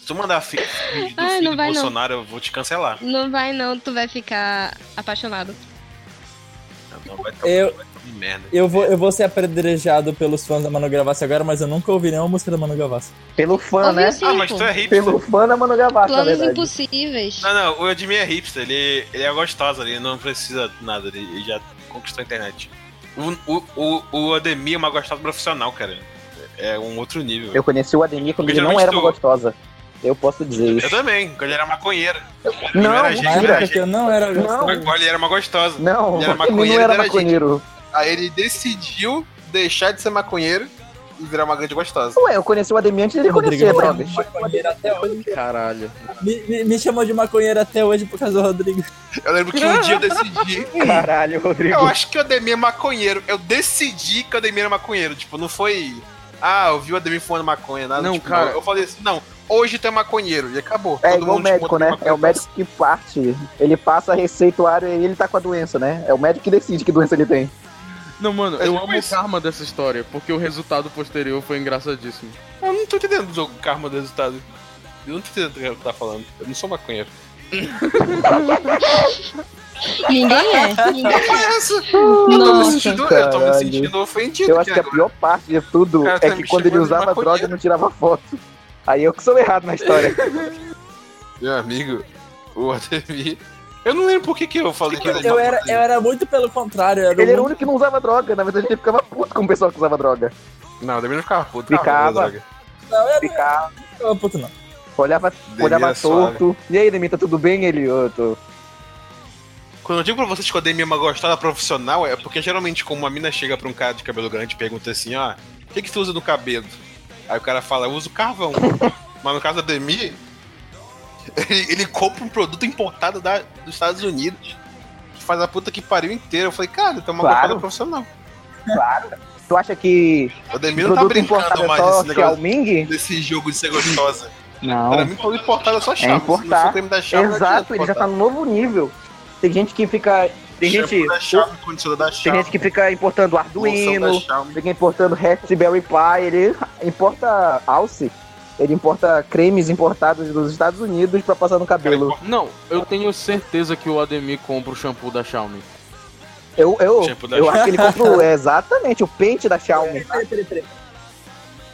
S2: Se tu mandar fi- vídeo do
S5: Ai,
S2: filho
S5: não
S2: do
S5: vai, não.
S2: Bolsonaro, eu vou te cancelar.
S5: Não vai não, tu vai ficar apaixonado.
S2: Não, vai tomar
S9: Eu,
S2: de merda.
S9: eu, vou, eu vou ser apedrejado pelos fãs da Manu Gavassi agora, mas eu nunca ouvi nenhuma música da Manu Gavassi.
S4: Pelo fã,
S5: Ouviu
S4: né?
S5: sim,
S2: Ah, mas
S5: pô.
S2: tu é hipster.
S4: Pelo fã da Mano Gavassi, na
S5: Planos
S4: verdade.
S5: impossíveis.
S2: Não, não, o Edmir é hipster, ele, ele é gostoso, ele não precisa de nada, ele, ele já conquistou a internet. O, o, o, o Ademir é uma gostosa profissional, cara. É um outro nível.
S4: Eu conheci o Ademir quando
S2: Porque
S4: ele não
S2: geralmente
S4: era uma
S2: tu-
S4: gostosa. Eu posso dizer
S2: Eu
S4: isso.
S2: também, quando ele era maconheiro.
S4: Não,
S2: era
S4: não
S2: gente,
S9: Na
S2: era
S9: época
S2: gente.
S9: que eu não era.
S4: Não.
S2: Agora ele era uma gostosa.
S4: Não,
S2: Ele era
S4: o Ademir
S2: maconheiro,
S4: não era
S2: ele era
S4: maconheiro.
S2: Aí ele decidiu deixar de ser maconheiro e virar uma grande gostosa.
S4: Ué, eu conheci o Ademir antes dele
S9: Rodrigo,
S4: conhecer,
S9: eu
S4: brother.
S9: chamo de maconheiro até hoje.
S1: Caralho.
S9: Me, me- me chamou de maconheiro até hoje por causa do Rodrigo.
S2: Eu lembro que um dia eu decidi.
S4: Caralho, Rodrigo.
S2: Eu acho que o Ademir é maconheiro. Eu decidi que o Ademir era maconheiro. Tipo, não foi. Ah, eu vi o Ademir fumando maconha, nada.
S1: Não,
S2: tipo,
S1: cara.
S2: Eu falei assim, não, hoje tu é maconheiro. E acabou.
S4: É
S2: Todo
S4: igual o
S2: mundo, tipo,
S4: médico, né?
S2: maconheiro.
S4: É o médico que parte. Ele passa receituário e ele tá com a doença, né? É o médico que decide que doença ele tem.
S1: Não, mano,
S2: É
S1: eu
S2: tipo
S1: amo
S2: isso.
S1: o karma dessa história, porque o resultado posterior foi engraçadíssimo.
S2: Eu não tô entendendo o jogo karma do resultado. Eu não tô entendendo o que tu tá falando. Eu não sou maconheiro.
S5: Ninguém é. Ninguém
S2: Que é essa? Eu tô me
S5: Nossa.
S2: sentindo, eu tô me
S4: Caralho.
S2: sentindo ofendido.
S4: Eu acho que
S2: aqui
S4: a pior parte de tudo
S2: Cara, tá
S4: é
S2: me
S4: que quando ele
S2: chamando de
S4: usava
S2: maconheiro.
S4: droga, ele não tirava foto. Aí eu que sou errado na história.
S2: Meu amigo, o Ademir. Eu não lembro por que, que eu falei que
S9: Eu, eu era, eu era muito pelo contrário. eu Era
S4: Ele era o
S9: muito-
S4: único que não usava droga. Na verdade, ele ficava puto com o pessoal que usava droga.
S2: Não, o Ademir não ficava puto.
S4: Ficava.
S2: droga.
S9: não, eu não
S4: Ficava,
S9: ficava puto, não.
S4: olhava,
S2: Demir
S4: olhava
S2: é suave.
S4: torto. E aí, Demir, tá tudo bem? Ele, eu tô.
S2: Quando eu digo pra vocês que o Ademir é uma gostosa profissional, é porque geralmente quando uma mina chega pra um cara de cabelo grande e pergunta assim, ó, o que que tu usa no cabelo? Aí o cara fala, eu uso carvão. Mas no caso do Ademir, ele, ele compra um produto importado da- dos Estados Unidos. que Faz a puta que pariu inteira. Eu falei, cara, tu é uma
S4: Claro.
S2: gostosa profissional.
S4: Tu acha que
S2: O Ademir não tá
S4: produto importado
S2: brincando
S4: é
S2: mais
S4: só
S2: desse negócio
S4: Xiaoming?
S2: desse jogo de ser gostosa. Pra
S4: Não.
S2: mim, todo importado é só chapa. Se não
S4: importar.
S2: for creme da chapa, não adianta
S4: Exato, ele já
S2: importar.
S4: tá num novo nível. Tem gente que fica. Tem gente.
S2: Shampoo da chapa, condicionador da
S4: Tem
S2: chapa,
S4: gente que fica importando
S2: loção da
S4: Arduino,
S2: chapa.
S4: fica importando Raspberry Pi, ele importa Alce. Ele importa cremes importados dos Estados Unidos pra passar no cabelo.
S1: Não, eu tenho certeza que o Ademir compra o shampoo da Xiaomi.
S4: Eu, eu,
S2: Shampoo da
S4: eu acho que ele comprou é, exatamente o pente da Xiaomi.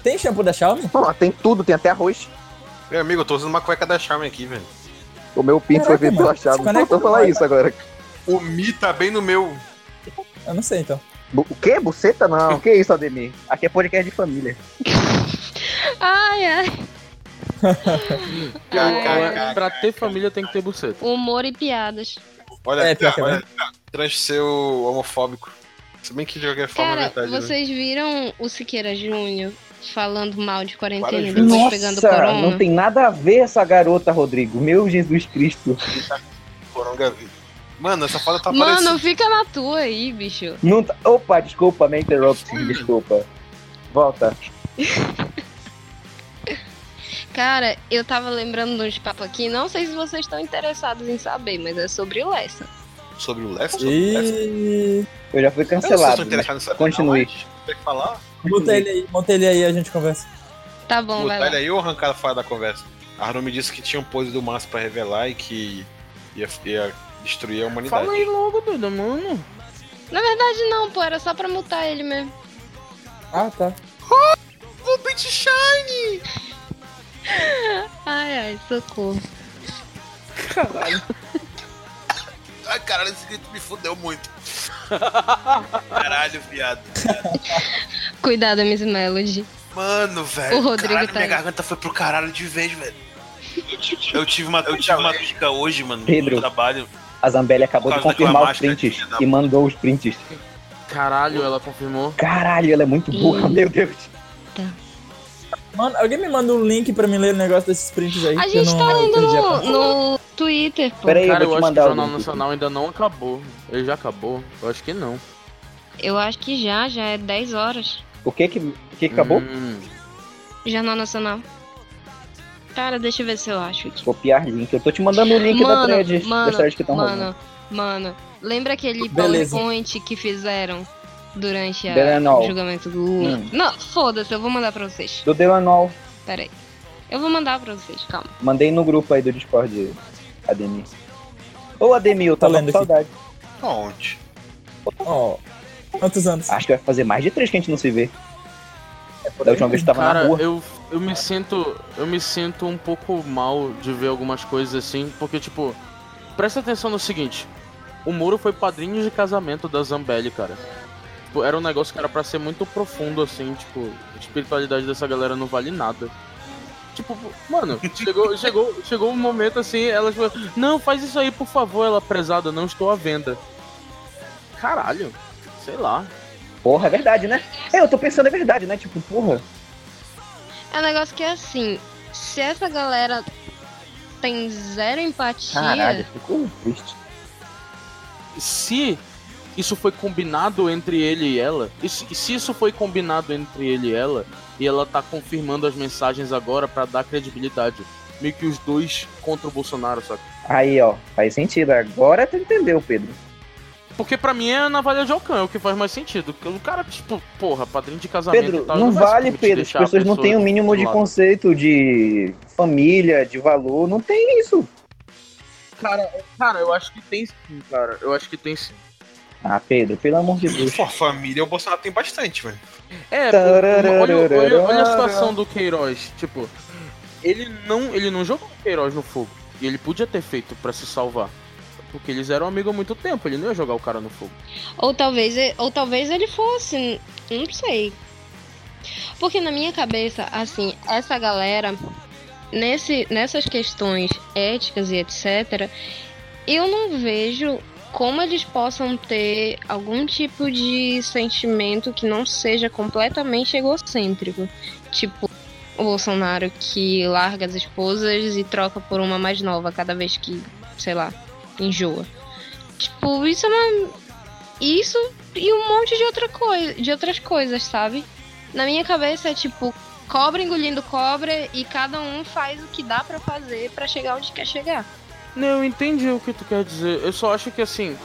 S9: Tem shampoo da Xiaomi?
S4: Ó, tem tudo, tem até arroz.
S2: Meu amigo, eu tô usando uma cueca da Charme aqui, velho.
S4: O meu pinto foi
S9: Caraca,
S4: feito
S9: mano, é
S4: pela Xiaomi.
S9: desconecta
S4: Vou falar isso agora.
S2: O Mi tá bem no meu.
S9: Eu não sei, então.
S4: Bu- O quê? Buceta? Não. O que é isso, Ademir? Aqui é podcast de família.
S5: Ai, ai. Ai,
S2: Caraca.
S1: Então, é, Pra ter família tem que ter buceta.
S5: Humor e piadas.
S2: Olha,
S9: É,
S2: cara,
S9: pior que é,
S2: olha
S4: né?
S2: tá. trans seu homofóbico. Se bem que de qualquer forma é
S5: Cara,
S2: verdade, né?
S5: vocês viram o Siqueira Júnior falando mal de quarentena e
S2: Várias
S5: depois
S2: vezes.
S5: tá pegando
S4: Nossa,
S5: corona?
S4: não tem nada a ver essa garota, Rodrigo. Meu Jesus Cristo.
S2: né? Coronga- Mano, essa foda tá
S5: Mano,
S2: aparecendo.
S5: fica na tua aí, bicho.
S4: Não tá- Opa, desculpa, me interrupt, desculpa. Volta.
S5: Cara, eu tava lembrando de uns papos aqui, não sei se vocês estão interessados em saber, mas é sobre o Lessa.
S2: Sobre o Lessa? Sobre o Lessa?
S9: E...
S4: Eu já fui
S2: Eu não sei se eu tô
S4: cancelado. né?
S2: interessado nessa-
S4: Continue.
S2: Não, mas Tem que falar?
S9: Monta ele aí, monta ele aí, a gente conversa.
S5: Tá bom, vai
S2: Botar ele
S5: lá.
S2: aí ou arrancar fora da conversa? A Harumi disse que tinha um pose do Márcio pra revelar e que ia, ia destruir a humanidade.
S1: Fala aí logo, doido, mano.
S5: Na verdade, não, pô, era só pra mutar ele mesmo.
S9: Ah, tá.
S2: O Bitch Shine!
S5: Ai, ai, socorro.
S2: Ai, caralho, esse grito me fudeu muito. Caralho, viado.
S5: Cuidado, Miss Melody.
S2: Mano, velho.
S5: O Rodrigo
S2: caralho,
S5: tá
S2: minha
S5: aí.
S2: garganta foi pro caralho de vez, velho. Eu tive uma, eu tive uma pica hoje, mano,
S4: Pedro.
S2: no trabalho.
S4: A Zambelli acabou
S2: Por
S4: de
S2: causa
S4: confirmar
S2: daquela
S4: os
S2: máscara
S4: prints
S2: que-
S4: e mandou os prints.
S1: Caralho, ela confirmou.
S4: Caralho, ela é muito burra, meu Deus.
S9: Mano, alguém me manda um link pra mim ler o negócio desses prints aí.
S5: A
S9: que eu
S5: gente
S9: não-
S5: tá
S9: eu perdi a
S5: lendo
S9: conta.
S5: no, no Twitter, pô.
S4: Peraí, eu
S1: Cara,
S4: vou
S1: eu acho que
S4: te
S1: o
S4: mandar o
S1: Jornal
S4: link.
S1: Nacional ainda não acabou. Ele já acabou? Eu acho que não.
S5: Eu acho que já, já é 10 horas.
S4: O que que, o que que acabou?
S1: Hum,
S5: Jornal Nacional. Cara, deixa eu ver se eu acho aqui.
S4: Copiar link. Eu tô te mandando o link da thread. das threads que estão rolando.
S5: mano, mano, lembra aquele
S9: Beleza.
S5: PowerPoint que fizeram durante a-
S4: Delanol.
S5: o julgamento do Lula?
S4: Hum.
S5: Não, foda-se, eu vou mandar pra vocês.
S4: Do Delanol.
S5: Pera aí. Eu vou mandar pra vocês, calma.
S4: Mandei no grupo aí do Discord, Ademir. Ô, Ademir, eu tava
S9: lendo
S4: com
S9: aqui.
S4: saudade.
S2: Onde?
S9: Ó. Quantos anos?
S4: Acho que vai fazer mais de três que a gente não se vê. Da última vez que tava
S1: Cara,
S4: na rua.
S1: eu, eu me sinto. Eu me sinto um pouco mal de ver algumas coisas assim, porque tipo, presta atenção no seguinte. O Moro foi padrinho de casamento da Zambelli, cara. Tipo, era um negócio que era pra ser muito profundo, assim, tipo, a espiritualidade dessa galera não vale nada. Tipo, mano, chegou, chegou, chegou um momento assim, ela falou, não, faz isso aí, por favor, ela é prezada, não estou à venda. Caralho, sei lá.
S4: Porra, é verdade, né? É, eu tô pensando é verdade, né? Tipo, porra.
S5: É um negócio que é assim, se essa galera tem zero empatia,
S4: Caralho, ficou triste.
S1: se isso foi combinado entre ele e ela, e se e se isso foi combinado entre ele e ela, e ela tá confirmando as mensagens agora pra dar credibilidade, meio que os dois contra o Bolsonaro, saca?
S4: Aí, ó, faz sentido. Agora tu entendeu, Pedro.
S1: Porque pra mim é a navalha de Alcan, é o que faz mais sentido. Porque o cara, tipo, porra, padrinho de casamento
S4: Pedro,
S1: e tal,
S4: não
S1: vai se
S4: vale,
S1: permitir
S4: Pedro. As
S1: deixar a
S4: pessoas não
S1: pessoa
S4: têm o mínimo
S1: do
S4: de
S1: lado.
S4: conceito de família, de valor. Não tem isso.
S1: Cara, cara, eu acho que tem sim, cara. Eu acho que tem sim.
S4: Ah, Pedro, pelo amor de Deus.
S2: Pô, família, o Bolsonaro tem bastante, velho.
S1: É, pô, olha, olha- olha a situação do Queiroz, tipo, ele não, ele não jogou o Queiroz no fogo. E ele podia ter feito pra se salvar. Porque eles eram amigos há muito tempo, ele não ia jogar o cara no fogo.
S5: ou talvez, e- ou talvez ele fosse, n- não sei. Porque na minha cabeça, assim, essa galera nesse nessas questões éticas e etc, eu não vejo como eles possam ter algum tipo de sentimento que não seja completamente egocêntrico. Tipo, o Bolsonaro que larga as esposas e troca por uma mais nova cada vez que, sei lá, enjoa. Tipo, isso é uma. Isso e um monte de, outra coi... de outras coisas, sabe? Na minha cabeça é tipo, cobra engolindo cobra e cada um faz o que dá pra fazer pra chegar onde quer chegar.
S1: Não, eu entendi o que tu quer dizer. Eu só acho que assim,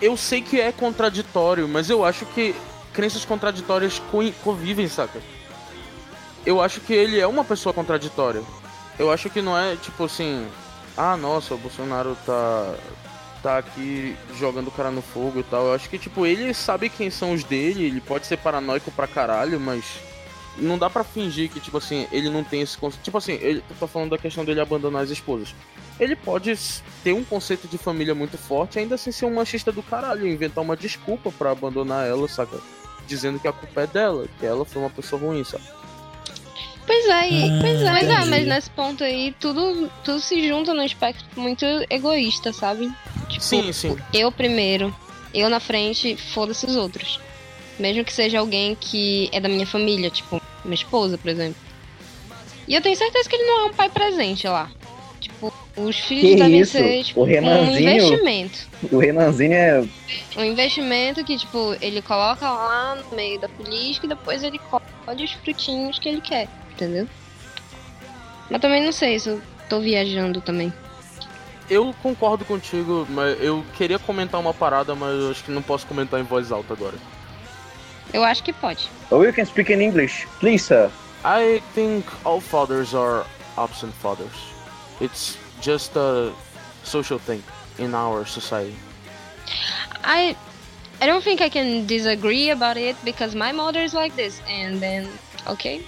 S1: eu sei que é contraditório, mas eu acho que crenças contraditórias co- convivem, saca? eu acho que ele é uma pessoa contraditória. Eu acho que não é tipo assim, ah, nossa, o Bolsonaro tá tá aqui jogando o cara no fogo e tal. Eu acho que tipo ele sabe quem são os dele, ele pode ser paranoico pra caralho, mas não dá pra fingir que tipo assim, ele não tem esse conceito. Tipo assim, ele eu tô falando da questão dele abandonar as esposas. Ele pode s- ter um conceito de família muito forte, ainda assim ser um machista do caralho, inventar uma desculpa pra abandonar ela, saca? Dizendo que a culpa é dela, que ela foi uma pessoa ruim, sabe?
S5: Pois é, e-
S1: Ah,
S9: Hum,
S5: pois é, mas, é, mas
S9: entendi.
S5: nesse ponto aí tudo, tudo se junta num espectro muito egoísta, sabe? Tipo,
S1: Sim, sim.
S5: eu primeiro, eu na frente, foda-se os outros. Mesmo que seja alguém que é da minha família, tipo, minha esposa, por exemplo. E eu tenho certeza que ele não é um pai presente lá. Tipo, os filhos
S10: Que
S5: devem
S10: isso? é
S5: ser, tipo,
S10: O
S5: um
S10: Renanzinho-
S5: investimento
S10: O Renanzinho é.
S5: um investimento que, tipo, ele coloca lá no meio da política e depois ele colhe os frutinhos que ele quer, entendeu? Mas também não sei se eu tô viajando também.
S1: Eu concordo contigo, mas eu queria comentar uma parada, mas eu acho que não posso comentar em voz alta agora.
S5: Eu acho que pode.
S10: Oh, you can speak in English, please, sir.
S1: I think all fathers are absent fathers. It's just a social thing in our society.
S5: I I don't think I can disagree about it because my mother is like this and then okay.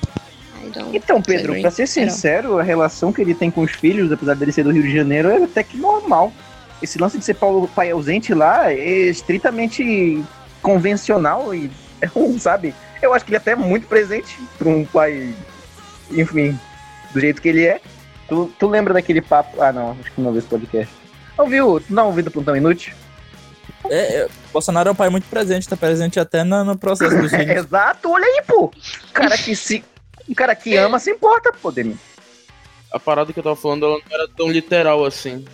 S5: I don't
S10: Então, Pedro, pra ser sincero, a relação que ele tem com os filhos, apesar dele ser do Rio de Janeiro, é até que normal. Esse lance de ser pau- pai ausente lá é estritamente convencional e é um, sabe? Eu acho que ele até é muito presente pra um pai, enfim, do jeito que ele é. Tu, tu lembra daquele papo? Ah, não, acho que não ouviu esse podcast. Ouviu? um Tu não ouviu do Plantão Inútil?
S9: É, é, Bolsonaro é um pai muito presente, tá presente até na- no processo dos filhos.
S10: Exato, olha aí, pô! O cara que se. O cara que ama se importa, pô, Demi.
S1: A parada que eu tava falando ela não era tão literal assim.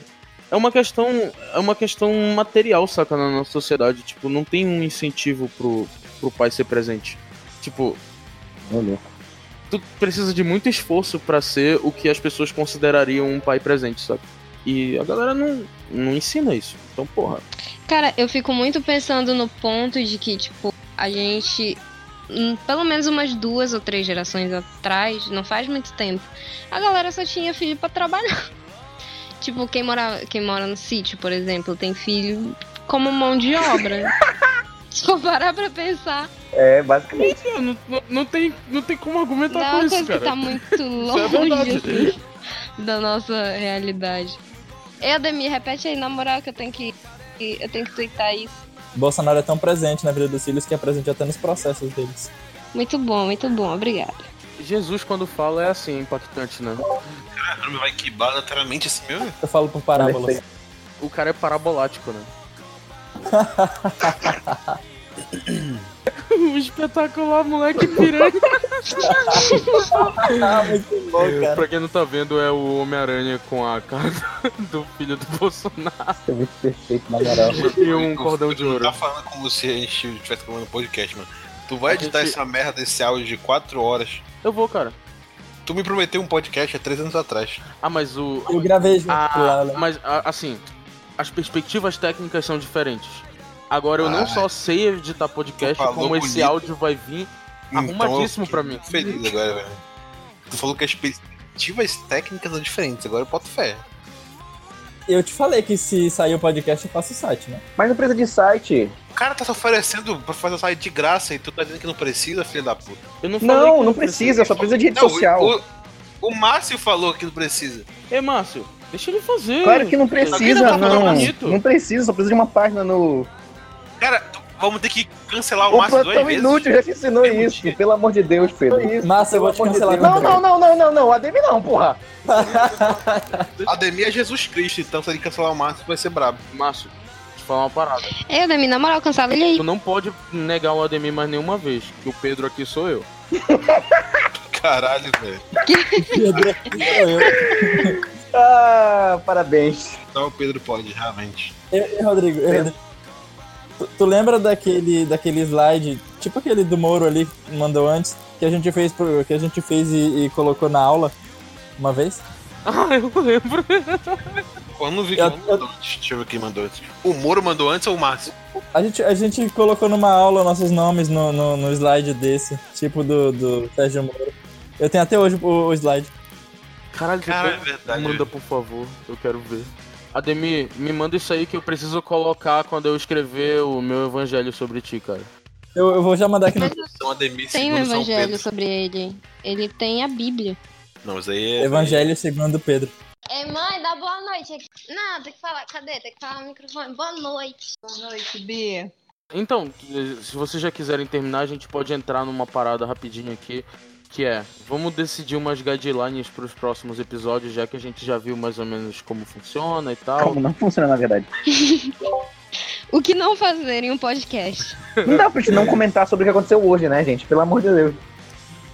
S1: É uma questão, é uma questão material, saca, na nossa sociedade. Tipo, não tem um incentivo pro, pro pai ser presente. Tipo,
S10: Olha.
S1: tu precisa de muito esforço pra ser o que as pessoas considerariam um pai presente, sabe? E a galera não, não ensina isso. Então, porra.
S5: Cara, eu fico muito pensando no ponto de que, tipo, a gente, hum, pelo menos umas duas ou três gerações atrás, não faz muito tempo, a galera só tinha filho pra trabalhar. tipo, quem mora, quem mora no sítio, por exemplo, tem filho como mão de obra. Se for parar pra pensar,
S10: É, basicamente.
S1: Não, não- não tem, não tem como argumentar
S5: não é
S1: com
S5: uma
S1: isso,
S5: coisa
S1: cara.
S5: que tá muito
S1: Isso é verdade.
S5: longe assim, da nossa realidade. Ei, Ademir, repete aí, na moral, que eu tenho que, que eu tenho que twittar isso.
S9: Bolsonaro é tão presente na vida dos filhos que é presente até nos processos deles.
S5: Muito bom, muito bom, obrigada.
S1: Jesus, quando fala, é assim, impactante, né?
S2: Caramba, vai que aleatoriamente assim mesmo?
S9: Eu falo por parábolas.
S1: O cara é parabolático, né? o espetacular moleque piranha.
S9: Ah, muito bom, cara.
S1: pra quem não tá vendo, é o Homem-Aranha com a cara do filho do Bolsonaro
S10: Isso é muito perfeito, na
S2: É,
S10: moral.
S1: e um cordão de
S2: Tu
S1: ouro.
S2: tá falando como se a gente estivesse gravando podcast, mano. Tu vai
S1: A
S2: editar
S1: gente-
S2: essa merda, esse áudio de 4 horas.
S1: Eu vou, cara.
S2: Tu me prometeu um podcast há 3 anos atrás.
S1: Ah, mas o.
S9: Eu gravei junto lá,
S1: Ah,
S9: né?
S1: mas a- assim, as perspectivas técnicas são diferentes. Agora eu não
S2: Ah.
S1: só sei editar podcast,
S2: Tu falou
S1: como esse
S2: bonito.
S1: áudio vai vir arrumadíssimo pra mim.
S2: Tô feliz agora, velho. Tu falou que as perspectivas técnicas são diferentes, agora eu boto fé.
S9: Eu te falei que se sair o podcast, eu faço o site, né?
S10: Mas não precisa de site.
S2: O cara tá se oferecendo pra fazer site de graça e tu tá dizendo que não precisa, filho da puta.
S1: Eu não, falei
S10: Não,
S1: que
S10: não precisa, só precisa de rede
S2: Não,
S10: social.
S2: O, o Márcio falou que não precisa.
S1: Ei, Márcio, deixa ele fazer.
S10: Claro que não
S1: Ele
S10: precisa,
S1: tá falando
S10: não.
S1: bonito.
S10: Não precisa, só precisa de uma página no.
S2: Cara, tu- vamos ter que cancelar o,
S10: O
S2: Márcio duas
S10: plantão
S2: vezes. É
S10: inútil já te ensinou
S2: Mesmo
S10: isso.
S2: dia.
S10: Pelo amor de Deus, Pedro.
S9: Massa, eu vou te
S10: Pelo amor de
S9: cancelar
S10: Deus. Não,
S9: com
S10: não, não, não, não, não. A Demi não, porra.
S2: Ademir é Jesus Cristo, então se ele cancelar o Márcio vai ser brabo.
S1: Márcio, te falar uma parada.
S5: Ei, Ademir, É, na moral, cansava ele aí.
S1: Tu não pode negar o Ademir mais nenhuma vez, que o Pedro aqui sou eu.
S2: Caralho, velho.
S9: Pedro. Eu,
S10: Ah, parabéns.
S2: Então o Pedro pode, realmente.
S9: eu, eu, Rodrigo, eu, Rodrigo. Tu, tu lembra daquele, daquele slide, tipo aquele do Moro ali que mandou antes, que a gente fez, pro- que a gente fez e, e colocou na aula uma vez?
S1: Ah, eu lembro.
S2: Pô, eu não vi
S9: Eu-
S2: quem mandou antes. Deixa eu ver quem mandou antes. O Moro mandou antes ou o Márcio?
S9: A gente, a gente colocou numa aula nossos nomes no, no, no slide desse, tipo do, do Sérgio Moro. Eu tenho até hoje o, o slide.
S1: Caralho,
S2: Cara, é
S1: depois
S2: verdade.
S1: manda, por favor. Eu quero ver. Ademir, me manda isso aí que eu preciso colocar quando eu escrever o meu evangelho sobre ti, cara.
S9: Eu, eu vou já mandar aqui no
S2: São Ademir,
S5: Tem um
S2: segundo São
S5: evangelho
S2: Pedro.
S5: sobre ele. Ele tem a Bíblia.
S2: Não, mas aí é...
S9: Evangelho segundo Pedro.
S5: É, mãe, dá boa noite aqui. Não, tem que falar. Cadê? Tem que falar no microfone. Boa noite. Boa noite, Bia.
S1: Então, se vocês já quiserem terminar, a gente pode entrar numa parada rapidinho aqui, que é, vamos decidir umas guidelines pros próximos episódios, já que a gente já viu mais ou menos como funciona e tal.
S10: Como não funciona, na verdade.
S5: O que não fazer em um podcast?
S10: Não dá pra gente não comentar sobre o que aconteceu hoje, né, gente? Pelo amor de Deus.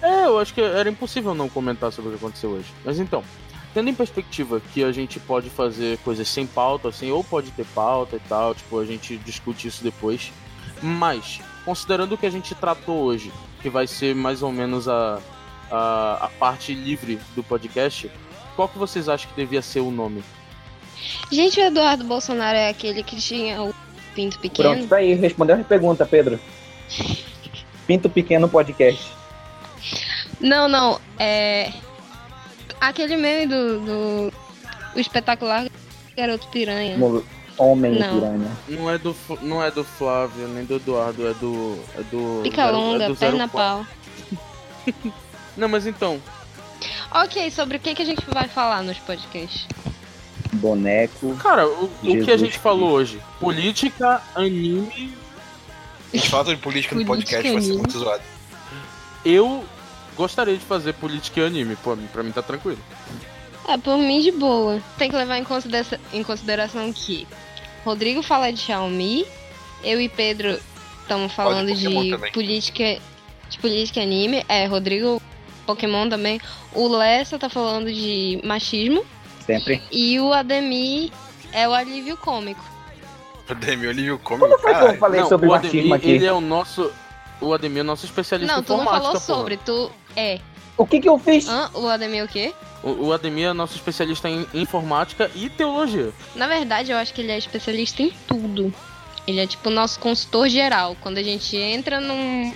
S1: É, eu acho que era impossível não comentar sobre o que aconteceu hoje. Mas então, tendo em perspectiva que a gente pode fazer coisas sem pauta, assim, ou pode ter pauta e tal, tipo, a gente discute isso depois. Mas, considerando o que a gente tratou hoje, que vai ser mais ou menos a, a, a parte livre do podcast, qual que vocês acham que devia ser o nome?
S5: Gente, o Eduardo Bolsonaro é aquele que tinha o pinto
S4: Pronto,
S5: pequeno.
S4: tá aí. Respondeu a pergunta, Pedro. Pinto Pequeno Podcast.
S5: Não, não. É. Aquele meme do. do... O espetacular Garoto Piranha.
S4: Mo- Homem
S5: Não.
S4: piranha.
S1: Não é do, F- não é do Flávio, nem do Eduardo, é do. É do
S5: Pica
S1: zero-
S5: longa,
S1: é do
S5: perna
S1: 04.
S5: pau.
S1: Não, mas então,
S5: Ok, sobre o que, que a gente vai falar nos podcasts?
S10: Boneco.
S1: Cara, o, o que a
S10: Jesus
S1: gente falou hoje? Política, anime,
S2: Os fatos de política no
S5: Política
S2: podcast vai ser
S5: anime.
S2: muito zoado.
S1: eu gostaria de fazer política e anime, pô, pra mim tá tranquilo.
S5: É, por mim de boa. Tem que levar em, considera- em consideração que Rodrigo fala de Xiaomi, eu e Pedro estamos falando de,
S2: Pokémon também.
S5: política de política e anime, é, Rodrigo Pokémon também. O Lessa tá falando de machismo
S10: Sempre.
S5: e o Ademir é o alívio cômico.
S2: Ademir, Olívio Cômico,
S4: Como foi que eu
S2: caralho.
S4: falei
S1: Não,
S4: sobre
S1: o
S4: o
S1: Ademir,
S4: machismo
S1: ele
S4: aqui?
S1: é o nosso. O Ademir é o nosso especialista
S5: não,
S1: em
S5: tu não
S1: informática,
S5: falou
S1: porra.
S5: sobre, tu é.
S4: O que que eu fiz?
S5: Hã? O Ademir o quê?
S1: O, o Ademir é nosso especialista em informática e teologia.
S5: Na verdade, eu acho que ele é especialista em tudo. Ele é tipo o nosso consultor geral. Quando a gente entra num, num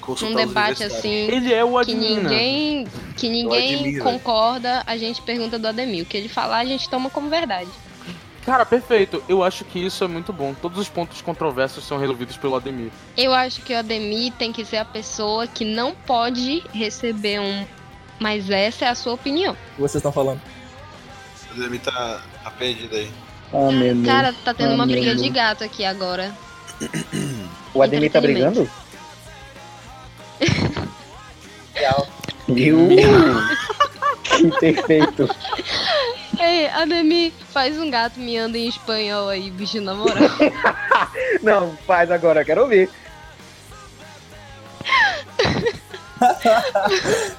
S2: Consultar os
S5: debate
S2: universitários.
S5: assim
S1: Ele é o
S5: que
S1: admin. né?
S5: ninguém, que
S2: Eu
S5: ninguém
S2: admiro.
S5: concorda, a gente pergunta do Ademir. O que ele falar, a gente toma como verdade.
S1: Cara, perfeito. Eu acho que isso é muito bom. Todos os pontos controversos são resolvidos pelo Ademir.
S5: Eu acho que o Ademir tem que ser a pessoa que não pode receber um. Mas essa é a sua opinião.
S9: que Vocês estão falando.
S2: Ademir tá, tá perdido aí.
S10: Ah, meu Deus.
S5: Cara, tá tendo uma
S10: Ah,
S5: briga
S10: meu
S5: de gato aqui agora.
S10: O Ademir tá brigando? Viu? que perfeito.
S5: Ei, Ademir, faz um gato miando em espanhol aí, bicho, na moral.
S10: Não, faz agora, eu quero ouvir.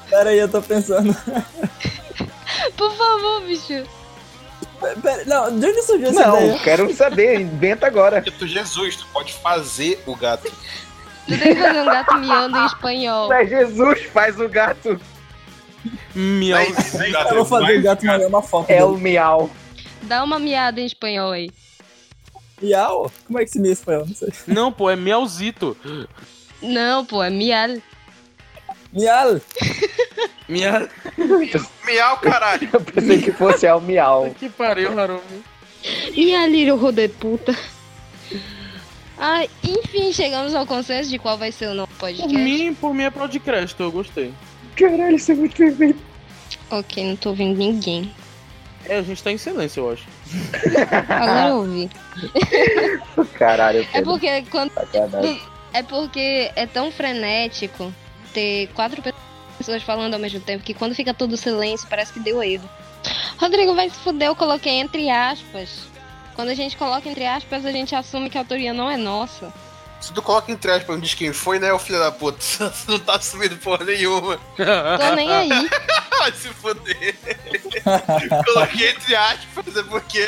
S9: Pera aí, eu tô pensando.
S5: Por favor, bicho.
S9: Pera- pera- não, de onde surgiu essa
S10: Não,
S9: ideia?
S10: quero saber, inventa agora.
S2: Porque tu, Jesus, tu pode fazer o gato.
S5: Tu tem que fazer um gato miando em espanhol.
S10: Mas Jesus faz o gato.
S1: Miauzinho.
S2: Mas, gato,
S9: Eu vou fazer
S2: mas-
S9: o gato mandar uma foto.
S10: É
S9: dele.
S10: o miau.
S5: Dá uma miada em espanhol aí.
S9: Miau? Como é que se lia em espanhol? Não sei.
S1: Não, pô, é Miauzito.
S5: Não, pô, é miada.
S9: Miau!
S1: Mia...
S2: Miau, caralho.
S10: Eu pensei que fosse El Miau.
S1: Que pariu, Harumi.
S5: Minha Little Rodeputa. Ai, Ah, enfim, chegamos ao consenso de qual vai ser o novo
S1: Por
S5: podcast.
S1: mim, por mim é Prodcrest, eu gostei.
S10: Caralho, isso é muito perfeito.
S5: Ok, não tô ouvindo ninguém.
S1: É, a gente tá em silêncio, eu acho.
S5: Agora eu ouvi.
S10: Caralho,
S5: É
S10: Pedro.
S5: porque quando.
S10: sacanagem.
S5: É porque é tão frenético ter quatro pe- pessoas falando ao mesmo tempo que quando fica todo silêncio parece que deu erro. Rodrigo vai se fuder, eu coloquei entre aspas. Quando a gente coloca entre aspas, a gente assume que a autoria não é nossa.
S2: Se tu coloca entre aspas, não diz quem foi, né, ô filho da puta? Tu não tá assumindo porra nenhuma.
S5: Tô nem aí.
S2: Vai se foder. Coloquei entre aspas, é porque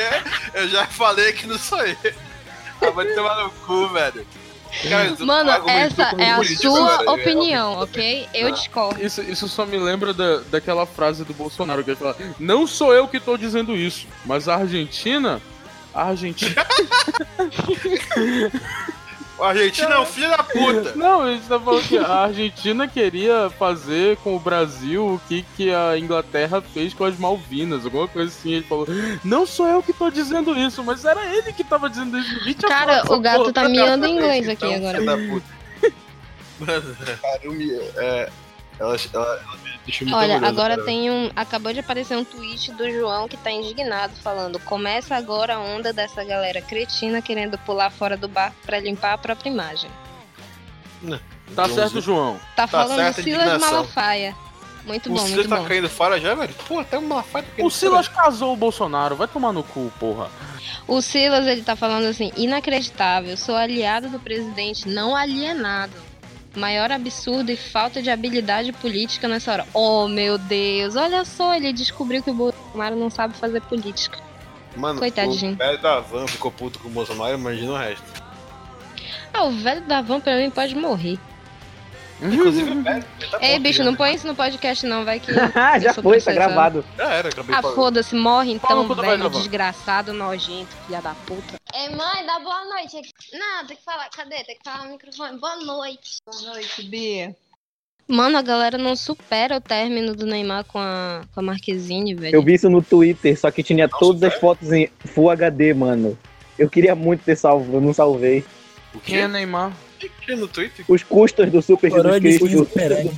S2: eu já falei que não sou eu. Ah, vai tomar no cu, velho. Cara, tu
S5: Mano,
S2: argumentou
S5: essa
S2: comigo
S5: é Tá. a
S2: por isso,
S5: sua
S2: velho.
S5: opinião, ok? Eu discordo.
S1: Isso, isso só me lembra da, daquela frase do Bolsonaro que ele fala: Não sou eu que tô dizendo isso, mas a Argentina. A Argentina.
S2: A Argentina é um filho da puta.
S1: Não, a gente tá falando que a Argentina queria fazer com o Brasil o que, que a Inglaterra fez com as Malvinas, alguma coisa assim. Ele falou, não sou eu que tô dizendo isso, mas era ele que tava dizendo isso. Ninguém tinha falado
S5: Cara,
S1: essa
S5: o gato
S1: porra.
S5: tá miando em inglês aqui
S2: Então,
S5: agora.
S2: filho da puta. Caramba, é, ela, ela, ela me deixou muito
S5: Olha,
S2: orgulhoso,
S5: agora
S2: cara.
S5: tem um. Acabou de aparecer um tweet do João que tá indignado falando: começa agora a onda dessa galera cretina querendo pular fora do barco pra limpar a própria imagem.
S1: Tá
S2: Joãozinho.
S1: certo, João.
S2: Tá
S5: Tá, falando
S2: certa a
S5: Silas
S2: indignação.
S5: Malafaia. Muito
S2: O
S5: bom,
S2: Silas
S5: muito
S2: tá
S5: bom.
S2: caindo fora já, velho? Pô, até o Malafaia tá caindo
S1: O Silas casou o Bolsonaro, vai tomar no cu, porra.
S5: O Silas, ele tá falando assim: inacreditável, sou aliado do presidente, não alienado. Maior absurdo e falta de habilidade política nessa hora. Oh, meu Deus, olha só, ele descobriu que o Bolsonaro não sabe fazer política.
S2: fora. Mano,
S5: Coitadinho.
S2: o velho da van ficou puto com o Bolsonaro, imagina o resto.
S5: Ah, o velho da van pra mim pode morrer.
S2: Inclusive, o velho tá
S5: Ei,
S2: bom,
S5: bicho,
S2: já.
S5: não põe isso no podcast, não, vai que.
S4: Ah, já
S5: sou
S4: foi, tá
S5: processado.
S4: gravado.
S2: Já era, acabei
S5: Ah,
S2: falando.
S5: foda-se, morre
S1: Fala,
S5: então,
S1: puta, vai
S5: velho
S1: gravar.
S5: desgraçado, nojento, filha da puta. Ei, mãe, dá boa noite aqui. Não, tem que falar, cadê? Tem que falar no microfone. Boa noite. Boa noite, Bia. Mano, a galera não supera o término do Neymar com a, com a Marquezine, velho.
S4: Eu vi isso no Twitter, só que tinha
S2: Nossa,
S4: todas as
S2: sério?
S4: fotos em Full HD, mano. Eu queria muito ter salvo, eu não salvei.
S2: O
S1: Quem é
S2: quê?
S1: Neymar?
S2: O quê no Twitter?
S4: Os custos do Super
S9: Coroa
S4: Jesus Cristo.
S9: de Luiz Pereira.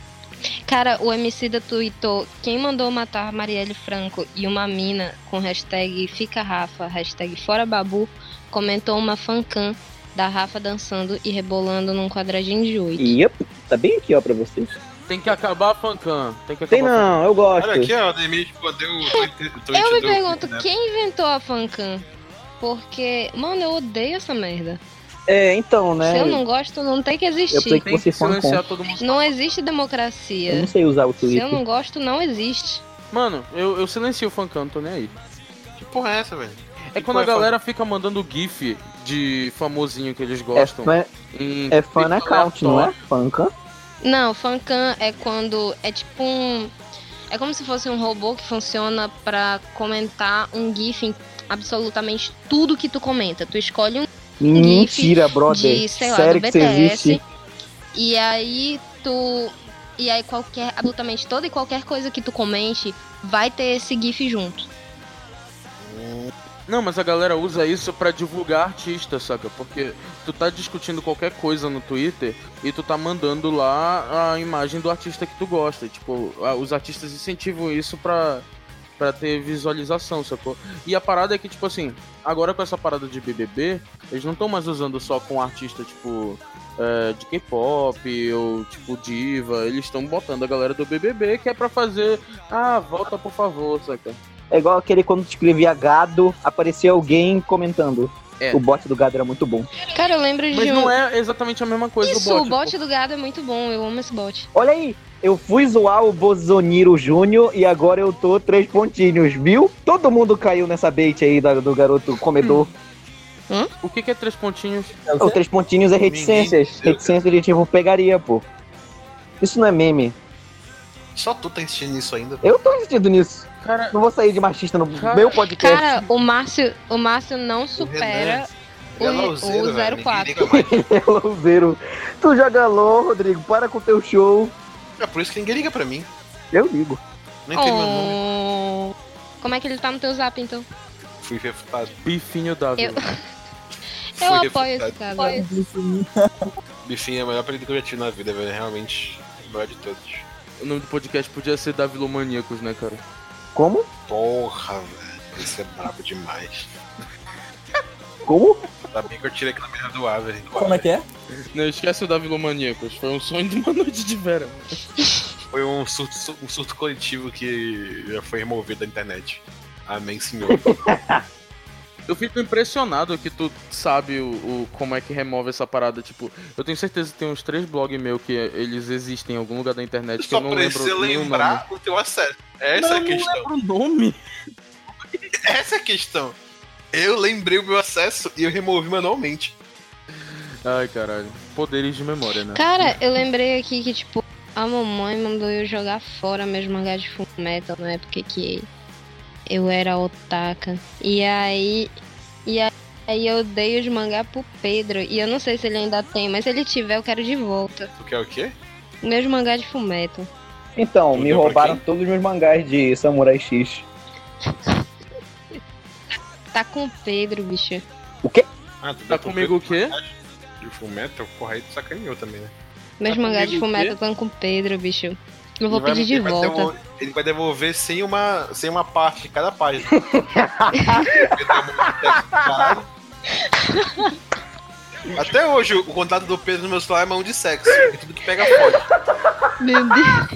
S5: Cara, o MC da tweetou, quem mandou matar Marielle Franco e uma mina com hashtag fica Rafa, hashtag fora babu, comentou uma fancam da Rafa dançando e rebolando num quadradinho de oito.
S4: E Yep, tá bem aqui, ó, pra vocês.
S1: Tem que acabar a fancam. Tem que acabar.
S4: Tem
S1: a fancam.
S4: não, eu gosto.
S2: Olha aqui, ó, a Demi respondeu o tweet o tweet
S5: Eu me
S2: do-
S5: pergunto,
S2: né?
S5: quem inventou a fancam? Porque, mano, eu odeio essa merda.
S4: É, então,
S5: Se
S4: né?
S5: eu não gosto, não tem que
S4: Eu sei
S5: existir.
S4: que
S1: Tem que
S4: você foi um
S1: silenciar todo mundo.
S5: Não existe
S4: Eu
S5: democracia.
S4: não sei usar o
S5: Se eu
S4: Twitter.
S5: não gosto, não existe.
S1: Mano, eu, eu silencio o fancam, não tô nem aí.
S2: Que porra é essa, velho?
S1: É
S2: Que
S1: quando a
S2: porra
S1: galera fica mandando gif de famosinho que eles
S4: É,
S1: gostam.
S4: fan,
S1: em
S4: é fan
S1: tweet
S4: account, não é? Fanca.
S5: Não, fancam é quando. É tipo um. É como se fosse um robô que funciona pra comentar um GIF em absolutamente tudo que tu comenta. Tu escolhe um
S4: Mentira, brother.
S5: de, sei lá,
S4: Sério
S5: do
S4: que você existe?
S5: BTS. E aí tu. E aí qualquer. Absolutamente toda e qualquer coisa que tu comente vai ter esse GIF junto.
S1: Não, mas a galera usa isso pra divulgar artista, saca? Porque tu tá discutindo qualquer coisa no Twitter e tu tá mandando lá a imagem do artista que tu gosta. Tipo, a- os artistas incentivam isso pra, pra ter visualização, sacou? E a parada é que, tipo assim, agora com essa parada de BBB, eles não estão mais usando só com artista, tipo, é, de K-pop ou, tipo, diva. Eles estão botando a galera do BBB que é pra fazer, ah, volta por favor, saca?
S4: É igual aquele quando tu escrevia gado, aparecia alguém comentando.
S1: É.
S4: O bot do gado era muito bom.
S5: Cara, eu lembro de
S1: Mas
S5: um.
S1: não é exatamente a mesma coisa
S5: Isso,
S1: do bot.
S5: o bot do gado é muito bom, eu amo esse bot.
S4: Olha aí, eu fui zoar o Bozoniro Júnior e agora eu tô três pontinhos, viu? Todo mundo caiu nessa bait aí da- do garoto comedor.
S1: O que, que é três pontinhos?
S9: É o
S4: O
S9: quê?
S4: três pontinhos é reticências.
S2: Ninguém-
S4: Reticência de tipo pegaria, pô. Isso não é meme.
S2: Só tu tá insistindo nisso ainda.
S4: Eu tô insistindo nisso.
S1: Cara,
S4: Não vou sair de machista no
S1: Cara-
S4: meu podcast.
S5: Cara, o Márcio, o Márcio não supera o,
S2: Ela é
S5: o
S2: useira, velho, ninguém
S5: 04.
S2: liga mais.
S4: É louzeiro. Tu joga LOL, Rodrigo. Para com teu show.
S2: É por isso que ninguém liga pra mim.
S4: Eu ligo.
S2: Nem tem meu nome.
S5: Oh. Como é que ele tá no teu zap, então?
S2: Fui refutado.
S1: bifinho da
S5: Eu-
S1: vida.
S5: Eu
S2: Fui
S5: apoio
S2: refutado.
S5: esse cara.
S2: Bifinho é o melhor apelido que eu já tive na vida, velho. Realmente, o melhor de todos.
S1: O nome do podcast podia ser Davilomaníacos, né, cara?
S4: Como?
S2: Porra, velho. Isso é brabo demais.
S4: Como?
S2: Ainda bem que eu tirei aquela merda do Avery.
S9: Como é que é?
S1: Não esquece o Davilomaníacos, foi um sonho de uma noite de verão.
S2: Foi um surto, um surto coletivo que já foi removido da internet. Amém, senhor.
S1: Eu fico impressionado que tu sabe o, o- como é que remove essa parada. Tipo, eu tenho certeza que tem uns três blogs meus que eles existem em algum lugar da internet que eu
S2: Só
S1: não
S2: precisa
S1: lembro nem o nome.
S2: lembrar o teu acesso. Essa é a questão.
S1: Não lembro o nome.
S2: Essa é a questão. Eu lembrei o meu acesso e eu removi manualmente.
S1: Ai, caralho. Poderes de memória, né?
S5: Cara, eu lembrei aqui que, tipo, a mamãe mandou eu jogar fora meus mangás de Fullmetal na época que eu era otaka. E aí. E aí Aí eu dei os mangá pro Pedro. E eu não sei se ele ainda tem, mas se ele tiver, eu quero de volta.
S2: Tu quer o quê?
S5: Meus mangá de fumeto.
S4: Então,
S2: Tu
S4: me
S2: deu pra
S4: roubaram
S2: quem?
S4: todos os meus mangás de Samurai X.
S5: Tá com o Pedro, bicho.
S2: Ah, tu
S1: Tá
S2: deu pro
S1: comigo o quê?
S2: Pedro De Full Metal? Porra, aí tu sacaneou também, né?
S5: Meus
S1: Tá
S5: mangá
S1: comigo
S5: de
S1: o quê?
S5: fumeto estão com o Pedro, bicho. Eu vou
S2: Ele vai-
S5: pedir de
S2: ele vai um
S5: volta.
S2: devol- ele vai devolver sem uma, sem uma parte de cada página. Ele tá muito- Caralho. Até hoje, o contato do Pedro no meu celular é mão de sexo. É tudo que pega foto.
S5: Meu Deus.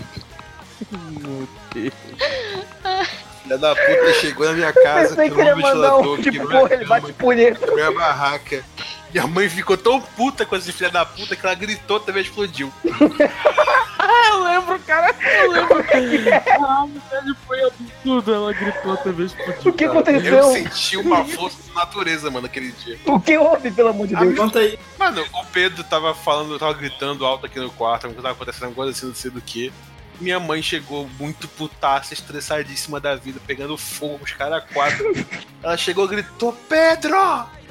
S2: Filha da puta ele chegou na minha casa,
S4: Pensei que ele ia mandar um tipo, porra, ele bate punheta.
S2: quebrou minha barraca. Minha mãe ficou tão puta com esse filha da puta que ela gritou também explodiu.
S1: Ah, eu lembro, cara. Eu lembro. é. Caralho, velho, foi absurdo. Ela gritou até vez
S4: O
S1: explodiu.
S4: que
S1: cara.
S2: Eu
S4: aconteceu?
S2: senti uma força da natureza, mano, aquele dia.
S4: O que houve, pelo amor de
S9: Ah,
S4: Deus?
S9: Conta aí.
S2: Mano, o Pedro tava falando, tava gritando alto aqui no quarto, tava acontecendo alguma coisa assim, não sei do que. Minha mãe chegou muito putaça, estressadíssima da vida, pegando fogo, os caras quatro. Ela chegou e gritou, Pedro!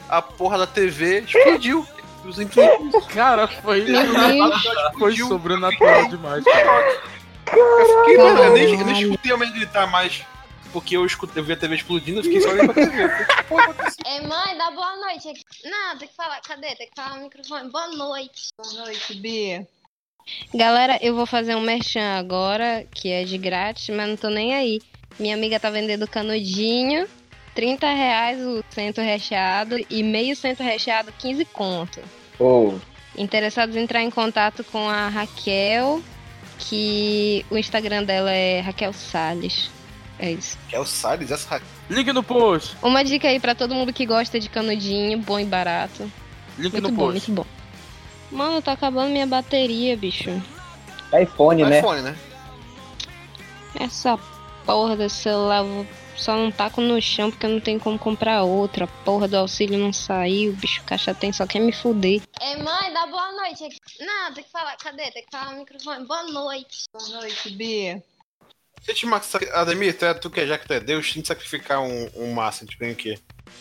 S2: A porra da TV explodiu. Os incríveis
S1: Cara, foi,
S5: Meu Deus.
S1: foi
S2: explodiu.
S1: sobrenatural demais, cara.
S2: Eu fiquei, mano, eu é nem, eu nem
S5: Caralho.
S2: escutei a mãe gritar mais. Porque eu, escutei, eu vi a TV explodindo, eu fiquei só olhando pra TV. Eu falei, "Que porra aconteceu?"
S5: É, mãe, dá boa noite. Não, tem que falar. Cadê? Tem que falar no microfone. Boa noite. Boa noite, Bia. Galera, eu vou fazer um merchan agora, que é de grátis, mas não tô nem aí. Minha amiga tá vendendo canudinho, 30 reais o cento recheado e meio cento recheado, 15 conto.
S4: Oh,
S5: Interessados em entrar em contato com a Raquel, que o Instagram dela é Raquel Salles. É isso.
S2: Que é o Salles, essa
S1: Link no post.
S5: Uma dica aí pra todo mundo que gosta de canudinho, bom e barato.
S1: Link
S5: Muito
S1: no
S5: bom,
S1: post.
S5: muito bom. Mano, tá acabando minha bateria, bicho.
S4: iPhone, né?
S2: iPhone, né?
S5: Essa porra desse celular eu só não taco no chão porque eu não tenho como comprar outra. A Porra do auxílio não saiu, bicho. Caixa tem, só quer me fuder. É, mãe, dá boa noite. Não, tem que falar. Cadê? Tem que falar no microfone. Boa noite. Boa noite, Bia.
S2: Se eu te max- Ademir, tu, é, tu que é, já que tu é Deus, tem que sacrificar um, um massa, a gente ganha o quê?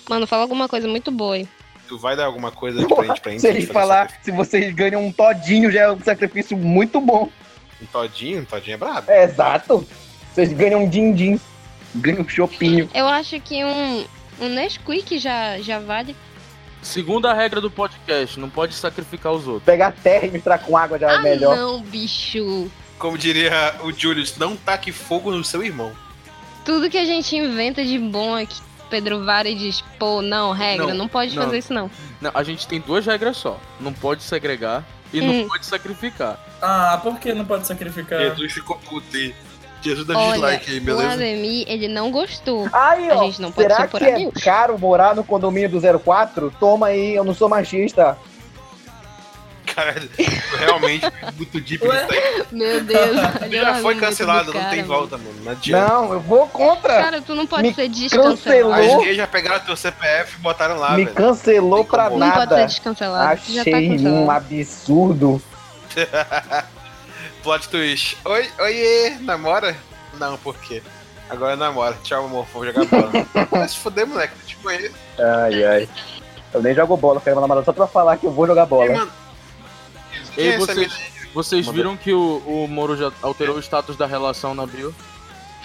S5: Mano, fala alguma coisa muito boa. aí.
S2: Tu vai dar alguma coisa diferente pra gente?
S4: Se
S2: pra
S4: ele
S2: gente
S4: falar,
S2: fazer
S4: se vocês ganham um todinho, já é um sacrifício muito bom.
S2: sacrifício? Um todinho? Um todinho é brabo.
S4: É, exato. Vocês ganham um din-din. Ganham um chopinho.
S5: Eu acho que um, um Nesquik já, já vale.
S1: Segunda regra do podcast, não pode sacrificar os outros.
S4: Pegar terra e misturar com água já é melhor.
S5: Ah, Não, bicho.
S2: Como diria o Julius, não taque fogo no seu irmão.
S5: Tudo que a gente inventa de bom aqui, Pedro Vare diz, pô, não, regra, não,
S1: Não,
S5: pode
S1: não.
S5: fazer isso não.
S1: Não, a gente tem duas regras só. Não pode segregar e
S5: Hum.
S1: não pode sacrificar.
S9: Ah, por que não pode sacrificar?
S2: Jesus ficou puto aí. Jesus dá
S5: Olha,
S2: dislike aí,
S5: O
S2: beleza?
S5: Ademir, ele não gostou.
S4: Aí,
S5: A
S4: ó.
S5: gente não pode
S4: Será
S5: ser por
S4: que é
S5: amigo.
S4: caro morar no condomínio do 04? Toma aí, eu não sou machista.
S2: Caralho, realmente muito deep.
S9: Ué?
S2: nisso aí.
S5: Meu Deus, olha o
S2: Já foi
S5: argumento
S2: cancelado,
S5: é do
S2: não
S5: cara,
S2: tem
S5: mano.
S2: volta, mano. Não adianta.
S4: Não, eu vou contra.
S5: Cara, tu não pode
S4: Me
S5: ser
S4: cancelou.
S5: descancelado.
S2: As gays já pegaram teu CPF e botaram lá,
S4: Me
S2: velho.
S4: cancelou
S2: Tem
S4: pra
S2: como.
S5: Não pode ser
S4: nada.
S5: descancelado. Já tá
S4: Achei um
S5: cancelado.
S4: absurdo.
S2: Plot twist. Oi, oiê, namora? Não, por quê? Agora namora. Tchau, amor, vou jogar bola. Vai se fuder, moleque. Te conheço.
S4: Ai, ai. Eu nem jogo bola, quero uma namorada só pra falar que eu vou jogar bola.
S2: Quem é
S1: Ei,
S2: essa
S1: vocês,
S2: mina?
S1: vocês
S2: Manda.
S1: viram que o, o Moro já alterou o status da relação na bio?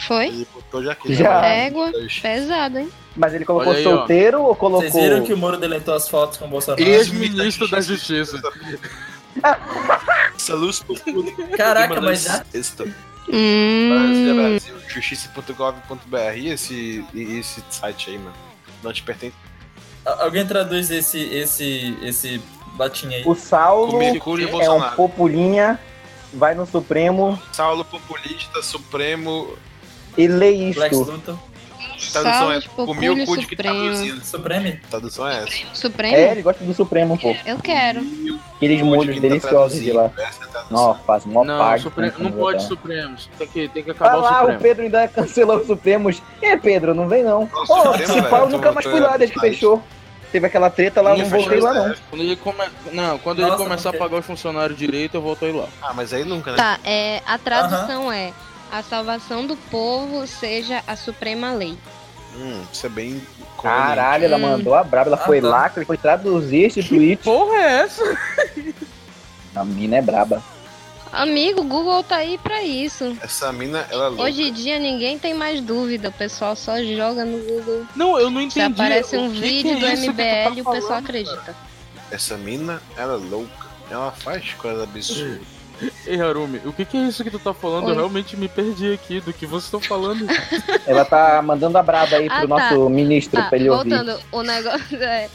S5: Foi?
S2: Ele botou já aqui. né?
S4: Já.
S5: Égua. Pesado, hein?
S4: Mas ele colocou
S1: Olha aí, ó.
S4: solteiro ou colocou.
S9: Vocês viram que o Moro deletou as fotos com o Bolsonaro?
S1: Ex-ministro da Ah, Justiça.
S2: Essa luz pro puto.
S9: Caraca, mas já
S2: Sexta. Brasil é
S5: Hum,
S2: Brasil. Justiça.gov.br e esse, e esse site aí, mano. Não te pertence.
S9: Al- Alguém traduz esse, esse, esse latim aí.
S4: O Saulo
S2: Comigo, Curio e
S4: é um
S2: Bolsonaro.
S4: populinha, vai no Supremo
S2: Saulo populista, Supremo.
S4: e lê isto.
S9: Lex Luthor.
S2: Tradução é
S5: salve,
S2: comi o
S5: Populho
S2: cu de que tá
S5: Supremo.
S2: cozinhando.
S9: Supreme?
S2: Tradução é essa.
S5: Supremo?
S4: É, ele gosta do Supremo, pô.
S5: Eu quero.
S4: Aqueles molhos
S2: Cujo que tá
S4: deliciosos um de lá.
S2: traduzindo. Essa é a tradução.
S4: Nossa, faz mó
S1: Não,
S4: parte.
S1: Supre- não pode Supremos. Tem que, tem que
S4: Vai
S5: Ah,
S1: acabar
S4: lá,
S1: o
S4: o
S1: Supremo.
S4: Pedro ainda cancelou os Supremos. É, Pedro, não vem não.
S2: Nossa,
S4: Ó,
S2: Supremo,
S4: se
S2: velho,
S4: pá, eu
S2: tu
S4: nunca mais
S2: botou
S4: fui lá desde que
S2: errado.
S4: fechou. Teve aquela treta lá, eu
S2: Ninguém
S4: não voltei
S2: fechou
S4: lá
S2: esse
S4: não.
S2: CPF.
S1: Quando ele, come... não, quando ele
S9: Nossa,
S1: começar
S9: porque-
S1: a pagar os funcionários direito, eu volto aí lá.
S2: Ah, mas aí nunca, né?
S5: Tá, é, a tradução é a salvação do povo seja a suprema lei.
S2: Hum, isso é bem Colin.
S4: Caralho, ela
S5: Hum.
S4: mandou a braba. Ela
S9: Ah,
S4: foi
S9: tá.
S4: lá, foi traduzir esse tweet.
S1: Porra é essa?
S4: A mina é braba.
S5: Amigo, o Google tá aí pra isso.
S2: Essa mina, ela é louca.
S5: Hoje em dia ninguém tem mais dúvida, o pessoal só joga no Google.
S1: Não, eu não
S5: Se
S1: entendi.
S5: aparece um
S1: o que
S5: vídeo
S1: que é isso que
S5: do
S1: tu tá
S5: MBL, o
S1: falando,
S5: pessoal acredita.
S2: Essa mina, ela é louca. Ela faz coisa absurda.
S1: Ei, Harumi, o que, que é isso que tu tá falando?
S5: Oi.
S1: Eu realmente me perdi aqui do que vocês estão falando.
S4: Ela tá mandando a braba aí
S5: Ah,
S4: pro
S5: tá.
S4: nosso ministro
S5: Tá,
S4: pra ele ouvir.
S5: voltando, o negócio é.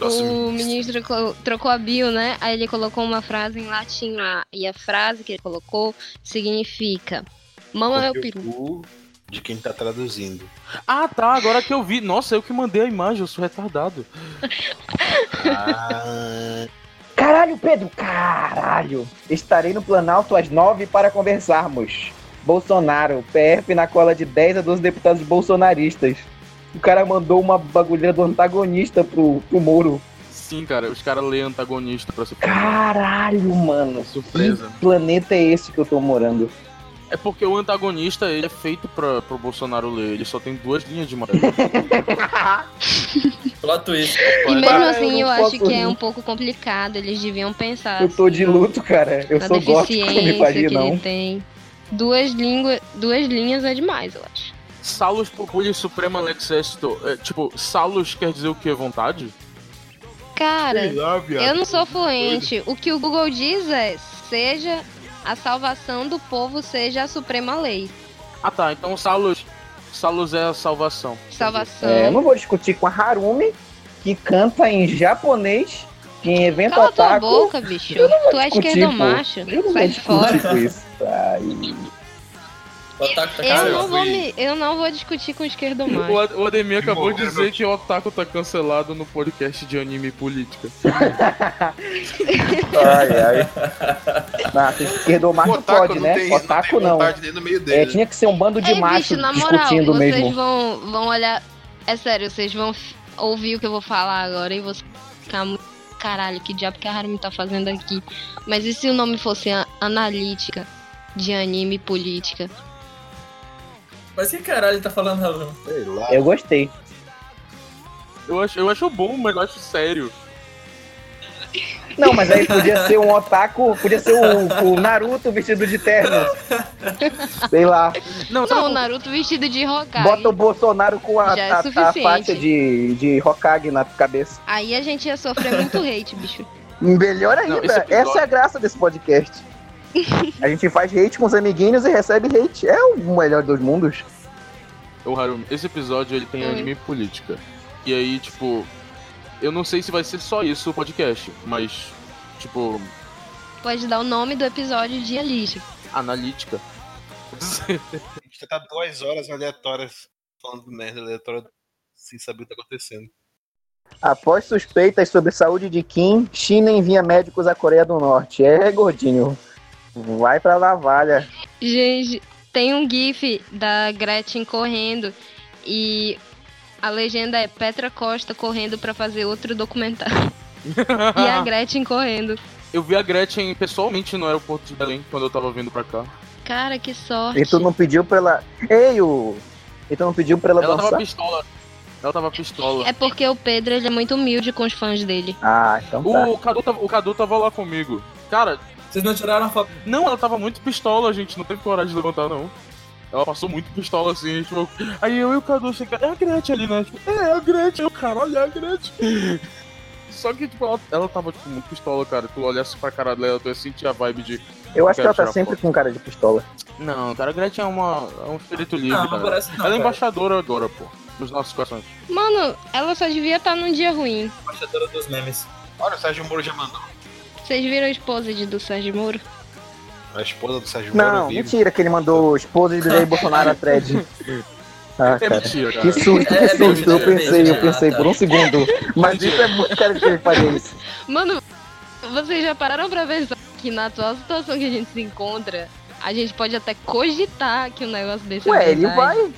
S2: Nossa,
S5: o ministro clo- trocou a bio, né? Aí ele colocou uma frase em latim lá. E a frase que ele colocou significa: Mama é meu
S2: porque
S5: peru.
S2: o cu De quem tá traduzindo.
S1: Ah, tá, agora que eu vi. Nossa, eu que mandei a imagem, eu sou retardado.
S2: Ah,
S4: Caralho, Pedro, caralho! Estarei no Planalto às nove para conversarmos. Bolsonaro, PF na cola de 10 a 12 deputados bolsonaristas. O cara mandou uma bagulheira do antagonista pro, pro Moro.
S1: Sim, cara, os caras lêem antagonista pra surpresa.
S4: Caralho, mano.
S1: Surpresa.
S4: Que planeta é esse que eu tô morando?
S1: É porque o antagonista ele é feito pra, pro Bolsonaro ler, ele só tem duas linhas de maré.
S9: Plot twist.
S5: E mesmo
S4: Pai, eu
S5: assim, eu,
S4: não
S5: acho
S4: posso
S5: que
S4: rir.
S5: é um pouco complicado. Eles deviam pensar.
S4: Eu tô de
S5: assim,
S4: luto, cara. Eu
S5: na
S4: sou gótico, não me
S5: deficiência
S4: faria,
S5: que ele
S4: não.
S5: tem. Duas, língua, duas linhas é demais, eu acho.
S1: Salus Populi Suprema Lex Esto. É, tipo, Salus quer dizer o que? Vontade?
S5: Cara,
S8: Sei lá, viado.
S5: eu não sou fluente. O que o Google diz é: seja a salvação do povo, seja a suprema lei.
S1: Ah, tá, então Salus. Salus é a salvação.
S5: Salvação.
S4: É, eu não vou discutir com a Harumi, que canta em japonês, que em evento
S5: Cala tua
S4: é otaku.
S5: boca, bicho. Tu é
S4: discutir,
S5: esquerdomacho.
S4: Eu não vou
S5: Sai fora.
S4: discutir com isso. Ai,
S9: Otaku tá
S5: Eu não,
S9: caindo.
S5: vou me, eu não vou discutir com esquerdomacho.
S1: O, Ad- o Ademir acabou de
S8: Morrendo.
S1: dizer que o Otaku tá cancelado no podcast de anime e política.
S4: ai, ai. Nossa,
S2: o
S4: esquerdomacho
S2: Otaku
S4: pode,
S2: não
S4: né?
S2: tem, não.
S4: otaku não.
S2: Tem vontade nem no meio dele.
S4: É, tinha que ser um bando de
S5: Ei,
S4: macho
S5: bicho, na moral,
S4: discutindo
S5: vocês
S4: mesmo.
S5: vão, vão olhar. É sério, vocês vão f- ouvir o que eu vou falar agora e vocês vão ficar muito. Caralho, que diabo que a Harumi tá fazendo aqui? Mas e se o nome fosse a- analítica de anime e política?
S9: Mas que caralho ele tá falando, Raul?
S2: Sei lá.
S4: Eu gostei.
S1: Eu acho, eu acho bom, mas eu acho sério.
S4: Não, mas aí podia ser um otaku, podia ser o, o Naruto vestido de terno. Sei lá.
S1: Não,
S5: Não, o
S1: sabe,
S5: Naruto vestido de Hokage.
S4: Bota o Bolsonaro com a,
S5: Já é
S4: a- a
S5: suficiente.
S4: faixa de, de Hokage na cabeça.
S5: Aí a gente ia sofrer muito hate, bicho.
S4: Melhor
S1: Não,
S4: ainda,
S1: esse episódio-
S4: essa é a graça desse podcast. a gente faz hate com os amiguinhos e recebe hate. É o melhor dos mundos.
S1: Ô Harumi, esse episódio ele tem
S5: Hum.
S1: anime e política. E aí, tipo, eu não sei se vai ser só isso o podcast, mas, tipo,
S5: Pode dar o nome do episódio de analítica.
S1: analítica.
S2: A gente tá duas horas aleatórias falando merda aleatória sem saber o que tá acontecendo.
S4: Após suspeitas sobre saúde de Kim, China envia médicos à Coreia do Norte. É, gordinho. Vai pra lavalha.
S5: Gente, tem um GIF da Gretchen correndo e a legenda é Petra Costa correndo pra fazer outro documentário. e
S4: Ah.
S5: a Gretchen correndo.
S1: Eu vi a Gretchen pessoalmente no aeroporto de Belém quando eu tava vindo pra cá.
S5: Cara, que sorte.
S4: E tu não pediu pra ela. Ei, o. E tu não pediu pra ela,
S1: Ela
S4: dançar?
S1: tava pistola. Ela tava pistola.
S5: É porque o Pedro ele é muito humilde com os fãs dele.
S4: Ah, então tá.
S1: O Cadu, tava, o Cadu tava lá comigo. Cara,
S9: Vocês não tiraram a foto?
S1: não, ela tava muito pistola, gente. Não teve coragem de levantar, não. Ela passou muito pistola assim, tipo. Aí eu e o Cadu chegamos. É a Gretchen ali, né? Tipo, é a Gretchen, o caralho, é a Gretchen. Só que, tipo, ela, ela tava tipo, muito pistola, cara. Tu olhasse pra cara dela, tu ia sentir a vibe de.
S4: Eu acho que
S1: quero
S4: ela tá
S1: tirar
S4: sempre
S1: foto.
S4: com cara de pistola.
S1: Não, cara, a Gretchen é, uma, é um espírito livre,
S9: Não, não
S1: cara.
S9: parece não.
S1: ela é
S9: cara.
S1: embaixadora agora, pô. Nos nossos corações.
S5: Mano, ela só devia estar num dia ruim.
S9: embaixadora dos memes.
S2: Olha, o Sérgio Moro já mandou.
S5: Vocês viram a esposa de- do Sérgio Moro?
S2: A esposa do Sérgio Moro
S4: Não,
S2: vive.
S4: mentira que ele mandou esposa de Jair Bolsonaro a thread. Ah,
S1: É
S4: cara.
S1: mentira, cara.
S4: Que susto, que
S9: É,
S4: susto.
S9: mentira,
S4: Eu pensei, eu
S9: mentira.
S4: pensei por um segundo. Mas isso é muito cara de que ele faria isso.
S5: Mano, vocês já pararam pra pensar que na atual situação que a gente se encontra, a gente pode até cogitar que um negócio desse é
S4: Ué, ele
S5: verdade.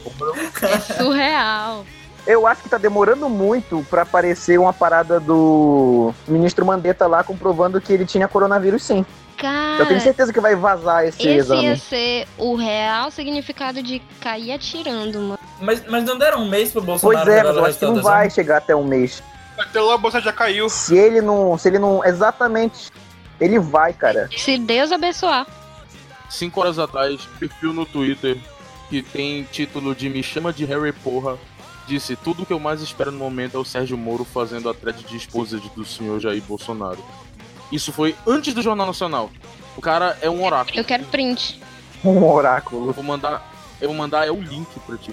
S4: vai.
S5: É surreal.
S4: Eu acho que tá demorando muito pra aparecer uma parada do ministro Mandetta lá comprovando que ele tinha coronavírus sim.
S5: Cara,
S4: Eu tenho né? certeza que vai vazar esse
S5: Ah. esse é
S4: exame.
S5: ia ser o real significado de cair atirando, mano.
S9: Mas, mas não deram um mês pro Bolsonaro
S4: Pois é, mas
S9: melhorar
S4: eu
S9: o
S4: acho que não
S9: resultado
S4: vai
S9: das
S4: chegar até um mês.
S2: Até lá a bolsa já caiu.
S4: Se ele não. Se ele não. Exatamente. Ele vai, cara.
S5: Se Deus abençoar.
S1: Cinco horas atrás, perfil no Twitter que tem título de Me Chama de Harry Porra disse: Tudo que eu mais espero no momento é o Sérgio Moro fazendo a thread de esposa de- do senhor Jair Bolsonaro. Isso foi antes do Jornal Nacional. O cara é um oráculo.
S5: Eu quero print.
S4: Um oráculo.
S1: Eu vou mandar, eu vou mandar é o link pra ti.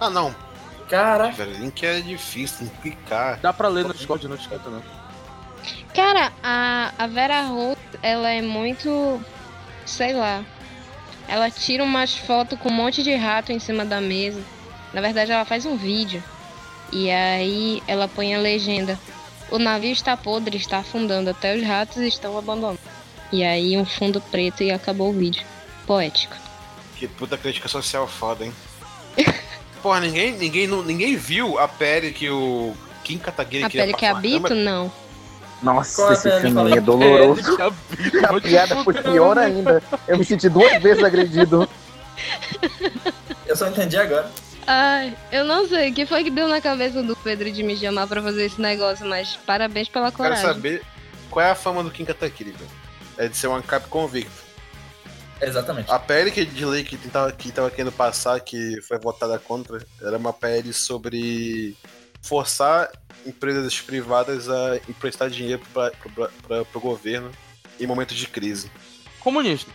S2: Ah, não.
S9: anos. né? Caraca.
S2: Velho, link é difícil, tem que clicar.
S1: Dá pra ler no Discord, não esquenta, não.
S5: Cara, a, a Vera Holtz, ela é muito. sei lá. Ela tira umas fotos com um monte de rato em cima da mesa. Na verdade, ela faz um vídeo. E aí ela põe a legenda. O navio está podre, está afundando, até os ratos estão abandonando. E aí um fundo preto e acabou o vídeo. Poético.
S2: Que puta crítica social foda, hein? Porra, ninguém, ninguém, não- ninguém viu a pele que o Kim Kataguiri
S5: A pele que
S2: passar na
S5: habito?
S2: câmera?
S5: Não.
S9: Qual
S4: Nossa,
S9: é,
S4: esse
S9: ele
S4: filme
S9: fala-
S4: é doloroso.
S2: É,
S4: A
S1: Pode-
S4: piada foi pior
S2: né?
S4: ainda. Eu me senti duas vezes agredido.
S9: Eu só entendi agora.
S5: Ai, eu não sei o que foi que deu na cabeça do Pedro de me chamar pra fazer esse negócio, mas parabéns pela
S2: Quero
S5: coragem.
S2: saber qual é a fama do Kim Kataguiri, velho. É de ser um cap convicto.
S9: Exatamente.
S2: A PL que de lei que tava, que tava querendo passar, que foi votada contra, era uma PL sobre forçar empresas privadas a emprestar dinheiro pra, pro, pra- pra- pro governo em momentos de crise.
S1: Comunista.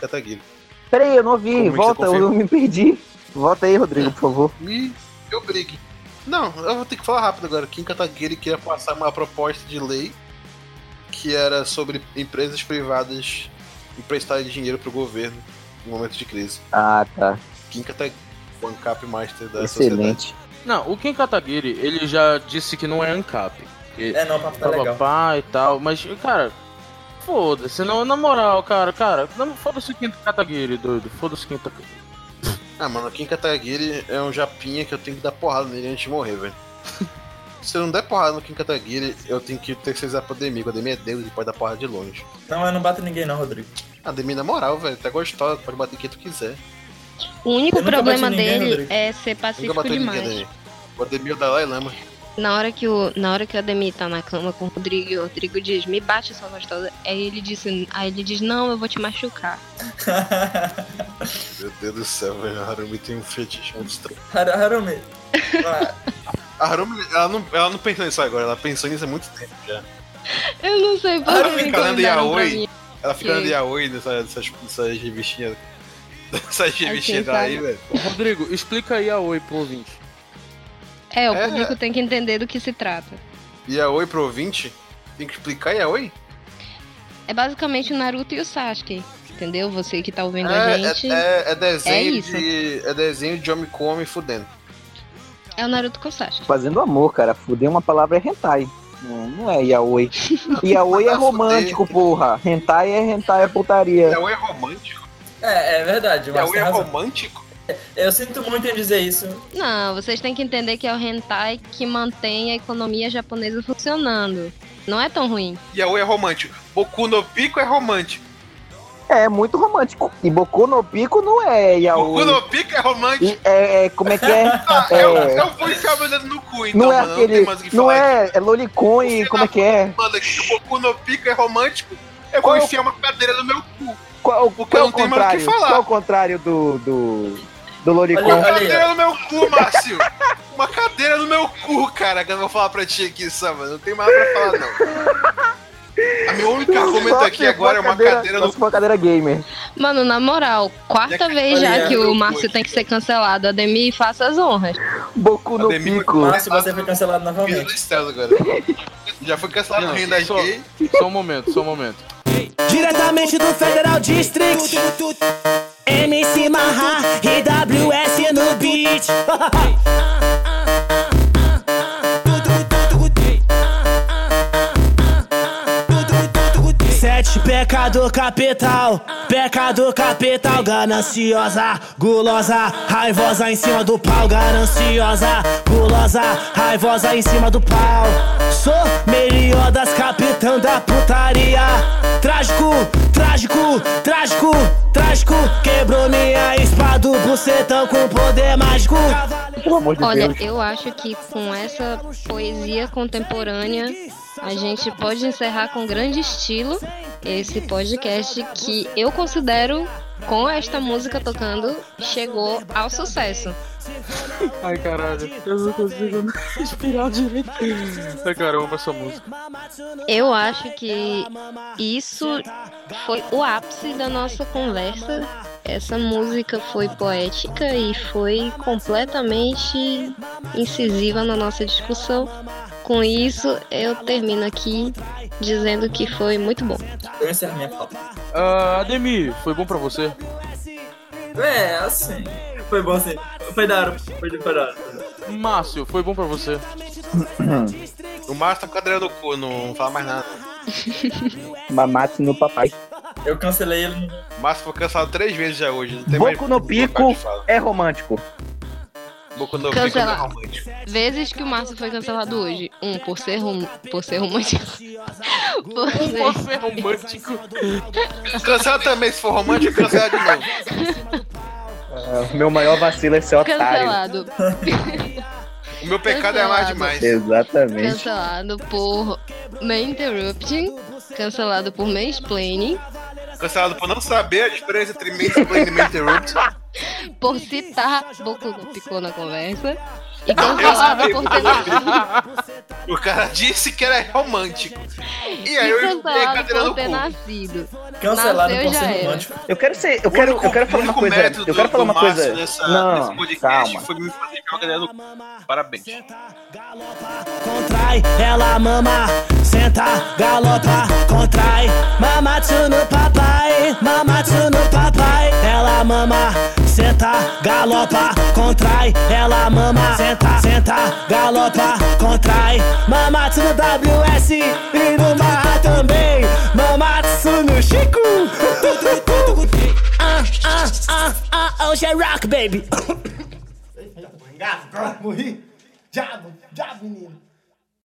S2: Kataguiri.
S4: Peraí, eu não ouvi.
S2: Como é que
S4: Volta,
S2: você tá
S4: eu me perdi. Volta aí, Rodrigo, por favor.
S2: Me me obrigue. Não, eu vou ter que falar rápido agora. Kim Kataguiri queria passar uma proposta de lei que era sobre empresas privadas emprestarem dinheiro pro governo em momentos de crise.
S4: Ah, tá.
S2: Kim Kataguiri, o ANCAP Master da sociedade.
S4: Excelente.
S1: Não, o Ken Kataguiri, ele já disse que não é ANCAP. Que
S9: É, não, o papo tá legal.
S1: papá e tal, mas, cara, foda-se, não, na moral, cara, cara, não, foda-se o Ken Kataguiri, doido, foda-se o Ken Kataguiri.
S2: Ah, mano, o Kim Kataguiri é um japinha que eu tenho que dar porrada nele antes de morrer, velho. Se eu não der porrada no Kim Kataguiri, eu tenho que terceirizar pra Demi. O Demi é Deus e pode dar porrada de longe.
S9: Não, eu não bato ninguém não, Rodrigo.
S2: A Demi, na moral, velho, tá gostosa, pode bater quem tu quiser.
S5: O único
S9: Eu nunca
S5: problema
S9: bati ninguém,
S5: dele
S9: Rodrigo.
S5: é ser
S2: Nunca
S5: pacífico
S2: bateu ninguém,
S5: demais.
S2: Demi. O Ademir é o Dalai Lama.
S5: Na hora que o na hora que o Ademir tá na cama com o Rodrigo, e o Rodrigo diz: "Me bate, sua gostosa". Aí ele disse, aí ele diz: "Não, eu vou te machucar".
S2: Meu Deus do céu, velho, a Harumi tem um fetiche muito estranho.
S9: Har- Harumi. Ah,
S2: A Harumi, ela não, ela não pensou nisso agora, ela pensou nisso há muito tempo já.
S5: Eu não sei por
S2: Ah,
S5: que
S2: fica lendo
S5: encomendaram pra
S2: yaoi.
S5: mim.
S2: Ela fica
S5: Sim.
S2: dando yaoi nessa- nessas, nessas revistinhas. Essas revistinhas
S5: quem sabe?
S2: daí, velho.
S1: Rodrigo, explica aí a Oi pro ouvinte.
S5: É, o
S2: É.
S5: público tem que entender do que se trata.
S2: Yaoi pro ouvinte? Tem que explicar yaoi?
S5: É basicamente o Naruto e o Sasuke, entendeu? Você que tá ouvindo a
S2: É,
S5: gente,
S2: é,
S5: é,
S2: é- é desenho
S5: É isso.
S2: de. É desenho de homem com homem fudendo.
S5: é o Naruto com o Sasuke.
S4: Fazendo amor, cara. Fuder uma palavra é hentai. Não, não é yaoi. Yaoi é romântico, porra. Hentai é hentai, é putaria.
S2: Yaoi é romântico?
S9: é, é verdade. Mas
S2: Yaoi
S9: tem
S2: é
S9: razão.
S2: romântico?
S9: Eu sinto muito em dizer isso.
S5: Não, vocês têm que entender que é o hentai que mantém a economia japonesa funcionando. Não é tão ruim.
S2: Yaoi é romântico. Boku no Pico é romântico.
S4: É muito romântico. E Boku no Pico não é
S2: Boku
S4: yaoi.
S2: no Pico é romântico.
S4: E é, é- como é que é?
S2: Ah, eu,
S4: É,
S2: eu vou enfiar meu dedo no cu, então,
S4: não é
S2: mano. não tem
S4: aquele.
S2: mais o que
S4: Não
S2: falar.
S4: é, é Lolicon e como é que é?
S2: Mano, aqui, o Boku no Pico é romântico. Eu
S4: Qual-
S2: vou enfiar uma cadeira no meu cu.
S4: Qual,
S2: Porque
S4: qual é
S2: não
S4: o
S2: tem mais o que
S4: contrário?
S2: falar.
S4: Qual é o contrário do. do. do
S9: Olha-
S4: Lolicon?
S2: Uma cadeira no meu cu, Márcio. Uma cadeira no meu cu, cara, que eu vou falar pra ti aqui, Sam. Não tem mais pra falar, não. A minha única argumento
S4: Só
S2: aqui
S4: se for
S2: agora é uma cadeira
S4: só
S2: no
S4: se for uma cadeira gamer.
S5: Mano, na moral, quarta
S2: Já que-
S5: vez já
S9: Olha,
S5: que o
S2: eu-
S5: Márcio tem que ser cancelado. Ademir, faça as honras.
S4: Boku no
S2: Ademir foi
S4: Pico.
S9: Márcio, você foi cancelado
S2: Fiz
S9: novamente.
S2: dois telas agora. Já foi cancelado
S1: Não,
S2: no Renda
S1: só-
S2: Gay.
S1: Só um momento, só um momento.
S11: Diretamente do Federal District MC Marra e WS no beat Sete pecado capital, pecado capital Gananciosa, gulosa, raivosa em cima do pau Gananciosa, gulosa, raivosa em cima do pau Sou Meliodas, capitão da putaria Trágico, trágico, trágico, trágico Quebrou minha espada, o bucetão com poder mágico
S4: Pelo amor de
S5: Olha,
S4: Deus.
S5: eu acho que com essa poesia contemporânea a gente pode encerrar com grande estilo esse podcast que eu considero com esta música tocando chegou ao sucesso.
S1: Ai, caralho, eu não consigo nem respirar direito. Ai, cara, eu amo essa música.
S5: Eu acho que isso foi o ápice da nossa conversa. Essa música foi poética e foi completamente incisiva na nossa discussão. Com isso, eu termino aqui dizendo que foi muito bom.
S9: Eu encerro minha pauta.
S1: Ah, Ademir, foi bom pra você?
S9: É, assim. Foi bom assim. Foi da hora. Foi, foi da hora.
S1: Márcio, foi bom pra você?
S2: O Márcio tá com a cadeira do cu, não fala mais nada.
S4: Mamate no papai.
S9: Eu cancelei ele.
S2: O Márcio foi cancelado três vezes já hoje. Não tem mais...
S4: Boco no pico é romântico.
S2: Boku no Pico
S5: Cancela.
S2: não é romântico.
S5: Vezes que o Márcio foi cancelado hoje. Um, por ser, rom... por ser romântico. por ser...
S1: Você é romântico.
S2: Cancela também, se for romântico, cancela de novo.
S4: Ah, Meu maior vacilo é ser otário.
S5: Cancelado.
S2: O meu pecado é mais
S5: Cancelado.
S2: demais.
S4: Exatamente.
S5: Cancelado por Man Interrupting. Cancelado por Mansplaining.
S2: Cancelado por não saber a diferença entre Mansplain e Interrupt.
S5: por citar Boku no Pico na conversa. E cancelado por ter nascido,
S2: O cara disse que era romântico. E aí eu
S5: e
S2: enfiei a
S5: cancelado
S2: cadeira no
S5: por
S2: cu.
S5: ter nascido.
S9: Cancelado
S5: Nasceu
S9: por
S5: já
S9: ser
S5: era.
S9: romântico.
S4: Eu quero ser. Eu
S2: O
S4: quero,
S2: único-
S4: eu quero falar
S2: o
S4: uma
S2: único
S4: coisa.
S2: mérito
S4: Eu
S2: do-
S4: quero falar
S2: do
S4: uma coisa.
S2: Márcio Nessa, nesse
S4: Não,
S2: podcast
S4: calma.
S2: foi me fazer enfiar a cadeira no cu. Parabéns.
S11: Contrai, ela mama, senta, galopa, contrai, mamatsu no papai, mamatsu no papai, ela mama, senta, galopa, contrai, ela mama, senta, senta, galopa, contrai, mamatsu no WS e no Marra também, mamatsu no Chico. ah, ah, ah, ah, hoje é rock, baby. Morri. Já, já, menino.